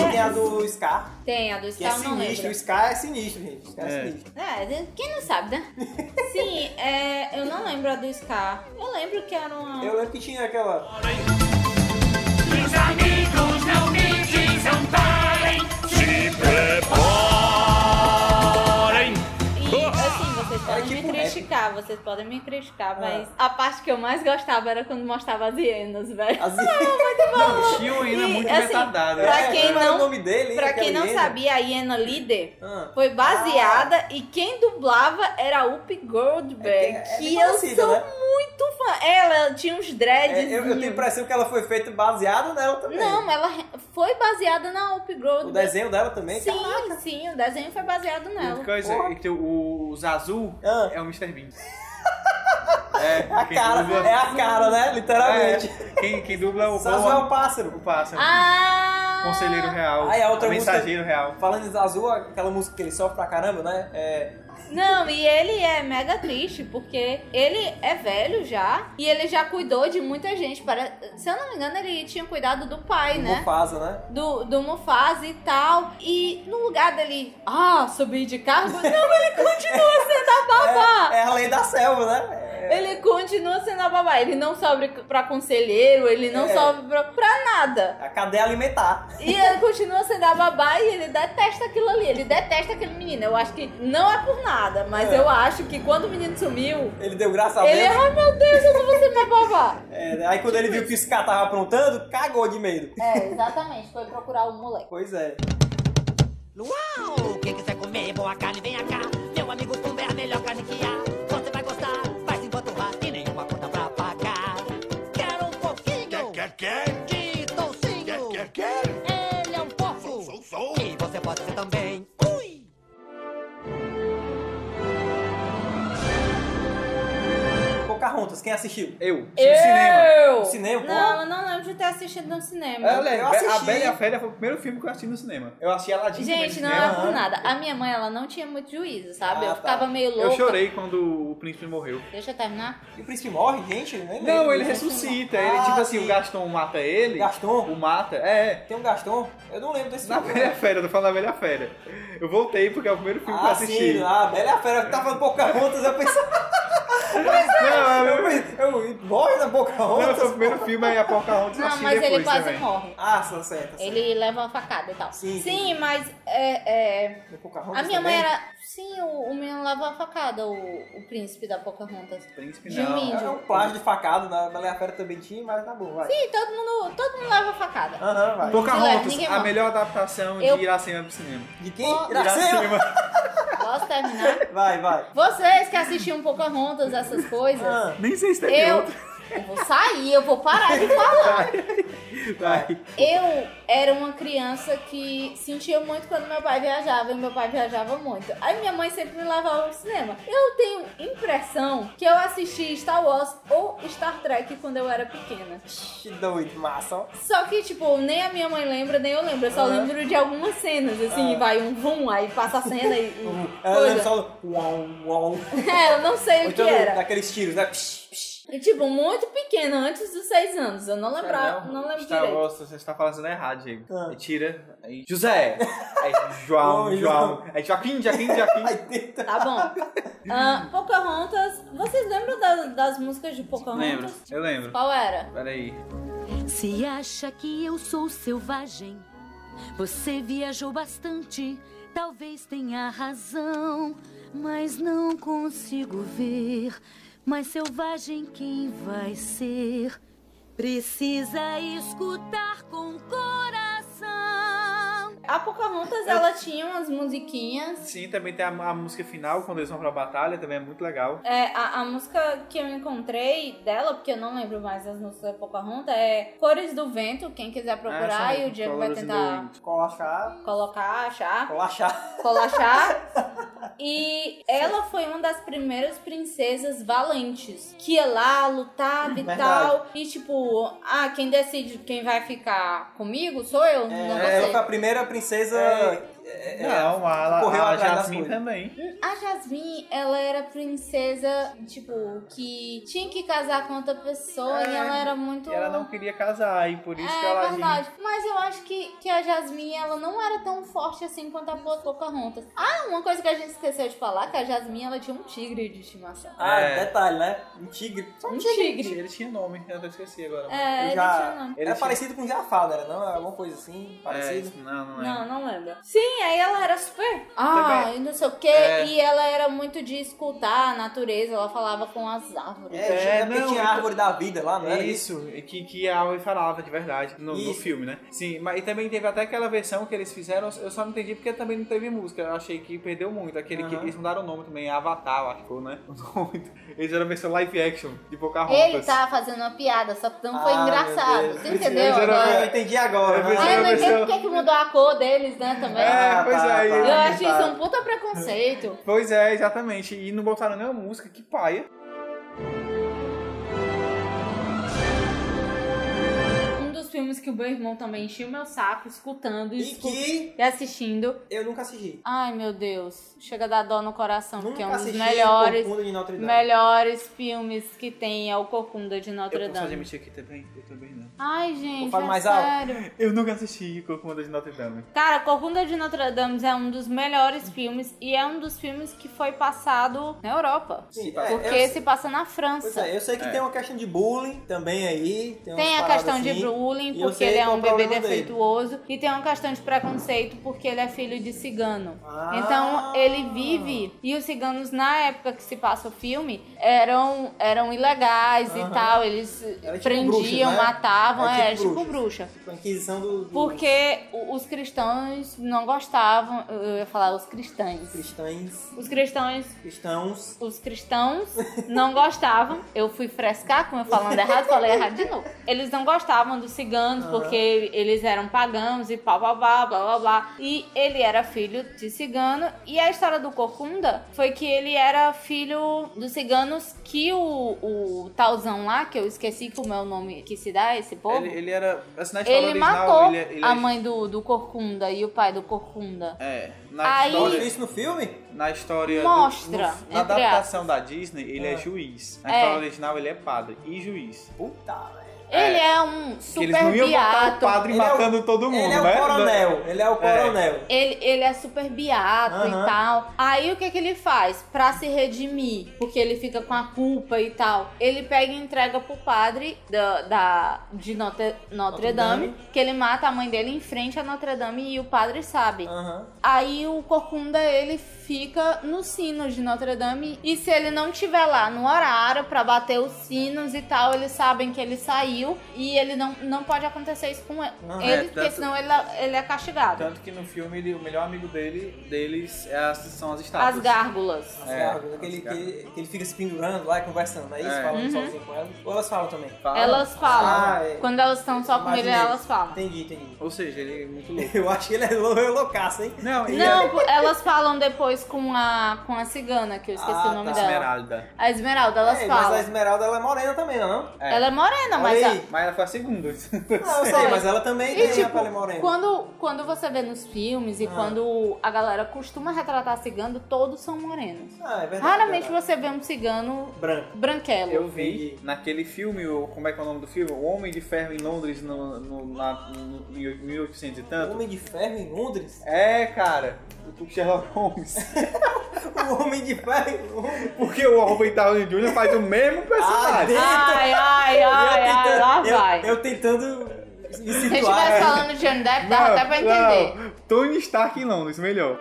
Speaker 2: tem é a do Scar,
Speaker 1: Tem, a do
Speaker 2: que é
Speaker 1: Scar eu não
Speaker 2: sinistro.
Speaker 1: lembro.
Speaker 2: O Scar é sinistro, gente. O Scar é, sinistro.
Speaker 1: É, quem não sabe, né? Sim, é, eu não lembro a do Scar. Eu lembro que era uma.
Speaker 2: Eu lembro que tinha aquela.
Speaker 3: Os amigos não me dizem parem, se preparem.
Speaker 1: E assim, vocês podem
Speaker 2: tipo
Speaker 1: me criticar, vocês podem me criticar,
Speaker 2: Ah.
Speaker 1: mas a parte que eu mais gostava era quando mostrava as hienas, velho.
Speaker 2: As...
Speaker 4: Não, Tio ainda é
Speaker 1: E,
Speaker 4: muito
Speaker 1: assim,
Speaker 4: retardado. né?
Speaker 1: pra
Speaker 2: É,
Speaker 1: quem
Speaker 2: como era
Speaker 1: não-
Speaker 2: o nome dele, hein,
Speaker 1: Pra quem
Speaker 2: aquela
Speaker 1: não
Speaker 2: hiena?
Speaker 1: sabia, a hiena líder
Speaker 2: Ah.
Speaker 1: foi baseada e quem dublava era a Up Goldberg,
Speaker 2: É, é bem
Speaker 1: que eu
Speaker 2: conhecida,
Speaker 1: sou
Speaker 2: né?
Speaker 1: muito fã. Ela tinha uns dreads.
Speaker 2: É, eu, eu tenho a impressão que ela foi feita baseada nela também.
Speaker 1: Não, ela re- foi baseada na Up
Speaker 2: O
Speaker 1: Goldberg.
Speaker 2: desenho dela também?
Speaker 1: Sim,
Speaker 2: Caraca.
Speaker 1: sim, o desenho foi baseado
Speaker 4: Outra
Speaker 1: nela.
Speaker 4: coisa,
Speaker 2: Porra.
Speaker 4: é que tem o, os azul
Speaker 2: Ah.
Speaker 4: é o Mr. Bean. É,
Speaker 2: A
Speaker 4: quem
Speaker 2: cara,
Speaker 4: dubla-
Speaker 2: é a cara, né? Literalmente.
Speaker 4: É, quem, quem dubla é o
Speaker 2: Zazu é
Speaker 4: Boa,
Speaker 2: o pássaro.
Speaker 4: o pássaro.
Speaker 1: Ah!
Speaker 4: Conselheiro real.
Speaker 2: Ah, e a outra
Speaker 4: o mensageiro real.
Speaker 2: Falando em Zazu, aquela música que ele sofre pra caramba, né? É,
Speaker 1: Não, e ele é mega triste porque ele é velho já e ele já cuidou de muita gente. Para... Se eu não me engano, ele tinha cuidado do pai, né?
Speaker 2: Mufasa, né?
Speaker 1: Do, do Mufasa e tal. E no lugar dele, ah, subir de cargo. Não, ele continua sendo a babá.
Speaker 2: É a lei da selva, né?
Speaker 1: Ele continua sendo a babá. Ele não sobe pra conselheiro, ele não
Speaker 2: É.
Speaker 1: sobe pra, pra nada.
Speaker 2: É a cadeia alimentar.
Speaker 1: E ele continua sendo a babá e ele detesta aquilo ali. Ele detesta aquele menino. Eu acho que não é por nada, mas
Speaker 2: É.
Speaker 1: eu acho que quando o menino sumiu,
Speaker 2: Ele deu graça a
Speaker 1: ele,
Speaker 2: Deus.
Speaker 1: ai meu Deus, eu não vou ser minha babá.
Speaker 2: É, aí quando ele viu que o Scar tava aprontando, cagou de medo.
Speaker 1: É, exatamente, foi procurar o moleque.
Speaker 2: Pois é.
Speaker 8: Luau! Quem quiser comer boa carne, vem cá. Meu amigo, Pumba é a melhor carne que há. Você vai gostar, vai se empanturrar e nenhuma conta pra pagar. Quero um pouquinho
Speaker 6: Quer, quer,
Speaker 8: de toucinho.
Speaker 6: quer, quer.
Speaker 8: Ele é um fofo.
Speaker 6: Sou, sou.
Speaker 8: E você pode ser também. Ui!
Speaker 2: Pocahontas, quem assistiu?
Speaker 4: Eu.
Speaker 1: Eu! É.
Speaker 2: No cinema,
Speaker 1: Não,
Speaker 2: porra.
Speaker 1: eu não lembro de ter assistido no cinema.
Speaker 4: Eu lembro,
Speaker 2: Eu assisti.
Speaker 4: a Bela e a Fera foi o primeiro filme que eu assisti no cinema. Eu assisti Aladdin também no
Speaker 1: Gente, não
Speaker 4: cinema.
Speaker 1: era por nada. A minha mãe, ela não tinha muito juízo, sabe?
Speaker 2: Ah,
Speaker 1: eu
Speaker 2: tá.
Speaker 1: ficava meio louca.
Speaker 4: Eu chorei quando o príncipe morreu.
Speaker 1: Deixa eu terminar.
Speaker 2: E o príncipe morre, gente? Nem lembro.
Speaker 4: Não, ele ressuscita. Ele,
Speaker 2: Ah,
Speaker 4: tipo assim,
Speaker 2: sim.
Speaker 4: o Gaston mata ele.
Speaker 2: Gaston?
Speaker 4: O mata. É, é.
Speaker 2: Tem um Gaston? Eu não lembro desse
Speaker 4: Na
Speaker 2: filme.
Speaker 4: Bela e a Fera, eu tô falando da Bela e a Fera. Eu voltei porque é o primeiro filme que eu
Speaker 2: Ah,
Speaker 4: assisti.
Speaker 2: sim, ah, Bela e a Fera que tá falando Pocahontas, eu pensava.
Speaker 4: Não, é o
Speaker 2: Eu,
Speaker 4: meu-
Speaker 2: eu, eu morre na
Speaker 4: não,
Speaker 2: Pocahontas?
Speaker 4: foi o primeiro filme aí a Pocahontas eu
Speaker 1: Não,
Speaker 4: assisti
Speaker 1: mas
Speaker 4: depois
Speaker 1: ele quase
Speaker 4: também.
Speaker 1: morre.
Speaker 2: Ah, tá certo. tá certo.
Speaker 1: Ele leva uma facada e tal.
Speaker 2: Sim,
Speaker 1: Sim, mas é, é,
Speaker 2: No Pocahontas
Speaker 1: a minha
Speaker 2: também?
Speaker 1: mãe era. Sim, o, o menino leva uma facada, o, o príncipe da Pocahontas.
Speaker 4: Príncipe
Speaker 1: De um
Speaker 4: não.
Speaker 1: índio.
Speaker 2: É um plágio de facado, na Bela e a Fera também tinha, mas tá bom, vai.
Speaker 1: Ih, todo mundo, todo mundo leva facada.
Speaker 2: Aham, vai.
Speaker 1: Sei lá,
Speaker 4: Pocahontas,
Speaker 1: ninguém
Speaker 4: a
Speaker 1: morre.
Speaker 4: melhor adaptação
Speaker 1: Eu-
Speaker 4: de Iracema pro cinema.
Speaker 2: De quem?
Speaker 1: Oh,
Speaker 2: Iracema?
Speaker 1: Posso terminar?
Speaker 2: Vai, vai.
Speaker 1: Vocês que assistiam Pocahontas, essas coisas,
Speaker 2: Ah,
Speaker 4: Nem sei se teve
Speaker 1: eu,
Speaker 4: outro.
Speaker 1: eu vou sair, eu vou parar de falar.
Speaker 4: Vai.
Speaker 1: Eu era uma criança que sentia muito quando meu pai viajava, e meu pai viajava muito. Aí minha mãe sempre me levava ao cinema. Eu tenho impressão que eu assisti Star Wars ou Star Trek quando eu era pequena.
Speaker 2: que doido, massa, ó.
Speaker 1: Só que, tipo, nem a minha mãe lembra, nem eu lembro. Eu só
Speaker 2: Aham.
Speaker 1: lembro de algumas cenas, assim,
Speaker 2: Ah.
Speaker 1: vai um vum, aí passa a cena e. e
Speaker 2: Ela
Speaker 1: Hum, coisa.
Speaker 2: lembra É, só do uau, uau.
Speaker 1: É, eu não sei o que
Speaker 2: Então,
Speaker 1: era.
Speaker 2: daqueles tiros, né? Psh, psh.
Speaker 1: E, tipo, muito pequena, antes dos seis anos. Eu não lembrava, não, lembro
Speaker 4: Star
Speaker 1: direito.
Speaker 4: Wars, você está falando errado, Diego.
Speaker 2: Ah.
Speaker 4: Aí tira. Aí, José! Aí João,
Speaker 2: Ô,
Speaker 4: João. Aí Joaquim, Joaquim, Joaquim.
Speaker 2: Aí tenta.
Speaker 1: Tá bom. Ah, Pocahontas. Vocês lembram da- das músicas de Pocahontas?
Speaker 4: Lembro, eu lembro.
Speaker 1: Qual era?
Speaker 4: Peraí.
Speaker 11: Se acha que eu sou selvagem, você viajou bastante, talvez tenha razão, mas não consigo ver. Mais selvagem quem vai ser? Precisa escutar com o coração.
Speaker 1: A Pocahontas, ela tinha umas musiquinhas.
Speaker 4: Sim, também tem a, a música final, quando eles vão pra batalha, também é muito legal.
Speaker 1: É, a, a música que eu encontrei dela, porque eu não lembro mais as músicas da Pocahontas, é Cores do Vento, quem quiser procurar, e o Diego vai tentar
Speaker 2: Colachar.
Speaker 1: colocar, achar,
Speaker 2: Colachar.
Speaker 1: colachar. e ela foi uma das primeiras princesas valentes, que ia lá, lutava e
Speaker 2: Verdade.
Speaker 1: tal. E tipo, ah, quem decide quem vai ficar comigo sou eu, não
Speaker 2: É, ela
Speaker 1: você.
Speaker 2: foi a primeira princesa. é, é,
Speaker 4: Não, a,
Speaker 2: correu
Speaker 4: a, a
Speaker 2: atrás das
Speaker 4: Jasmine
Speaker 2: coisas.
Speaker 4: também.
Speaker 1: A Jasmine, ela era princesa, tipo, que tinha que casar com outra pessoa e
Speaker 4: É,
Speaker 1: ela era muito.
Speaker 4: E ela não queria casar, e por isso que
Speaker 1: É
Speaker 4: ela...
Speaker 1: verdade. Mas eu acho que, que a Jasmine, ela não era tão forte assim quanto a Po- Pocahontas. Ah, uma coisa que a gente esqueceu de falar, que a Jasmine, ela tinha um tigre de estimação.
Speaker 2: Ah,
Speaker 4: É.
Speaker 2: detalhe, né? Um tigre.
Speaker 4: Só
Speaker 1: Um tigre.
Speaker 4: Ele tinha nome, eu até esqueci agora.
Speaker 1: É, ele
Speaker 2: já-
Speaker 1: tinha um nome.
Speaker 2: Era
Speaker 4: Ele tinha-
Speaker 2: parecido com Jafar, não era? Não, era alguma coisa assim. Parecido.
Speaker 4: É, não, não é.
Speaker 1: Não, não lembro.
Speaker 12: Sim, aí ela era super.
Speaker 1: Ah,
Speaker 4: Também-
Speaker 1: e não sei o quê.
Speaker 4: É.
Speaker 1: E ela era muito de escutar a natureza, ela falava com as árvores.
Speaker 2: É,
Speaker 4: É,
Speaker 2: é porque
Speaker 4: não,
Speaker 2: tinha a
Speaker 4: então-
Speaker 2: árvore da vida lá, não
Speaker 4: É
Speaker 2: era
Speaker 4: isso, é que, que a Oi falava de verdade no, no
Speaker 2: Isso.
Speaker 4: filme, né? Sim, mas e também teve até aquela versão que eles fizeram, eu só não entendi porque também não teve música. Eu achei que perdeu muito. Aquele que
Speaker 2: Aham.
Speaker 4: eles mudaram o nome também, Avatar, eu acho que foi, né? O nome. Eles eram a versão live action de
Speaker 1: Ele
Speaker 4: Pocahontas.
Speaker 1: tava fazendo uma piada, só que não foi
Speaker 2: Ah,
Speaker 1: engraçado.
Speaker 2: meu Deus.
Speaker 1: Você entendeu?
Speaker 4: Mas era-
Speaker 1: agora?
Speaker 2: Eu entendi agora,
Speaker 4: Eu
Speaker 1: Ah, eu não
Speaker 2: né?
Speaker 1: entendo porque que mudou a cor deles, né, também.
Speaker 4: É,
Speaker 2: Ah,
Speaker 4: pois
Speaker 2: tá,
Speaker 4: é.
Speaker 2: tá.
Speaker 4: ele-
Speaker 1: Eu acho isso um puta preconceito.
Speaker 4: Pois é, exatamente. E não botaram nenhuma música, que paia.
Speaker 1: Um dos filmes que o meu irmão também enchia o meu saco, escutando e,
Speaker 2: E
Speaker 1: escu-
Speaker 2: que
Speaker 1: e assistindo.
Speaker 2: eu nunca assisti.
Speaker 1: Ai, meu Deus. Chega a dar dó no coração, porque
Speaker 2: Nunca
Speaker 1: é um dos
Speaker 2: assisti
Speaker 1: melhores,
Speaker 2: Corcunda de Notre Dame.
Speaker 1: melhores filmes que tem é o Corcunda de Notre
Speaker 4: Eu posso
Speaker 1: Dame.
Speaker 4: admitir aqui também? Eu também não.
Speaker 1: Ai, gente,
Speaker 2: falo
Speaker 1: é
Speaker 2: mais alto.
Speaker 1: sério.
Speaker 4: Eu nunca assisti Corcunda de Notre Dame.
Speaker 1: Cara, Corcunda de Notre Dame é um dos melhores filmes e é um dos filmes que foi passado na Europa.
Speaker 2: Sim, é,
Speaker 1: Porque
Speaker 2: eu-
Speaker 1: se passa na
Speaker 2: Pois
Speaker 1: França.
Speaker 2: é, eu sei que
Speaker 4: É.
Speaker 2: tem uma questão de bullying também aí. Tem, umas
Speaker 1: Tem a
Speaker 2: paradas
Speaker 1: questão de
Speaker 2: assim.
Speaker 1: bullying,
Speaker 2: E eu
Speaker 1: porque
Speaker 2: sei
Speaker 1: ele é
Speaker 2: qual é
Speaker 1: um
Speaker 2: o
Speaker 1: bebê
Speaker 2: problema dele.
Speaker 1: defeituoso. E tem uma questão de preconceito, porque ele é filho de cigano.
Speaker 2: Ah.
Speaker 1: Então ele vive. E os ciganos, na época que se passa o filme, eram, eram ilegais e
Speaker 2: Aham.
Speaker 1: tal. Eles
Speaker 2: Era tipo
Speaker 1: prendiam,
Speaker 2: bruxos, né?
Speaker 1: matavam.
Speaker 2: Era
Speaker 1: É,
Speaker 2: tipo
Speaker 1: tipo bruxa.
Speaker 2: Tipo, a Inquisição do. do
Speaker 1: Porque o- os cristãos não gostavam. Eu ia falar os cristãs.
Speaker 2: Cristãs.
Speaker 1: Os cristãos
Speaker 2: Cristãos.
Speaker 1: os cristãos não gostavam. Eu fui frescar, como eu falando errado, falei errado de novo. Eles não gostavam dos ciganos
Speaker 2: Aham.
Speaker 1: porque eles eram pagãos e pá, blá, blá, blá, blá, blá. E ele era filho de cigano. E a história do Corcunda foi que ele era filho dos ciganos que o, o talzão lá, que eu esqueci como é o nome que se dá a esse povo,
Speaker 4: Ele,
Speaker 1: ele,
Speaker 4: ele era. Assim, na história original,
Speaker 1: matou
Speaker 4: ele, é- ele
Speaker 1: a mãe do, do Corcunda e o pai do Corcunda.
Speaker 4: É, na
Speaker 1: Aí-
Speaker 4: história.
Speaker 2: Olha isso no filme?
Speaker 4: Na história. do-
Speaker 1: Mostra,
Speaker 4: no- na
Speaker 1: entre
Speaker 4: adaptação da Disney, ele é,
Speaker 2: Ah.
Speaker 4: juiz. Na
Speaker 1: É.
Speaker 4: história original, ele é padre e juiz.
Speaker 2: Puta, velho.
Speaker 1: Ele é um
Speaker 4: Que eles não
Speaker 1: super
Speaker 4: iam botar o
Speaker 1: beato.
Speaker 4: padre
Speaker 2: Ele é o-
Speaker 4: matando todo mundo,
Speaker 2: Ele é o
Speaker 4: né?
Speaker 2: coronel. Ele é o coronel.
Speaker 1: Ele, ele é super beato e
Speaker 2: Aham.
Speaker 1: tal. Aí o que, que ele faz? Pra se redimir, porque ele fica com a culpa e tal. Ele pega e entrega pro padre da, da- de Notre, Notre
Speaker 2: Notre
Speaker 1: Dame,
Speaker 2: Dame.
Speaker 1: que ele mata a mãe dele em frente a Notre Dame e o padre sabe.
Speaker 2: Aham.
Speaker 1: Aí o Corcunda, ele fica no sino de Notre Dame. E se ele não tiver lá no horário pra bater os sinos e tal, eles sabem que ele saiu. E ele não, não pode acontecer isso com ele,
Speaker 2: Aham.
Speaker 4: É,
Speaker 1: porque
Speaker 4: tanto-
Speaker 1: senão ele, ele é
Speaker 2: Tá
Speaker 1: castigado.
Speaker 4: Tanto que no filme, ele- o melhor amigo dele, deles é as- são as estátuas.
Speaker 1: As gárgulas.
Speaker 2: As
Speaker 4: É,
Speaker 2: árvores, aquele
Speaker 4: as
Speaker 2: que, que ele fica se pendurando lá e conversando, não é isso?
Speaker 4: É.
Speaker 1: Uhum.
Speaker 2: Falando sozinho com elas. Ou elas falam também?
Speaker 4: Fala.
Speaker 1: Elas falam.
Speaker 2: Ah, é.
Speaker 1: Quando elas estão só com ele,
Speaker 2: Imaginei.
Speaker 1: elas falam.
Speaker 2: Entendi, entendi.
Speaker 4: Ou seja, ele é muito louco.
Speaker 2: Eu acho que ele é lou- é loucaço, hein?
Speaker 4: Não, ele é
Speaker 1: Não, pô, elas falam depois com a, com a cigana, que eu esqueci
Speaker 2: Ah,
Speaker 1: o nome
Speaker 2: tá.
Speaker 1: dela.
Speaker 4: Esmeralda.
Speaker 1: A Esmeralda, elas
Speaker 2: É, mas
Speaker 1: falam.
Speaker 2: a Esmeralda ela é morena também, não? é não?
Speaker 4: É.
Speaker 1: Ela é morena,
Speaker 2: Olha
Speaker 1: mas a-
Speaker 2: aí.
Speaker 4: Mas ela foi a segunda.
Speaker 2: Não, eu sei, mas ela também
Speaker 1: E,
Speaker 2: tem
Speaker 1: tipo,
Speaker 2: a pele morena.
Speaker 1: Quando, quando você vê nos filmes e
Speaker 2: Ah.
Speaker 1: quando a galera costuma retratar cigano, todos são morenos.
Speaker 2: Ah, é verdade.
Speaker 1: Raramente
Speaker 2: é verdade.
Speaker 1: você vê um cigano
Speaker 2: Branco.
Speaker 1: branquelo.
Speaker 4: Eu vi naquele filme, o- como é que é o nome do filme? O Homem de Ferro em Londres, no, no, na, no, em 1800 e tanto.
Speaker 2: Homem de Ferro em Londres?
Speaker 4: É, cara. O Sherlock Holmes.
Speaker 2: O Homem de Ferro em Londres?
Speaker 4: Porque o Robert Downey Jr. faz o mesmo personagem.
Speaker 2: Eita.
Speaker 1: Ai, ai, ai, ai, lá
Speaker 2: eu,
Speaker 1: vai.
Speaker 2: eu tentando me
Speaker 1: Se eu
Speaker 2: situar. é.
Speaker 1: estivesse falando de Johnny Depp, dava até Tá, pra entender.
Speaker 4: não. Tony Stark em Londres, melhor.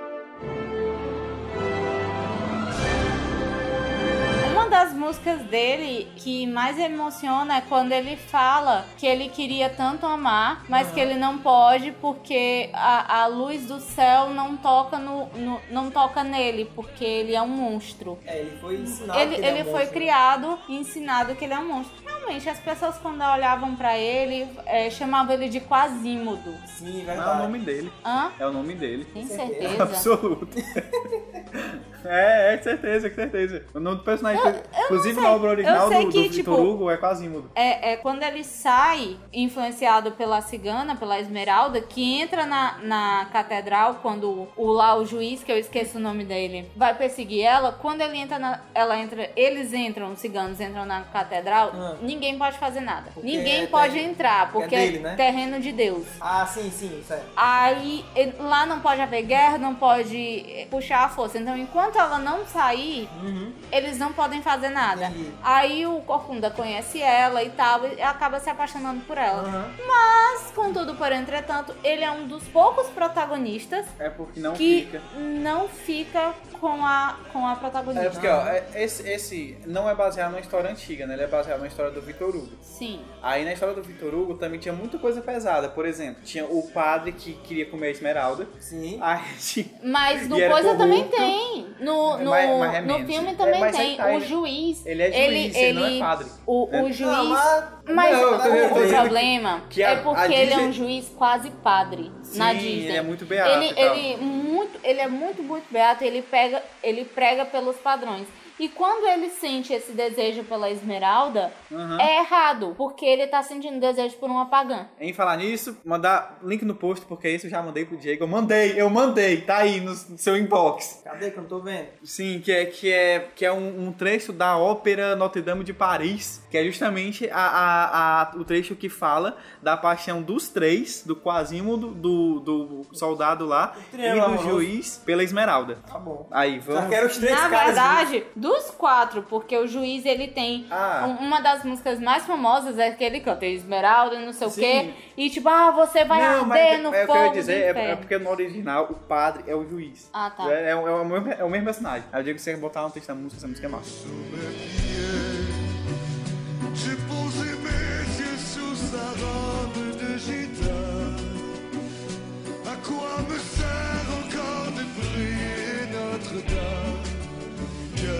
Speaker 1: Uma das músicas dele que mais emociona é quando ele fala que ele queria tanto amar, mas que ele não pode porque a, a luz do céu não toca, no, no- não toca nele, porque ele é um monstro.
Speaker 2: É, ele foi ensinado.
Speaker 1: Ele,
Speaker 2: que
Speaker 1: ele
Speaker 2: é um
Speaker 1: foi
Speaker 2: monstro.
Speaker 1: criado e ensinado que ele é um monstro. Realmente, as pessoas quando olhavam pra ele, eh, chamavam ele de Quasímodo.
Speaker 2: Sim,
Speaker 4: Não é o nome dele.
Speaker 1: Hã?
Speaker 4: É o nome dele.
Speaker 1: Tem certeza?
Speaker 4: Absoluto. é, é, com certeza, com certeza. O nome do personagem. inclusive, na obra original
Speaker 1: Eu sei
Speaker 4: do,
Speaker 1: que,
Speaker 4: do Vitor
Speaker 1: tipo,
Speaker 4: Hugo é Quasimodo.
Speaker 1: É, é quando ele sai, influenciado pela cigana, pela esmeralda, que entra na, na catedral, quando o lá o juiz, que eu esqueço o nome dele, vai perseguir ela. Quando ele entra na. Ela entra. Eles entram, os ciganos entram na catedral,
Speaker 2: Ah.
Speaker 1: ninguém pode fazer nada.
Speaker 2: Porque
Speaker 1: ninguém
Speaker 2: é
Speaker 1: pode
Speaker 2: terreno-
Speaker 1: entrar, porque é,
Speaker 2: dele, né?
Speaker 1: terreno de Deus.
Speaker 2: Ah, sim, sim, sério.
Speaker 1: Aí ele- lá não pode haver guerra, não pode eh, puxar a força. Então, enquanto ela não sair, eles não podem fazer nada.
Speaker 2: Uhum, Entendi.
Speaker 1: Aí o Corcunda conhece ela e tal, e acaba se apaixonando por ela.
Speaker 2: Aham.
Speaker 1: Mas, contudo, por entretanto, ele é um dos poucos protagonistas
Speaker 4: É porque não
Speaker 1: que
Speaker 4: fica.
Speaker 1: não fica com a, com a protagonista.
Speaker 4: É porque, ó, é- esse, esse não é baseado numa história antiga, né? Ele é baseado na história do Vitor Hugo.
Speaker 1: Sim.
Speaker 4: Aí na história do Vitor Hugo também tinha muita coisa pesada. Por exemplo, tinha o padre que queria comer a esmeralda.
Speaker 2: Sim.
Speaker 4: Aí tinha...
Speaker 1: Mas no
Speaker 4: E era
Speaker 1: Coisa também
Speaker 4: corrupto.
Speaker 1: tem. No,
Speaker 4: É,
Speaker 1: no,
Speaker 4: mas- mas é
Speaker 1: no
Speaker 4: menos.
Speaker 1: filme
Speaker 4: É,
Speaker 1: também
Speaker 4: mas aí
Speaker 1: tem.
Speaker 4: tá,
Speaker 1: o
Speaker 4: ele-
Speaker 1: juiz.
Speaker 4: Ele é juiz, ele, não é padre.
Speaker 1: O, o
Speaker 4: Não,
Speaker 1: juiz.
Speaker 2: Não, mas...
Speaker 1: Mas
Speaker 4: Não, eu tô- eu tô
Speaker 1: o
Speaker 4: dizendo
Speaker 1: problema
Speaker 4: que a-
Speaker 1: é porque
Speaker 4: a
Speaker 1: ele é
Speaker 4: Disney-
Speaker 1: um juiz quase padre na
Speaker 4: Sim,
Speaker 1: Disney.
Speaker 4: ele é muito beato
Speaker 1: ele,
Speaker 4: e tal.
Speaker 1: ele muito, ele é muito, muito beato, ele pega, ele prega pelos padrões. E quando ele sente esse desejo pela esmeralda,
Speaker 4: Aham.
Speaker 1: é errado, porque ele tá sentindo desejo por uma pagã.
Speaker 4: Em falar nisso, mandar link no post, porque isso eu já mandei pro Diego. Eu mandei, eu mandei, tá aí no seu inbox.
Speaker 2: Cadê que eu não tô vendo?
Speaker 4: Sim, que é, que é, que é um, um trecho da ópera Notre Dame de Paris, que é justamente a, a, a- o trecho que fala da paixão dos três, do Quasimodo, do, do soldado lá e
Speaker 2: triângulo
Speaker 4: do
Speaker 2: amoroso.
Speaker 4: juiz pela Esmeralda.
Speaker 2: Tá bom.
Speaker 4: Aí,
Speaker 2: Já
Speaker 4: vamos.
Speaker 2: quero os três
Speaker 1: Na
Speaker 2: caras.
Speaker 4: né?
Speaker 1: verdade, dos quatro, porque o juiz ele tem
Speaker 4: Ah.
Speaker 1: um- uma das músicas mais famosas é aquele que eu tenho esmeralda, não sei
Speaker 4: Sim.
Speaker 1: o quê, e tipo, ah, você vai arder no
Speaker 4: é o que
Speaker 1: fogo
Speaker 4: eu ia
Speaker 1: do
Speaker 4: dizer é, é
Speaker 1: inferno.
Speaker 4: porque no original o padre é o juiz.
Speaker 1: Ah, tá.
Speaker 4: É, é, o- é o mesmo, é o mesmo personagem. Aí eu digo que você botar no texto da música, essa música é massa.
Speaker 6: J'ai posé mes yeux sous sa robe de gitane. À quoi me sert encore de prier Notre-Dame Dieu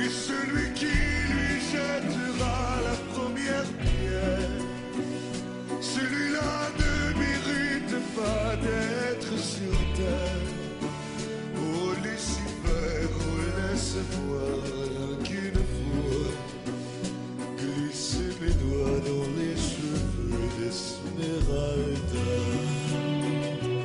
Speaker 6: est celui qui lui jettera la première pierre. Celui-là ne mérite pas d'être sur terre. Oh Lucifer, oh laisse-moi qu'une fois glisser mes doigts dans les cheveux d'Esmeralda.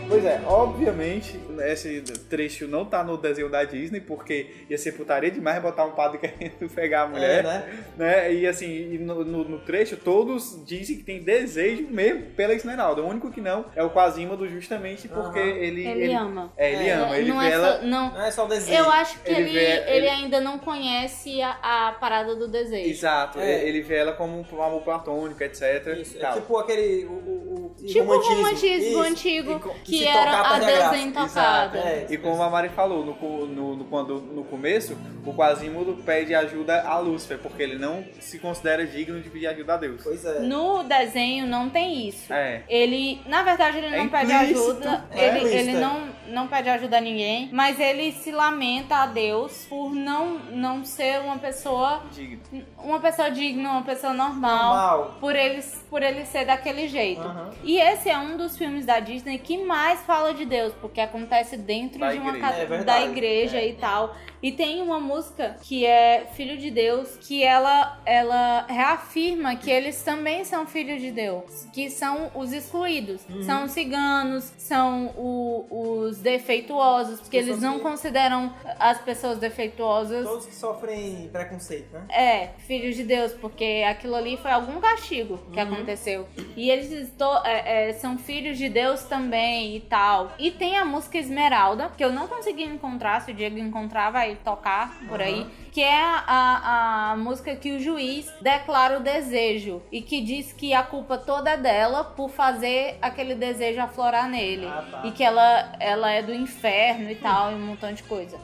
Speaker 4: Pois é, obviamente, esse trecho não tá no desenho da Disney, porque ia ser putaria demais botar um padre querendo pegar a mulher,
Speaker 2: É, né?
Speaker 4: né? E assim, e no, no- no trecho todos dizem que tem desejo mesmo pela Esmeralda. O único que não é o Quasimodo, justamente porque
Speaker 2: Aham.
Speaker 4: ele...
Speaker 1: Ele ama.
Speaker 4: É, ele
Speaker 2: É,
Speaker 4: ama, ele
Speaker 1: não
Speaker 4: vê
Speaker 1: é
Speaker 4: ela... assim,
Speaker 1: só- não,
Speaker 2: Não é só o desenho.
Speaker 1: Eu acho que
Speaker 4: Ele
Speaker 1: ele, ele,
Speaker 4: vê- ele-
Speaker 1: ainda não conhece a, a parada do desejo.
Speaker 4: Exato,
Speaker 2: É.
Speaker 4: ele vê ela como um amor platônico, etc.
Speaker 2: Isso, é
Speaker 4: tal.
Speaker 2: tipo aquele. O, o, o
Speaker 1: Tipo o romantismo,
Speaker 2: Isso,
Speaker 1: antigo
Speaker 2: e co-
Speaker 1: que
Speaker 2: se
Speaker 1: era
Speaker 2: tocar
Speaker 1: a
Speaker 2: perde graça.
Speaker 1: desentocada.
Speaker 2: Exato, é,
Speaker 4: E como a Mari falou, no, co- no, no- quando, no começo, o Quasimodo pede ajuda a Lúcifer, porque ele não se considera digno de pedir ajuda a Deus.
Speaker 2: Pois é.
Speaker 1: No desenho não tem isso.
Speaker 4: É.
Speaker 1: Ele, na verdade, ele
Speaker 4: É
Speaker 1: não pede
Speaker 4: implícito,
Speaker 1: ajuda.
Speaker 2: é
Speaker 1: ele
Speaker 2: implícito,
Speaker 1: ele
Speaker 2: é.
Speaker 1: não, não pede ajuda a ninguém, mas ele se lamenta a Deus por não, não ser uma pessoa
Speaker 4: Digno.
Speaker 1: uma pessoa digna, uma pessoa normal.
Speaker 2: Mal.
Speaker 1: por ele, por ele ser daquele jeito.
Speaker 2: Aham.
Speaker 1: E esse é um dos filmes da Disney que mais fala de Deus, porque acontece dentro
Speaker 4: Da
Speaker 1: de uma
Speaker 4: igreja.
Speaker 1: casa
Speaker 2: É verdade,
Speaker 1: da igreja
Speaker 2: é.
Speaker 1: e tal. E tem uma música que é Filho de Deus, que ela, ela reafirma que eles também são filhos de Deus, que são os excluídos,
Speaker 2: Uhum.
Speaker 1: são os ciganos, são o- os defeituosos, porque
Speaker 2: Que são
Speaker 1: eles não
Speaker 2: os-
Speaker 1: consideram as pessoas defeituosas.
Speaker 2: Todos que sofrem preconceito, né?
Speaker 1: É, filhos de Deus, porque aquilo ali foi algum castigo que aconteceu. E eles esto- é, é, são filhos de Deus também e tal. E tem a música Esmeralda, que eu não consegui encontrar, se o Diego encontrar, vai vai tocar por aí, que é a, a- a música que o juiz declara o desejo e que diz que a culpa toda é dela por fazer aquele desejo aflorar nele. E que ela, ela é do inferno e tal, e um montão de coisa.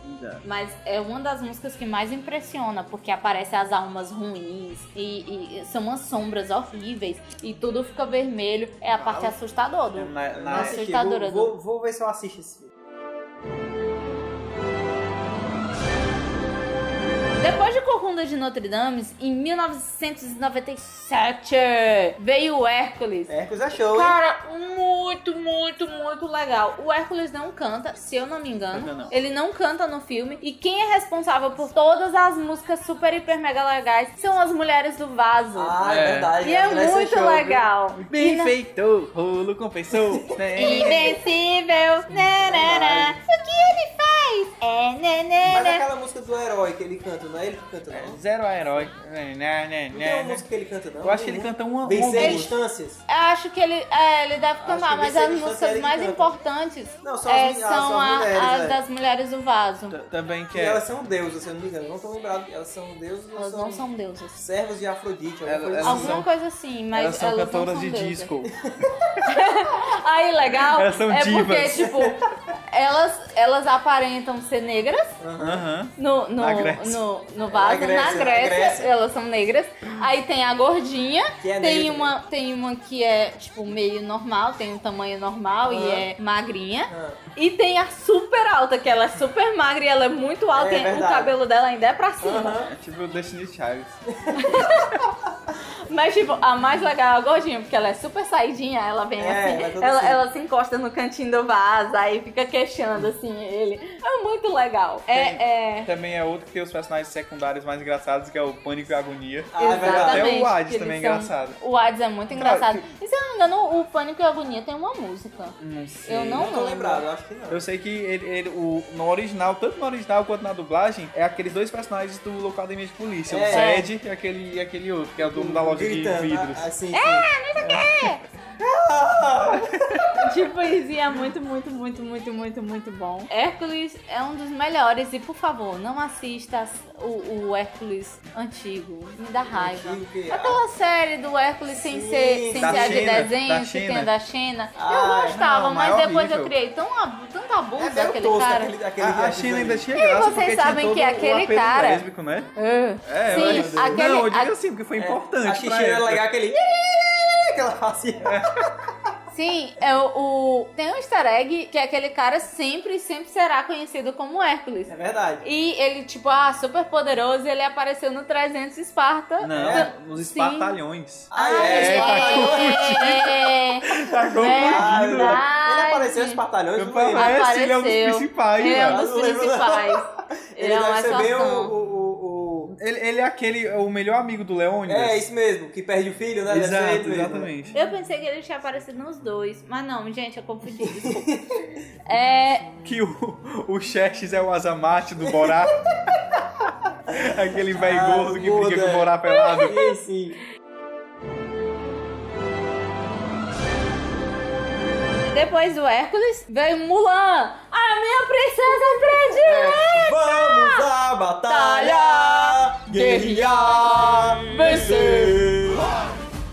Speaker 1: Mas é uma das músicas que mais impressiona, porque aparecem as almas ruins e, e são umas sombras horríveis e tudo fica vermelho. É a
Speaker 2: Ah,
Speaker 1: parte assustadora do,
Speaker 2: Na, na-
Speaker 1: assustadora do-
Speaker 2: Então, assim, vou, vou, vou ver se eu assisto esse filme.
Speaker 1: Depois de Corcunda de Notre Dame, em 1997, veio o Hércules.
Speaker 2: Hércules é show, hein?
Speaker 1: Cara, muito, muito, muito legal. O Hércules não canta, se eu não me engano.
Speaker 2: Não, não.
Speaker 1: Ele não canta no filme. E quem é responsável por todas as músicas super, hiper, mega legais são as mulheres do vaso.
Speaker 2: Ah, é, verdade.
Speaker 1: E é
Speaker 2: Hércules
Speaker 1: muito
Speaker 2: show, viu?
Speaker 1: legal. E
Speaker 4: Bem
Speaker 1: na-
Speaker 4: feito, rolo É, compensou.
Speaker 1: né? Invencível. Nanana. O que ele faz? É
Speaker 2: Mas
Speaker 1: nanana.
Speaker 2: aquela música do herói que ele canta, não é ele que canta, não?
Speaker 4: Zero a herói. Né, né, né,
Speaker 2: Não tem
Speaker 4: né.
Speaker 2: uma música que ele canta, não? né?
Speaker 4: Eu acho que ele
Speaker 2: Nenhuma?
Speaker 4: canta um uma uma ou
Speaker 2: Vencer
Speaker 4: duas.
Speaker 2: distâncias.
Speaker 1: Eu acho que ele, é, ele deve cantar,
Speaker 2: que
Speaker 1: mas
Speaker 2: esse
Speaker 1: as
Speaker 2: ele
Speaker 1: músicas
Speaker 2: consegue
Speaker 1: mais
Speaker 2: cantar.
Speaker 1: importantes
Speaker 2: Não, são as
Speaker 1: é,
Speaker 2: mi- ah,
Speaker 1: são
Speaker 2: são as
Speaker 1: a-
Speaker 2: mulheres,
Speaker 1: as
Speaker 2: é.
Speaker 1: das mulheres do vaso.
Speaker 4: T- Também que
Speaker 2: E
Speaker 4: é.
Speaker 2: elas são deusas, se eu não me engano. Não tô lembrado. Elas são deusas ou
Speaker 1: Elas
Speaker 2: são,
Speaker 1: não são deusas.
Speaker 2: servos de Afrodite? alguma
Speaker 4: Elas-
Speaker 2: coisa
Speaker 4: elas
Speaker 2: assim.
Speaker 1: Alguma coisa assim, mas
Speaker 4: elas são
Speaker 1: elas não
Speaker 4: cantoras
Speaker 1: são
Speaker 4: de
Speaker 1: deusas.
Speaker 4: disco.
Speaker 1: Aí, legal,
Speaker 4: Elas são
Speaker 1: é porque,
Speaker 4: divas.
Speaker 1: tipo, elas, elas aparentam ser negras
Speaker 4: Aham.
Speaker 1: no, no,
Speaker 4: Na Grécia.
Speaker 1: no, no vaso,
Speaker 2: Na Grécia,
Speaker 1: na,
Speaker 2: na
Speaker 1: Grécia,
Speaker 2: Grécia.
Speaker 1: elas são negras. Aí tem a gordinha,
Speaker 2: Que é
Speaker 1: tem,
Speaker 2: negra.
Speaker 1: uma, tem uma que é, tipo, meio normal, tem um tamanho normal e
Speaker 2: Aham.
Speaker 1: é magrinha.
Speaker 2: Ah,
Speaker 1: E tem a super alta, que ela é super magra e ela é muito alta
Speaker 2: É,
Speaker 1: e o
Speaker 2: verdade.
Speaker 1: cabelo dela ainda é pra cima.
Speaker 2: Aham.
Speaker 4: É tipo o Destiny Child.
Speaker 1: Mas, tipo, a mais legal é a gordinha, porque ela é super saidinha, ela vem
Speaker 2: É, ela é
Speaker 1: assim,
Speaker 2: toda
Speaker 1: ela,
Speaker 2: assim.
Speaker 1: ela se encosta no cantinho do vaso, aí fica queixando, assim, ele. É muito legal. É, é...
Speaker 4: Também é outro que tem os personagens secundários mais engraçados, que é o Pânico e a Agonia.
Speaker 2: Ah, é verdade.
Speaker 4: Até o Hades
Speaker 1: porque
Speaker 4: também é
Speaker 1: eles são-
Speaker 4: engraçado.
Speaker 1: O Hades é muito
Speaker 4: Cara,
Speaker 1: engraçado. E se eu não me engano, o Pânico e a Agonia tem uma música.
Speaker 4: Não sei.
Speaker 1: Eu não
Speaker 2: Não tô
Speaker 1: lembro.
Speaker 2: lembrado, eu acho que não.
Speaker 4: Eu sei que ele, ele- o, no original, tanto no original quanto na dublagem, é aqueles dois personagens do local de polícia.
Speaker 2: É.
Speaker 4: O Zed e aquele, e aquele outro, que é o dono da loja
Speaker 2: Gritando,
Speaker 4: de vidros.
Speaker 2: ah, Assim,
Speaker 1: É, Tipo, isso e é muito, muito, muito, muito, muito, muito bom. Hércules é um dos melhores. E por favor, não assista as- o, o Hércules antigo. Me dá raiva.
Speaker 2: Antigo que- ah,
Speaker 1: Aquela série do Hércules sem
Speaker 2: Sim,
Speaker 1: ser, sem
Speaker 2: da
Speaker 1: ser a de
Speaker 4: China, da
Speaker 1: desenho, que
Speaker 4: China.
Speaker 1: tem a da China.
Speaker 2: Ah,
Speaker 1: eu gostava,
Speaker 4: não, mas
Speaker 1: mas
Speaker 4: é
Speaker 1: depois eu
Speaker 4: horrível.
Speaker 1: criei tão, ab- tanta abuso
Speaker 2: é meio
Speaker 1: daquele
Speaker 2: tosco
Speaker 1: cara.
Speaker 2: aquele, é aquele
Speaker 4: A, a
Speaker 2: aquele
Speaker 4: China ainda
Speaker 2: ali.
Speaker 4: tinha
Speaker 1: E aí
Speaker 4: graça
Speaker 1: vocês
Speaker 4: porque tinha
Speaker 1: sabem
Speaker 4: todo
Speaker 1: que aquele
Speaker 4: o apelo
Speaker 1: cara-
Speaker 4: lésbico, né?
Speaker 1: Ah.
Speaker 4: É,
Speaker 1: Sim,
Speaker 4: eu acho-
Speaker 1: aquele-
Speaker 4: Não, eu
Speaker 1: a-
Speaker 4: digo assim, porque foi importante
Speaker 2: Acho que
Speaker 4: pra
Speaker 2: China É, era
Speaker 4: época.
Speaker 2: legal aquele... Aquela facinha.
Speaker 1: Sim, é o, o- tem um easter egg que aquele cara sempre, sempre será conhecido como Hércules.
Speaker 2: É verdade.
Speaker 1: E ele, tipo, ah, super poderoso, e ele apareceu no 300 Esparta.
Speaker 4: Não, nos
Speaker 1: Sim.
Speaker 4: espartalhões.
Speaker 2: Ah,
Speaker 4: é, tá
Speaker 2: Esparta-
Speaker 1: é,
Speaker 4: Tá
Speaker 2: Ah,
Speaker 4: confundido.
Speaker 2: Ele
Speaker 1: Verdade.
Speaker 2: apareceu nos batalhões,
Speaker 4: Eu
Speaker 2: não assim, foi?
Speaker 4: parece, ele é um dos
Speaker 1: Né? Apareceu.
Speaker 4: principais,
Speaker 1: Ele é um
Speaker 4: velho.
Speaker 2: eu
Speaker 1: dos
Speaker 2: não lembro,
Speaker 1: principais. Ele
Speaker 2: Ele
Speaker 1: é
Speaker 2: deve
Speaker 1: uma
Speaker 2: ser bem o...
Speaker 1: atuação.
Speaker 2: o- o- o-
Speaker 4: Ele, ele é aquele, é o melhor amigo do Leônidas.
Speaker 2: É, isso mesmo, que perde o filho, né? Deve ser ele
Speaker 4: Exato,
Speaker 2: mesmo.
Speaker 4: exatamente.
Speaker 1: Eu pensei que ele tinha aparecido nos dois, mas não, gente, eu confundi, desculpa. É,
Speaker 4: Que o, o Xerxes é o Azamate do Borá. Aquele velho
Speaker 2: Ah,
Speaker 4: gordo que
Speaker 2: gordo,
Speaker 4: briga com
Speaker 2: é.
Speaker 4: o Borá pelado.
Speaker 2: Sim, sim.
Speaker 1: depois do Hércules, veio Mulan, a minha princesa predileta!
Speaker 2: Vamos à batalha, guerrear, vencer.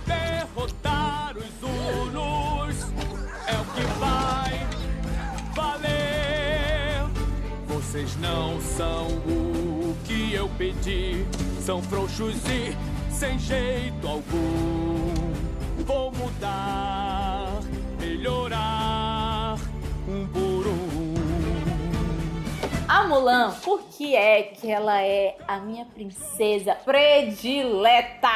Speaker 3: Derrotar os hunos é o que vai valer. Vocês não são o que eu pedi, são frouxos e sem jeito algum. Vou mudar, melhorar um por um.
Speaker 1: A Mulan, por que é que ela é a minha princesa predileta?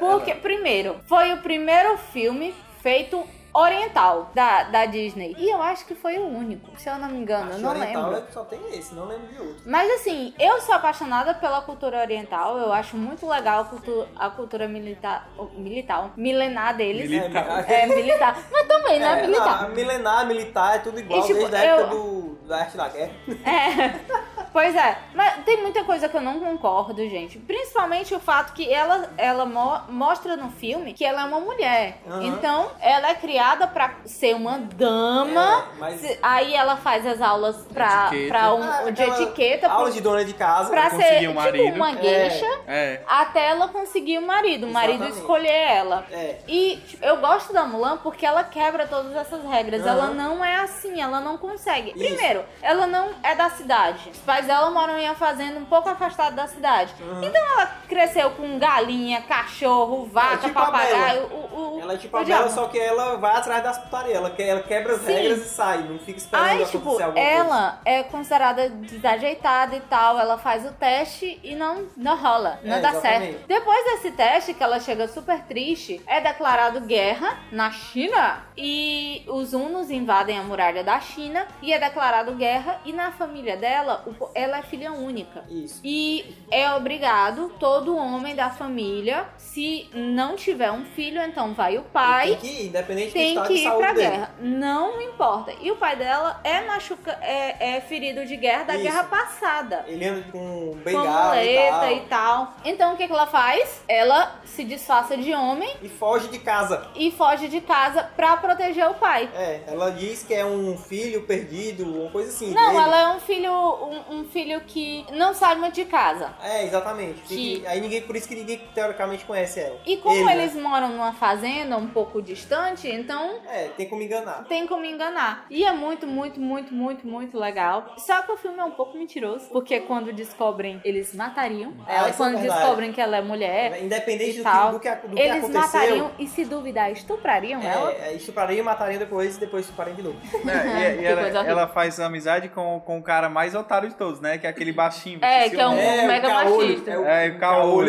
Speaker 1: Porque, primeiro, foi o primeiro filme feito oriental da, da Disney. E eu acho que foi o único, se eu não me engano, eu não
Speaker 2: oriental
Speaker 1: lembro.
Speaker 2: é que Só tem esse, não lembro de outro.
Speaker 1: Mas assim, eu sou apaixonada pela cultura oriental, eu acho muito legal a cultura, a cultura militar, militar, milenar deles.
Speaker 4: Militar.
Speaker 1: É, militar. Mas também, né?
Speaker 2: É,
Speaker 1: militar.
Speaker 2: não, milenar, militar, é tudo igual
Speaker 1: E, tipo,
Speaker 2: desde a época
Speaker 1: eu-
Speaker 2: do, da arte da guerra.
Speaker 1: É. Pois é, mas tem muita coisa que eu não concordo, gente. Principalmente o fato que ela, ela mo- mostra no filme que ela é uma mulher.
Speaker 2: Aham.
Speaker 1: Então, ela é criada pra ser uma dama.
Speaker 2: É, mas-
Speaker 1: Se- Aí ela faz as aulas pra,
Speaker 2: Etiqueta.
Speaker 1: pra um,
Speaker 2: Ah,
Speaker 1: de
Speaker 2: aquela
Speaker 1: etiqueta.
Speaker 2: aula
Speaker 1: pro-
Speaker 2: de dona de casa. né?
Speaker 1: pra
Speaker 2: com-
Speaker 1: ser
Speaker 4: um
Speaker 1: tipo
Speaker 4: marido.
Speaker 1: uma
Speaker 4: É.
Speaker 1: gueixa.
Speaker 4: É.
Speaker 1: Até ela conseguir o marido, o marido
Speaker 2: Exatamente.
Speaker 1: escolher ela.
Speaker 2: É.
Speaker 1: E tipo, eu gosto da Mulan porque ela quebra todas essas regras.
Speaker 2: Aham.
Speaker 1: Ela não é assim, ela não consegue.
Speaker 2: Isso.
Speaker 1: Primeiro, ela não é da cidade. Os pais dela moram em uma fazenda um pouco afastada da cidade. Então ela cresceu com galinha, cachorro, vaca,
Speaker 2: É tipo a
Speaker 1: papagaio. O, o-
Speaker 2: Ela é tipo
Speaker 1: o
Speaker 2: a Bela,
Speaker 1: diabo.
Speaker 2: só que ela vai atrás das putarias. Ela, que- ela quebra as
Speaker 1: Sim.
Speaker 2: regras e sai. Não fica esperando
Speaker 1: Aí,
Speaker 2: acontecer
Speaker 1: tipo,
Speaker 2: alguma coisa.
Speaker 1: ela é considerada desajeitada e tal, ela faz o teste e não, não rola, não
Speaker 2: É,
Speaker 1: dá
Speaker 2: exatamente.
Speaker 1: certo. Depois desse teste, que ela chega super triste, é declarado guerra na China e os hunos invadem a muralha da China e é declarado guerra e na família dela, o po- ela é filha única.
Speaker 2: Isso.
Speaker 1: E é obrigado todo homem da família, se não tiver um filho, então vai o pai
Speaker 2: Tem que ir, independente do
Speaker 1: tem
Speaker 2: estado
Speaker 1: que
Speaker 2: de
Speaker 1: ir
Speaker 2: saúde
Speaker 1: pra
Speaker 2: dele.
Speaker 1: guerra. Não importa. E o pai dela é machuca, é, é ferido de guerra da
Speaker 2: Isso.
Speaker 1: guerra passada.
Speaker 2: Ele anda com
Speaker 1: com
Speaker 2: bengala e
Speaker 1: muleta
Speaker 2: tal.
Speaker 1: e tal. Então o que, que ela faz? Ela se disfarça de homem
Speaker 2: E foge de casa.
Speaker 1: e foge de casa pra proteger o pai.
Speaker 2: É, ela diz que é um filho perdido, uma coisa assim.
Speaker 1: Não,
Speaker 2: dele.
Speaker 1: ela é um filho, um, um filho que não sai muito de casa.
Speaker 2: É, exatamente.
Speaker 1: Que-
Speaker 2: Que... Aí ninguém, por isso que ninguém teoricamente conhece ela.
Speaker 1: E como
Speaker 2: Ele, né?
Speaker 1: eles moram numa fazenda um pouco distante, então
Speaker 2: É, tem como enganar.
Speaker 1: tem como enganar. E é muito, muito, muito, muito, muito legal. Só que o filme é um pouco mentiroso, porque quando descobrem, eles matariam.
Speaker 2: Ah,
Speaker 1: ela,
Speaker 2: isso é
Speaker 1: quando
Speaker 2: verdade.
Speaker 1: descobrem que ela é mulher,
Speaker 2: Independente
Speaker 1: e
Speaker 2: do
Speaker 1: tal.
Speaker 2: que, do que, do que
Speaker 1: eles
Speaker 2: aconteceu.
Speaker 1: matariam e, se duvidar, estuprariam ela.
Speaker 2: É, é, estuprariam, matariam depois e depois estuprariam de novo.
Speaker 4: É, e- e
Speaker 1: Que
Speaker 4: ela,
Speaker 1: coisa horrível.
Speaker 4: ela faz amizade com, com o cara mais otário de todos, né? Que é aquele baixinho.
Speaker 1: É,
Speaker 4: esqueci
Speaker 1: que é
Speaker 4: o
Speaker 1: um
Speaker 4: nome.
Speaker 2: É, o
Speaker 1: mega
Speaker 2: caolho,
Speaker 1: machista.
Speaker 2: é o-
Speaker 4: É, o caolho,
Speaker 2: caolho.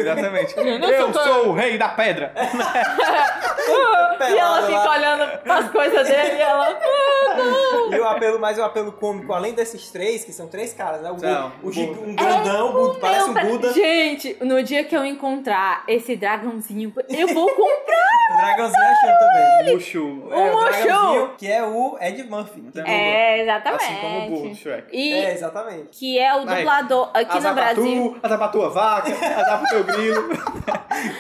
Speaker 4: exatamente.
Speaker 1: Eu não
Speaker 4: Eu
Speaker 1: sou
Speaker 4: sou o rei da pedra.
Speaker 1: e ela
Speaker 2: pelada
Speaker 1: fica
Speaker 2: lá.
Speaker 1: olhando as coisas dele e ela.
Speaker 2: E o apelo, mais o apelo cômico, além desses três, que são três caras, né? O,
Speaker 4: São,
Speaker 2: o,
Speaker 4: o
Speaker 2: gi-
Speaker 4: Buda.
Speaker 2: um grandão, o Buda, parece um Buda,
Speaker 1: É, Gente, no dia que eu encontrar esse dragãozinho, eu vou comprar.
Speaker 2: o dragãozinho achando também.
Speaker 4: Mushu.
Speaker 2: É,
Speaker 1: Mushu.
Speaker 2: dragãozinho, que é o Ed Murphy. Então,
Speaker 1: é, exatamente.
Speaker 4: Assim como o burro, do Shrek.
Speaker 1: E
Speaker 2: é, exatamente.
Speaker 1: que é o
Speaker 4: Vai.
Speaker 1: dublador aqui no
Speaker 4: azapa
Speaker 1: Brasil.
Speaker 4: tu, azapa tua vaca, azapa teu grilo.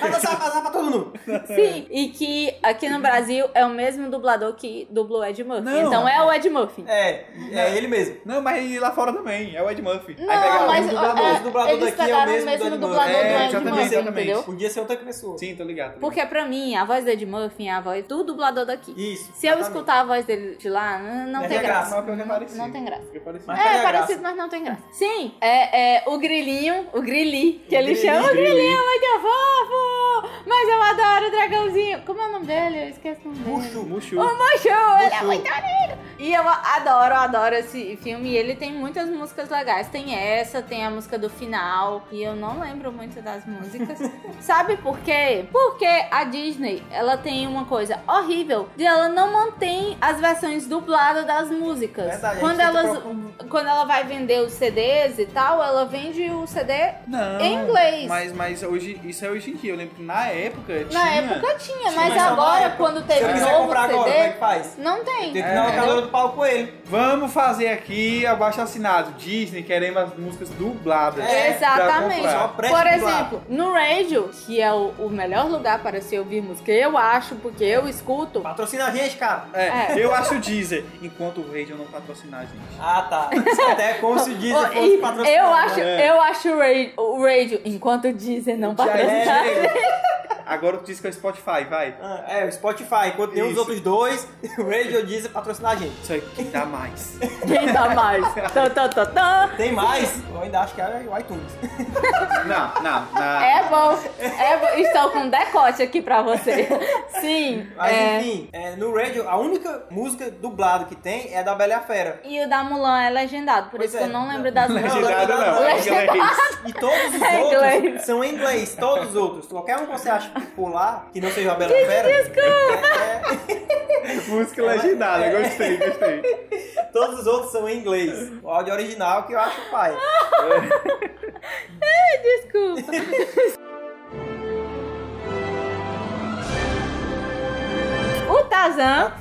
Speaker 2: Mas dançar, dançar pra todo mundo.
Speaker 1: Sim, e que aqui no Brasil é o mesmo dublador que dublou Ed Murphy.
Speaker 4: Não.
Speaker 1: então é o Ed Murphy.
Speaker 2: É, é ele mesmo.
Speaker 4: Não, mas lá fora também, é o Ed Murphy.
Speaker 1: Não,
Speaker 4: Aí pega né? o
Speaker 1: mas
Speaker 4: mesmo
Speaker 1: ó,
Speaker 4: dublador.
Speaker 1: é,
Speaker 2: Esse dublador
Speaker 1: eles
Speaker 2: daqui é o
Speaker 1: pegaram
Speaker 2: mesmo do Ed
Speaker 1: dublador do
Speaker 2: Murphy.
Speaker 4: É,
Speaker 1: Ed
Speaker 4: exatamente,
Speaker 1: Murphy,
Speaker 4: exatamente.
Speaker 1: entendeu?
Speaker 2: Podia ser outra pessoa.
Speaker 4: Sim, tô ligado. tô
Speaker 1: Porque pra mim, a voz do Ed Murphy é a voz do dublador daqui.
Speaker 2: Isso.
Speaker 1: Se eu
Speaker 2: exatamente.
Speaker 1: escutar a voz dele de lá, n- não,
Speaker 2: Não
Speaker 1: tem
Speaker 2: tem
Speaker 1: graça.
Speaker 4: graça, mas é
Speaker 1: Não,
Speaker 4: parecido.
Speaker 1: não tem graça.
Speaker 4: ligado. Porque
Speaker 2: Mas
Speaker 4: parece-
Speaker 1: É,
Speaker 2: tem a
Speaker 1: parecido, mas não tem graça. Sim, é, é o grilinho, o grili, que ele
Speaker 2: grilinho.
Speaker 1: chama o
Speaker 4: Grilinho.
Speaker 1: grilinho, mas que é fofo! Mas eu adoro o dragãozinho. Como é o nome dele? Eu esqueço o nome dele.
Speaker 2: Mushu,
Speaker 4: Mushu.
Speaker 1: O Mushu, ele é
Speaker 2: Mushu.
Speaker 1: muito lindo. E eu adoro, adoro esse filme. E ele tem muitas músicas legais. Tem essa, tem a música do final. E eu não lembro muito das músicas. Sabe por quê? Porque a Disney, ela tem uma coisa horrível. De ela não mantém as versões dubladas das músicas.
Speaker 2: Verdade, a
Speaker 1: quando,
Speaker 2: gente tenta
Speaker 1: elas, quando ela vai vender os CDs e tal, ela vende o CD...
Speaker 4: Não.
Speaker 1: Em inglês.
Speaker 4: Mas, mas hoje, isso é hoje em dia. Eu lembro que na época tinha.
Speaker 1: Na época tinha,
Speaker 2: Sim,
Speaker 1: mas,
Speaker 2: só na
Speaker 1: agora,
Speaker 2: época.
Speaker 1: quando
Speaker 2: Se
Speaker 1: teve
Speaker 2: eu
Speaker 1: um
Speaker 2: quiser
Speaker 1: novo
Speaker 2: comprar agora, como é
Speaker 1: CD...
Speaker 2: que faz?
Speaker 1: Não tem.
Speaker 2: Tem que ir
Speaker 4: É.
Speaker 2: na locadora do pau com ele.
Speaker 4: Vamos fazer aqui abaixo assinado. Disney queremos as músicas dubladas.
Speaker 2: É,
Speaker 1: Exatamente.
Speaker 4: pra
Speaker 2: Só
Speaker 4: comprar.
Speaker 2: presta
Speaker 1: Por
Speaker 2: pro
Speaker 1: exemplo, no radio, que é o, o melhor lugar para se ouvir música, eu acho, porque eu escuto.
Speaker 2: Patrocina a gente, cara.
Speaker 4: É, Eu acho o Deezer, enquanto o Rage eu não patrocinar, gente.
Speaker 2: Ah, tá. Até como se diz,
Speaker 1: Oh,
Speaker 2: se
Speaker 1: e
Speaker 2: fosse patrocinado. né?
Speaker 1: eu acho,
Speaker 4: É.
Speaker 1: eu acho o radio, o radio enquanto dizem não
Speaker 4: Já é,
Speaker 1: patrocinar.
Speaker 4: chega. Agora o Deezer é o Spotify, vai.
Speaker 2: Ah, É, o Spotify, enquanto tem os
Speaker 4: Isso.
Speaker 2: outros dois, o Radio Deezer patrocinar a gente.
Speaker 4: Isso aqui dá mais.
Speaker 1: Quem dá mais? Tã, tã, tã, tã.
Speaker 2: Tem mais? Eu ainda acho que é o iTunes.
Speaker 4: Não, não, não.
Speaker 1: É bom, é bom. Estou com um decote aqui pra você. Sim.
Speaker 2: Mas
Speaker 1: é.
Speaker 2: enfim, é, no Radio, a única música dublada que tem é da Bela e a Fera.
Speaker 1: E o da Mulan é legendado, por
Speaker 2: Pois
Speaker 1: isso que
Speaker 2: é.
Speaker 1: eu não lembro das
Speaker 2: Não,
Speaker 1: músicas.
Speaker 4: Legendado não, é
Speaker 1: Legendado.
Speaker 4: inglês.
Speaker 2: E todos os
Speaker 1: É inglês.
Speaker 2: outros são em inglês, todos os outros. Qualquer um que você acha popular, que não seja a Bela e a Fera. é-
Speaker 4: Música legendada, gostei, gostei.
Speaker 2: é, todos os outros são em inglês. O áudio original que eu acho pai.
Speaker 1: Ah! Desculpa. O Tarzan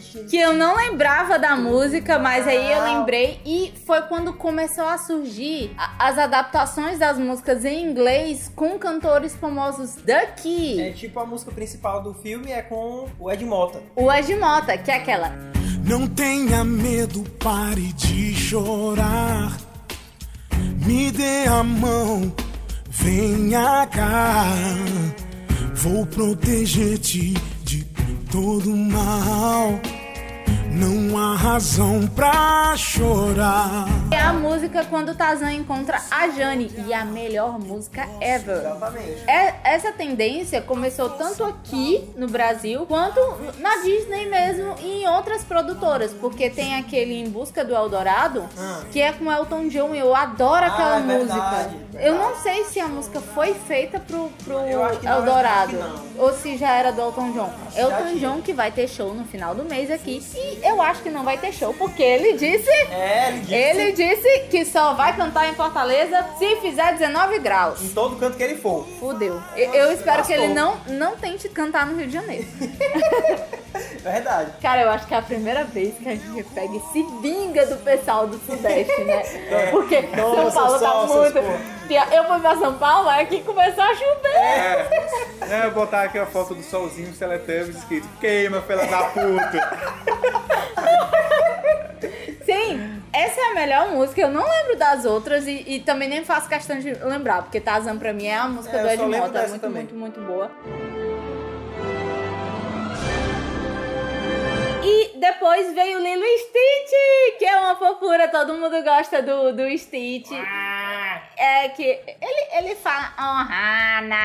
Speaker 1: Shazam. Que eu não lembrava da música, mas aí eu lembrei. E foi quando começou a surgir a- as adaptações das músicas em inglês com cantores famosos daqui.
Speaker 2: É tipo a música principal do filme é com o Ed Mota.
Speaker 1: O Ed Mota, que é aquela.
Speaker 13: Não tenha medo, pare de chorar. Me dê a mão, venha cá. Vou proteger-te de todo mal. Não há razão pra chorar.
Speaker 1: É a música quando o Tarzan encontra a Jane. E a melhor música ever.
Speaker 2: Exatamente.
Speaker 1: É, essa tendência começou tanto aqui no Brasil, quanto na Disney mesmo e em outras produtoras. Porque tem aquele Em Busca do Eldorado, que é com Elton John. e Eu adoro aquela
Speaker 2: Ah, é
Speaker 1: música.
Speaker 2: verdade,
Speaker 1: Eu não sei se a música foi feita pro, pro
Speaker 2: que não,
Speaker 1: Eldorado.
Speaker 2: eu acho que
Speaker 1: Ou se já era do Elton John.
Speaker 2: já
Speaker 1: Elton
Speaker 2: tinha.
Speaker 1: John que vai ter show no final do mês aqui. E eu acho que não vai ter show, porque ele disse.
Speaker 2: É, ele disse.
Speaker 1: Ele disse que só vai cantar em Fortaleza se fizer 19 graus.
Speaker 2: Em todo canto que ele for.
Speaker 1: Fudeu. Eu, eu espero que ele
Speaker 2: Lascou.
Speaker 1: não, não tente cantar no Rio de Janeiro.
Speaker 2: É Verdade.
Speaker 1: Cara, eu acho que é a primeira vez que a gente pega e se vinga do pessoal do Sudeste, né?
Speaker 2: É.
Speaker 1: Porque São
Speaker 2: Nossa,
Speaker 1: Paulo tá
Speaker 2: só,
Speaker 1: muito.
Speaker 2: seus
Speaker 1: Eu fui pra São Paulo, aí aqui começou a chover.
Speaker 4: É, eu vou botar aqui a foto do solzinho Teletubbies escrito Queima, filha da puta!
Speaker 1: Sim, essa é a melhor música. Eu não lembro das outras e, e também nem faço questão de lembrar, porque Tarzan pra mim é a música
Speaker 2: É,
Speaker 1: do
Speaker 2: eu
Speaker 1: Ed
Speaker 2: só lembro
Speaker 1: Mota.
Speaker 2: dessa
Speaker 1: Muito,
Speaker 2: também.
Speaker 1: muito, muito boa. E depois veio Lilo e Stitch, que é uma fofura, todo mundo gosta do, do Stitch. É que ele, ele fala Ohana.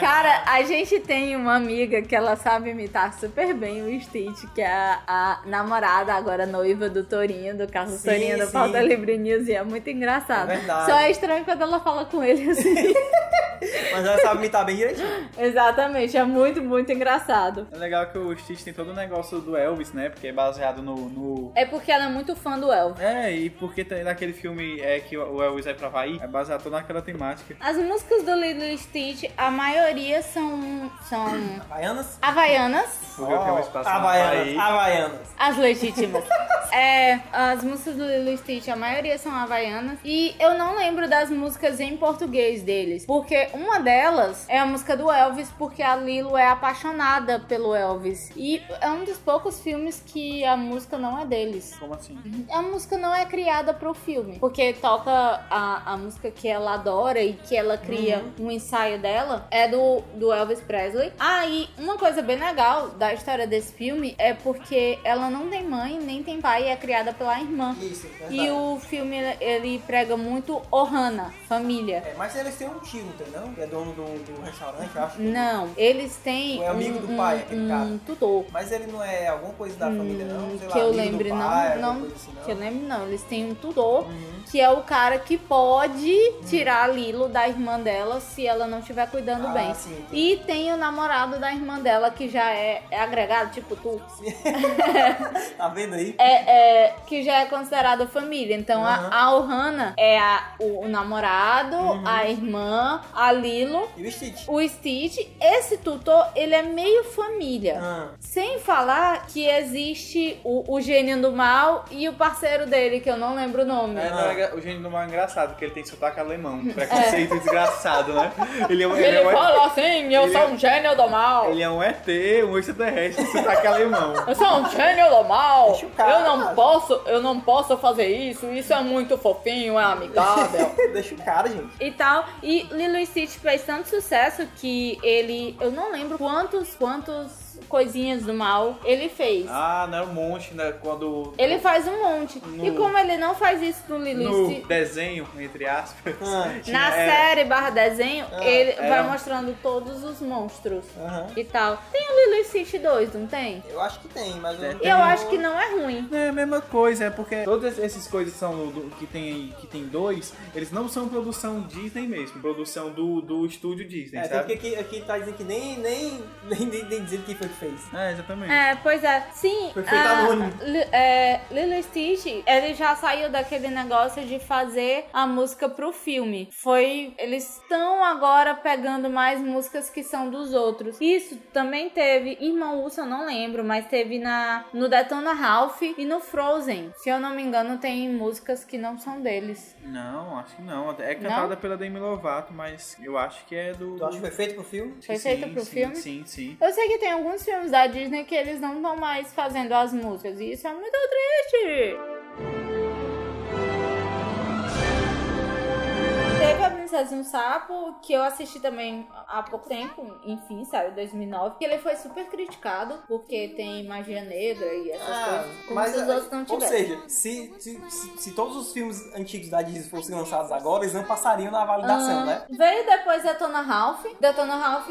Speaker 1: Cara, a gente tem uma amiga que ela sabe imitar super bem o Stitch, que é a, a namorada, agora noiva do Torinho, do Carlos
Speaker 2: Sim,
Speaker 1: Torinho, do
Speaker 2: sim.
Speaker 1: Pauta Livre News, e é muito engraçado.
Speaker 2: É verdade.
Speaker 1: Só é estranho quando ela fala com ele assim.
Speaker 2: Mas ela sabe imitar bem direitinho.
Speaker 1: Exatamente, é muito, muito engraçado.
Speaker 4: É legal que o Stitch tem todo o negócio do Elvis, né? Porque é baseado no- no
Speaker 1: É porque ela é muito fã do Elvis.
Speaker 4: É, e porque tem naquele filme é que o Elvis vai pra Havaí, é baseado toda naquela temática.
Speaker 1: As músicas do Lilo e Stitch, a maioria são, são
Speaker 2: Havaianas?
Speaker 1: havaianas.
Speaker 4: Porque eu tenho um espaço na Havaí.
Speaker 2: Havaianas, Havaianas.
Speaker 1: As legítimas. é, as músicas do Lilo e Stitch, a maioria são havaianas. E eu não lembro das músicas em português deles. Porque uma delas é a música do Elvis, porque a Lilo é apaixonada pelo Elvis. E é um dos poucos filmes que a música não é deles.
Speaker 4: Como assim?
Speaker 1: A música não é criada pro filme, porque toca a, a música que ela adora e que ela cria
Speaker 2: Uhum.
Speaker 1: um ensaio dela, é do, do Elvis Presley. Ah, e uma coisa bem legal da história desse filme é porque ela não tem mãe, nem tem pai, é criada pela irmã.
Speaker 2: Isso, verdade.
Speaker 1: E o filme, ele prega muito Ohana, família.
Speaker 2: É, mas eles têm um tio, não tem não? Que é dono do, do restaurante, eu acho.
Speaker 1: Não, eles têm
Speaker 2: Ou é amigo
Speaker 1: um,
Speaker 2: do pai,
Speaker 1: um-
Speaker 2: aquele
Speaker 1: um
Speaker 2: cara?
Speaker 1: tutor.
Speaker 2: Mas ele não é alguma coisa da família, não? Sei lá,
Speaker 1: Hum, que eu
Speaker 2: amigo do
Speaker 1: lembre,
Speaker 2: pai,
Speaker 1: não,
Speaker 2: alguma
Speaker 1: não,
Speaker 2: coisa assim, não.
Speaker 1: que eu lembre não, eles têm um tutor, que é o cara que pode tirar a Lilo da irmã dela se ela não estiver cuidando
Speaker 2: Ah,
Speaker 1: bem.
Speaker 2: sim, entendi.
Speaker 1: E tem o namorado da irmã dela que já é, é agregado, tipo tu,
Speaker 2: Tá vendo aí?
Speaker 1: é, é, que já é considerado família. Então
Speaker 2: Aham. Uhum.
Speaker 1: a, a Ohana é a- o, o namorado, a irmã, a Lilo,
Speaker 2: E o Stitch?
Speaker 1: o Stitch. Esse tutor, ele é meio família.
Speaker 2: Ah,
Speaker 1: Sem falar que existe o, o gênio do mal e o parceiro dele, que eu não lembro o nome.
Speaker 4: É, não, é gra- o gênio do mal é engraçado, porque ele tem sotaque alemão. Preconceito desgraçado, né? Ele é um, ele
Speaker 1: É. Ele
Speaker 4: é um,
Speaker 1: fala assim, eu
Speaker 4: ele
Speaker 1: sou
Speaker 4: é-
Speaker 1: um gênio do mal.
Speaker 4: ele é um ET, um extraterrestre, com sotaque alemão.
Speaker 1: Eu sou um gênio do mal.
Speaker 2: Deixa o cara,
Speaker 1: Eu não
Speaker 2: cara.
Speaker 1: posso, eu não posso fazer isso. Isso é muito fofinho, é amigável.
Speaker 2: deixa o cara, gente.
Speaker 1: e tal. E Lilo e Stitch fez tanto sucesso que ele, eu não lembro quantos quantos coisinhas do mal ele fez.
Speaker 4: Ah, não era um monte, né? Quando.
Speaker 1: Ele faz um monte. E
Speaker 4: No-
Speaker 1: como ele não faz isso no Lilo e
Speaker 4: No
Speaker 1: Stitch,
Speaker 4: desenho, entre aspas.
Speaker 2: Ah,
Speaker 4: tinha-
Speaker 1: Na
Speaker 4: é,
Speaker 1: série barra desenho,
Speaker 2: Ah,
Speaker 1: ele
Speaker 4: é.
Speaker 1: vai mostrando todos os monstros
Speaker 2: aham.
Speaker 1: e tal. Tem o Lilo e Stitch 2, não tem?
Speaker 2: Eu acho que tem, mas eu,
Speaker 1: Eu acho que não é ruim.
Speaker 4: É a mesma coisa, é porque todas essas coisas são do- que tem que tem dois, eles não são produção Disney mesmo, produção do, do estúdio Disney,
Speaker 2: É, tanto
Speaker 4: sabe?
Speaker 2: que aqui, aqui tá dizendo que nem, nem, nem, nem, nem dizendo que foi fez.
Speaker 4: É, exatamente.
Speaker 1: É, pois é. Sim,
Speaker 2: Foi feito anônimo.
Speaker 1: Li- é, Lilo e Stitch, ele já saiu daquele negócio de fazer a música pro filme. Foi, eles estão agora pegando mais músicas que são dos outros. Isso também teve, Irmão Urso eu não lembro, mas teve na, no Detona Ralph e no Frozen. Se eu não me engano, tem músicas que não são deles.
Speaker 4: Não, acho que não. É cantada pela Demi Lovato, mas eu acho que é do.
Speaker 2: Tu acha que foi feito pro filme?
Speaker 1: Foi feito pro
Speaker 4: sim,
Speaker 1: filme?
Speaker 4: Sim, sim.
Speaker 1: Eu sei que tem alguns filmes da Disney que eles não estão mais fazendo as músicas, e isso é muito triste. Teve a Princesa e um Sapo, que eu assisti também há pouco tempo, enfim, saiu em 2009, que ele foi super criticado, porque tem magia negra e essas
Speaker 2: Ah,
Speaker 1: coisas, como
Speaker 2: mas,
Speaker 1: se os outros não
Speaker 2: ou
Speaker 1: tivessem.
Speaker 2: seja, se, se, se- se todos os filmes antigos da Disney fossem lançados agora, eles não passariam na validação,
Speaker 1: Ah,
Speaker 2: né?
Speaker 1: Veio depois Detona Ralph. Detona Ralph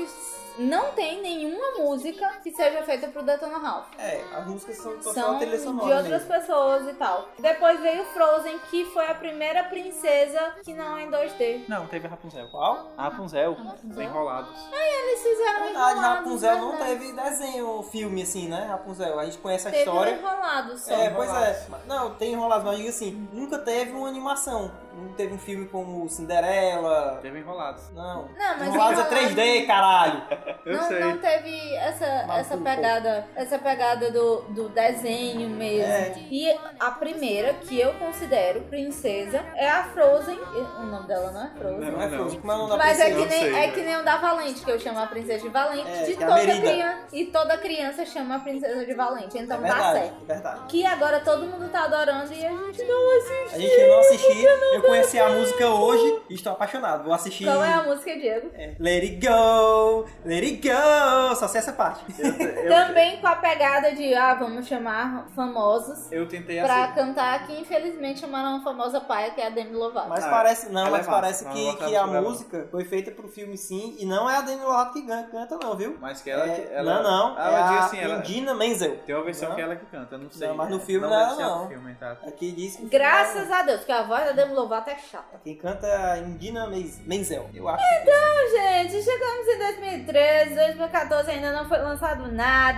Speaker 1: não tem nenhuma música que seja feita pro Detona Ralph.
Speaker 2: É, as músicas são, são,
Speaker 1: são
Speaker 2: a trilha
Speaker 1: de
Speaker 2: sonora. né?
Speaker 1: outras
Speaker 2: mesmo.
Speaker 1: pessoas e tal. Depois veio Frozen, que foi a primeira princesa que não é em 2D.
Speaker 4: Não, teve Rapunzel.
Speaker 2: Qual?
Speaker 4: Rapunzel. Enrolados.
Speaker 1: Eles fizeram
Speaker 2: Verdade,
Speaker 1: enrolados,
Speaker 2: Rapunzel não
Speaker 1: verdade.
Speaker 2: teve desenho, filme assim, né? Rapunzel, a gente conhece a
Speaker 1: Teve um
Speaker 2: história.
Speaker 1: enrolado só.
Speaker 2: É, pois é. Mas- Não, tem enrolado, mas eu digo assim, nunca teve uma animação. Não teve um filme como Cinderela.
Speaker 4: Teve enrolados.
Speaker 2: Não.
Speaker 1: Não, Ah, mas
Speaker 2: enrolados é
Speaker 1: Enrolados-
Speaker 2: 3D, caralho.
Speaker 4: Eu
Speaker 1: não,
Speaker 4: sei.
Speaker 1: não teve essa,
Speaker 2: Mas
Speaker 1: essa
Speaker 2: um
Speaker 1: pegada, essa pegada do, do desenho mesmo.
Speaker 2: É.
Speaker 1: E a primeira que eu considero princesa é a Frozen. O nome dela não é Frozen.
Speaker 2: Não é
Speaker 4: não.
Speaker 2: Frozen. Como é o nome da
Speaker 1: Mas é
Speaker 2: princesa?
Speaker 1: que, nem,
Speaker 4: sei, né?
Speaker 1: é
Speaker 4: velho.
Speaker 1: que nem o da Valente, que eu chamo a princesa de Valente.
Speaker 2: É,
Speaker 1: de
Speaker 2: que é a
Speaker 1: toda
Speaker 2: Merida.
Speaker 1: criança. E toda criança chama a princesa de Valente. Então
Speaker 2: É
Speaker 1: tá
Speaker 2: verdade,
Speaker 1: certo.
Speaker 2: é verdade.
Speaker 1: Que agora todo mundo tá adorando e a gente não assiste.
Speaker 2: A gente não assistiu, eu conheci a música hoje e estou apaixonado. Vou assistir.
Speaker 1: Qual é a música, Diego?
Speaker 2: É, Let it go, let it go. Só sei essa parte.
Speaker 1: Também com a pegada de, ah, vamos chamar famosos.
Speaker 4: Eu tentei
Speaker 1: Pra
Speaker 4: assim.
Speaker 1: cantar, que infelizmente chamaram a famosa paia, que é a Demi Lovato.
Speaker 2: Mas
Speaker 4: Ah,
Speaker 2: parece, não,
Speaker 4: ela
Speaker 2: mas
Speaker 4: é massa,
Speaker 2: parece
Speaker 4: não, eu
Speaker 2: que,
Speaker 4: gostava
Speaker 2: que a
Speaker 4: muito dela.
Speaker 2: música foi feita pro filme sim, e não é a Demi Lovato que gan- canta, não, viu?
Speaker 4: Mas que ela.
Speaker 2: É,
Speaker 4: que- ela
Speaker 2: não, não.
Speaker 4: Ela
Speaker 2: é
Speaker 4: diz
Speaker 2: a
Speaker 4: assim, ela.
Speaker 2: Indina Menzel.
Speaker 4: Tem uma versão
Speaker 2: Não.
Speaker 4: que é ela que canta, eu não sei.
Speaker 2: Não, mas no filme
Speaker 4: deve
Speaker 2: não é
Speaker 4: ser
Speaker 2: ela,
Speaker 4: no
Speaker 2: não.
Speaker 4: filme, tá?
Speaker 2: Aqui diz que
Speaker 1: Graças a Deus, porque a voz da Demi Lovato é chata.
Speaker 2: Quem canta é a Indina Menz- Menzel. Eu acho.
Speaker 1: Então, gente, chegamos em 2013, 2014 ainda não foi lançado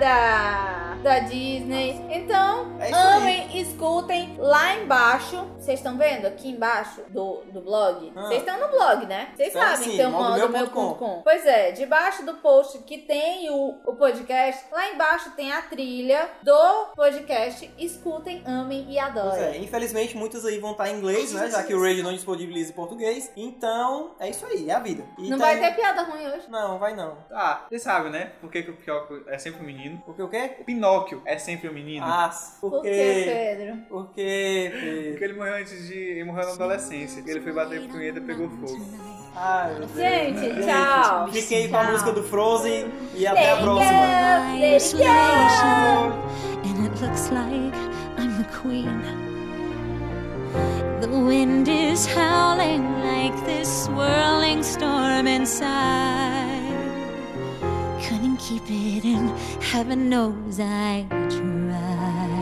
Speaker 1: nada da Disney. Então,
Speaker 2: É isso aí.
Speaker 1: amem, escutem lá embaixo. Vocês estão vendo aqui embaixo do, do blog?
Speaker 2: Ah.
Speaker 1: Vocês estão no blog, né? Vocês
Speaker 2: Estamos
Speaker 1: sabem
Speaker 2: sim,
Speaker 1: que tem o
Speaker 2: modomeu.com.
Speaker 1: modomeu.com. Pois é, debaixo do post que tem o, o podcast, lá embaixo tem a trilha do podcast. Escutem, amem e
Speaker 2: Pois
Speaker 1: adorem.
Speaker 2: é, infelizmente muitos aí vão estar em inglês, né? Já que o Rage não disponibiliza em português. Então, é isso aí, é a vida. E
Speaker 1: Não
Speaker 2: tá
Speaker 1: vai
Speaker 2: aí-
Speaker 1: ter piada ruim hoje.
Speaker 2: Não, vai não.
Speaker 4: Ah, vocês sabem, né? Por que, que o Pinóquio é sempre um menino?
Speaker 2: Porque o quê?
Speaker 4: O Pinóquio é sempre um menino.
Speaker 2: Ah,
Speaker 1: Por que,
Speaker 2: porque.
Speaker 1: Pedro?
Speaker 2: Porque. Pedro?
Speaker 4: Porque ele morreu antes de. Ele morreu na adolescência. Ele foi bater punheta e pegou fogo.
Speaker 2: Ai, meu Deus.
Speaker 1: Gente, tchau.
Speaker 2: Fiquei com a
Speaker 1: Tchau.
Speaker 2: música do Frozen e até a
Speaker 1: Let it go,
Speaker 2: próxima.
Speaker 1: let it go.
Speaker 11: And it looks like I'm the queen. The wind is howling like this swirling storm inside. Couldn't keep it in, heaven knows I tried.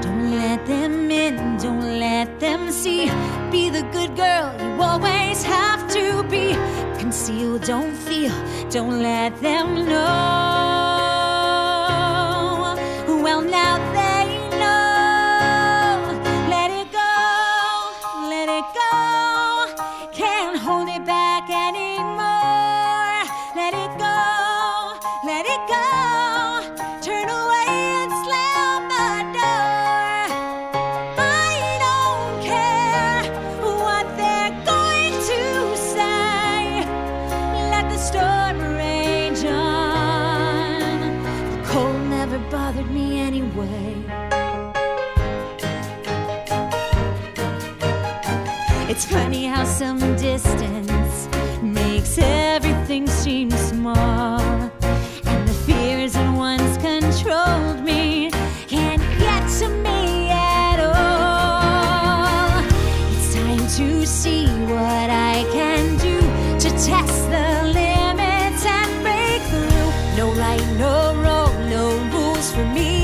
Speaker 11: Don't let them in, don't let them see. Be the good girl you always have to be. Conceal, don't feel, don't let them know. Well, now they know. Let it go, let it go. Can't hold it back anymore. Let it go, let it go. Turn away and slam the door. I don't care what they're going to say. Let the storm rage on. The cold never bothered me anyway. It's funny how some distance makes everything seem small. And the fears that once controlled me can't get to me at all. It's time to see what I can do to test the limits and break through. No right, no wrong, no rules for me.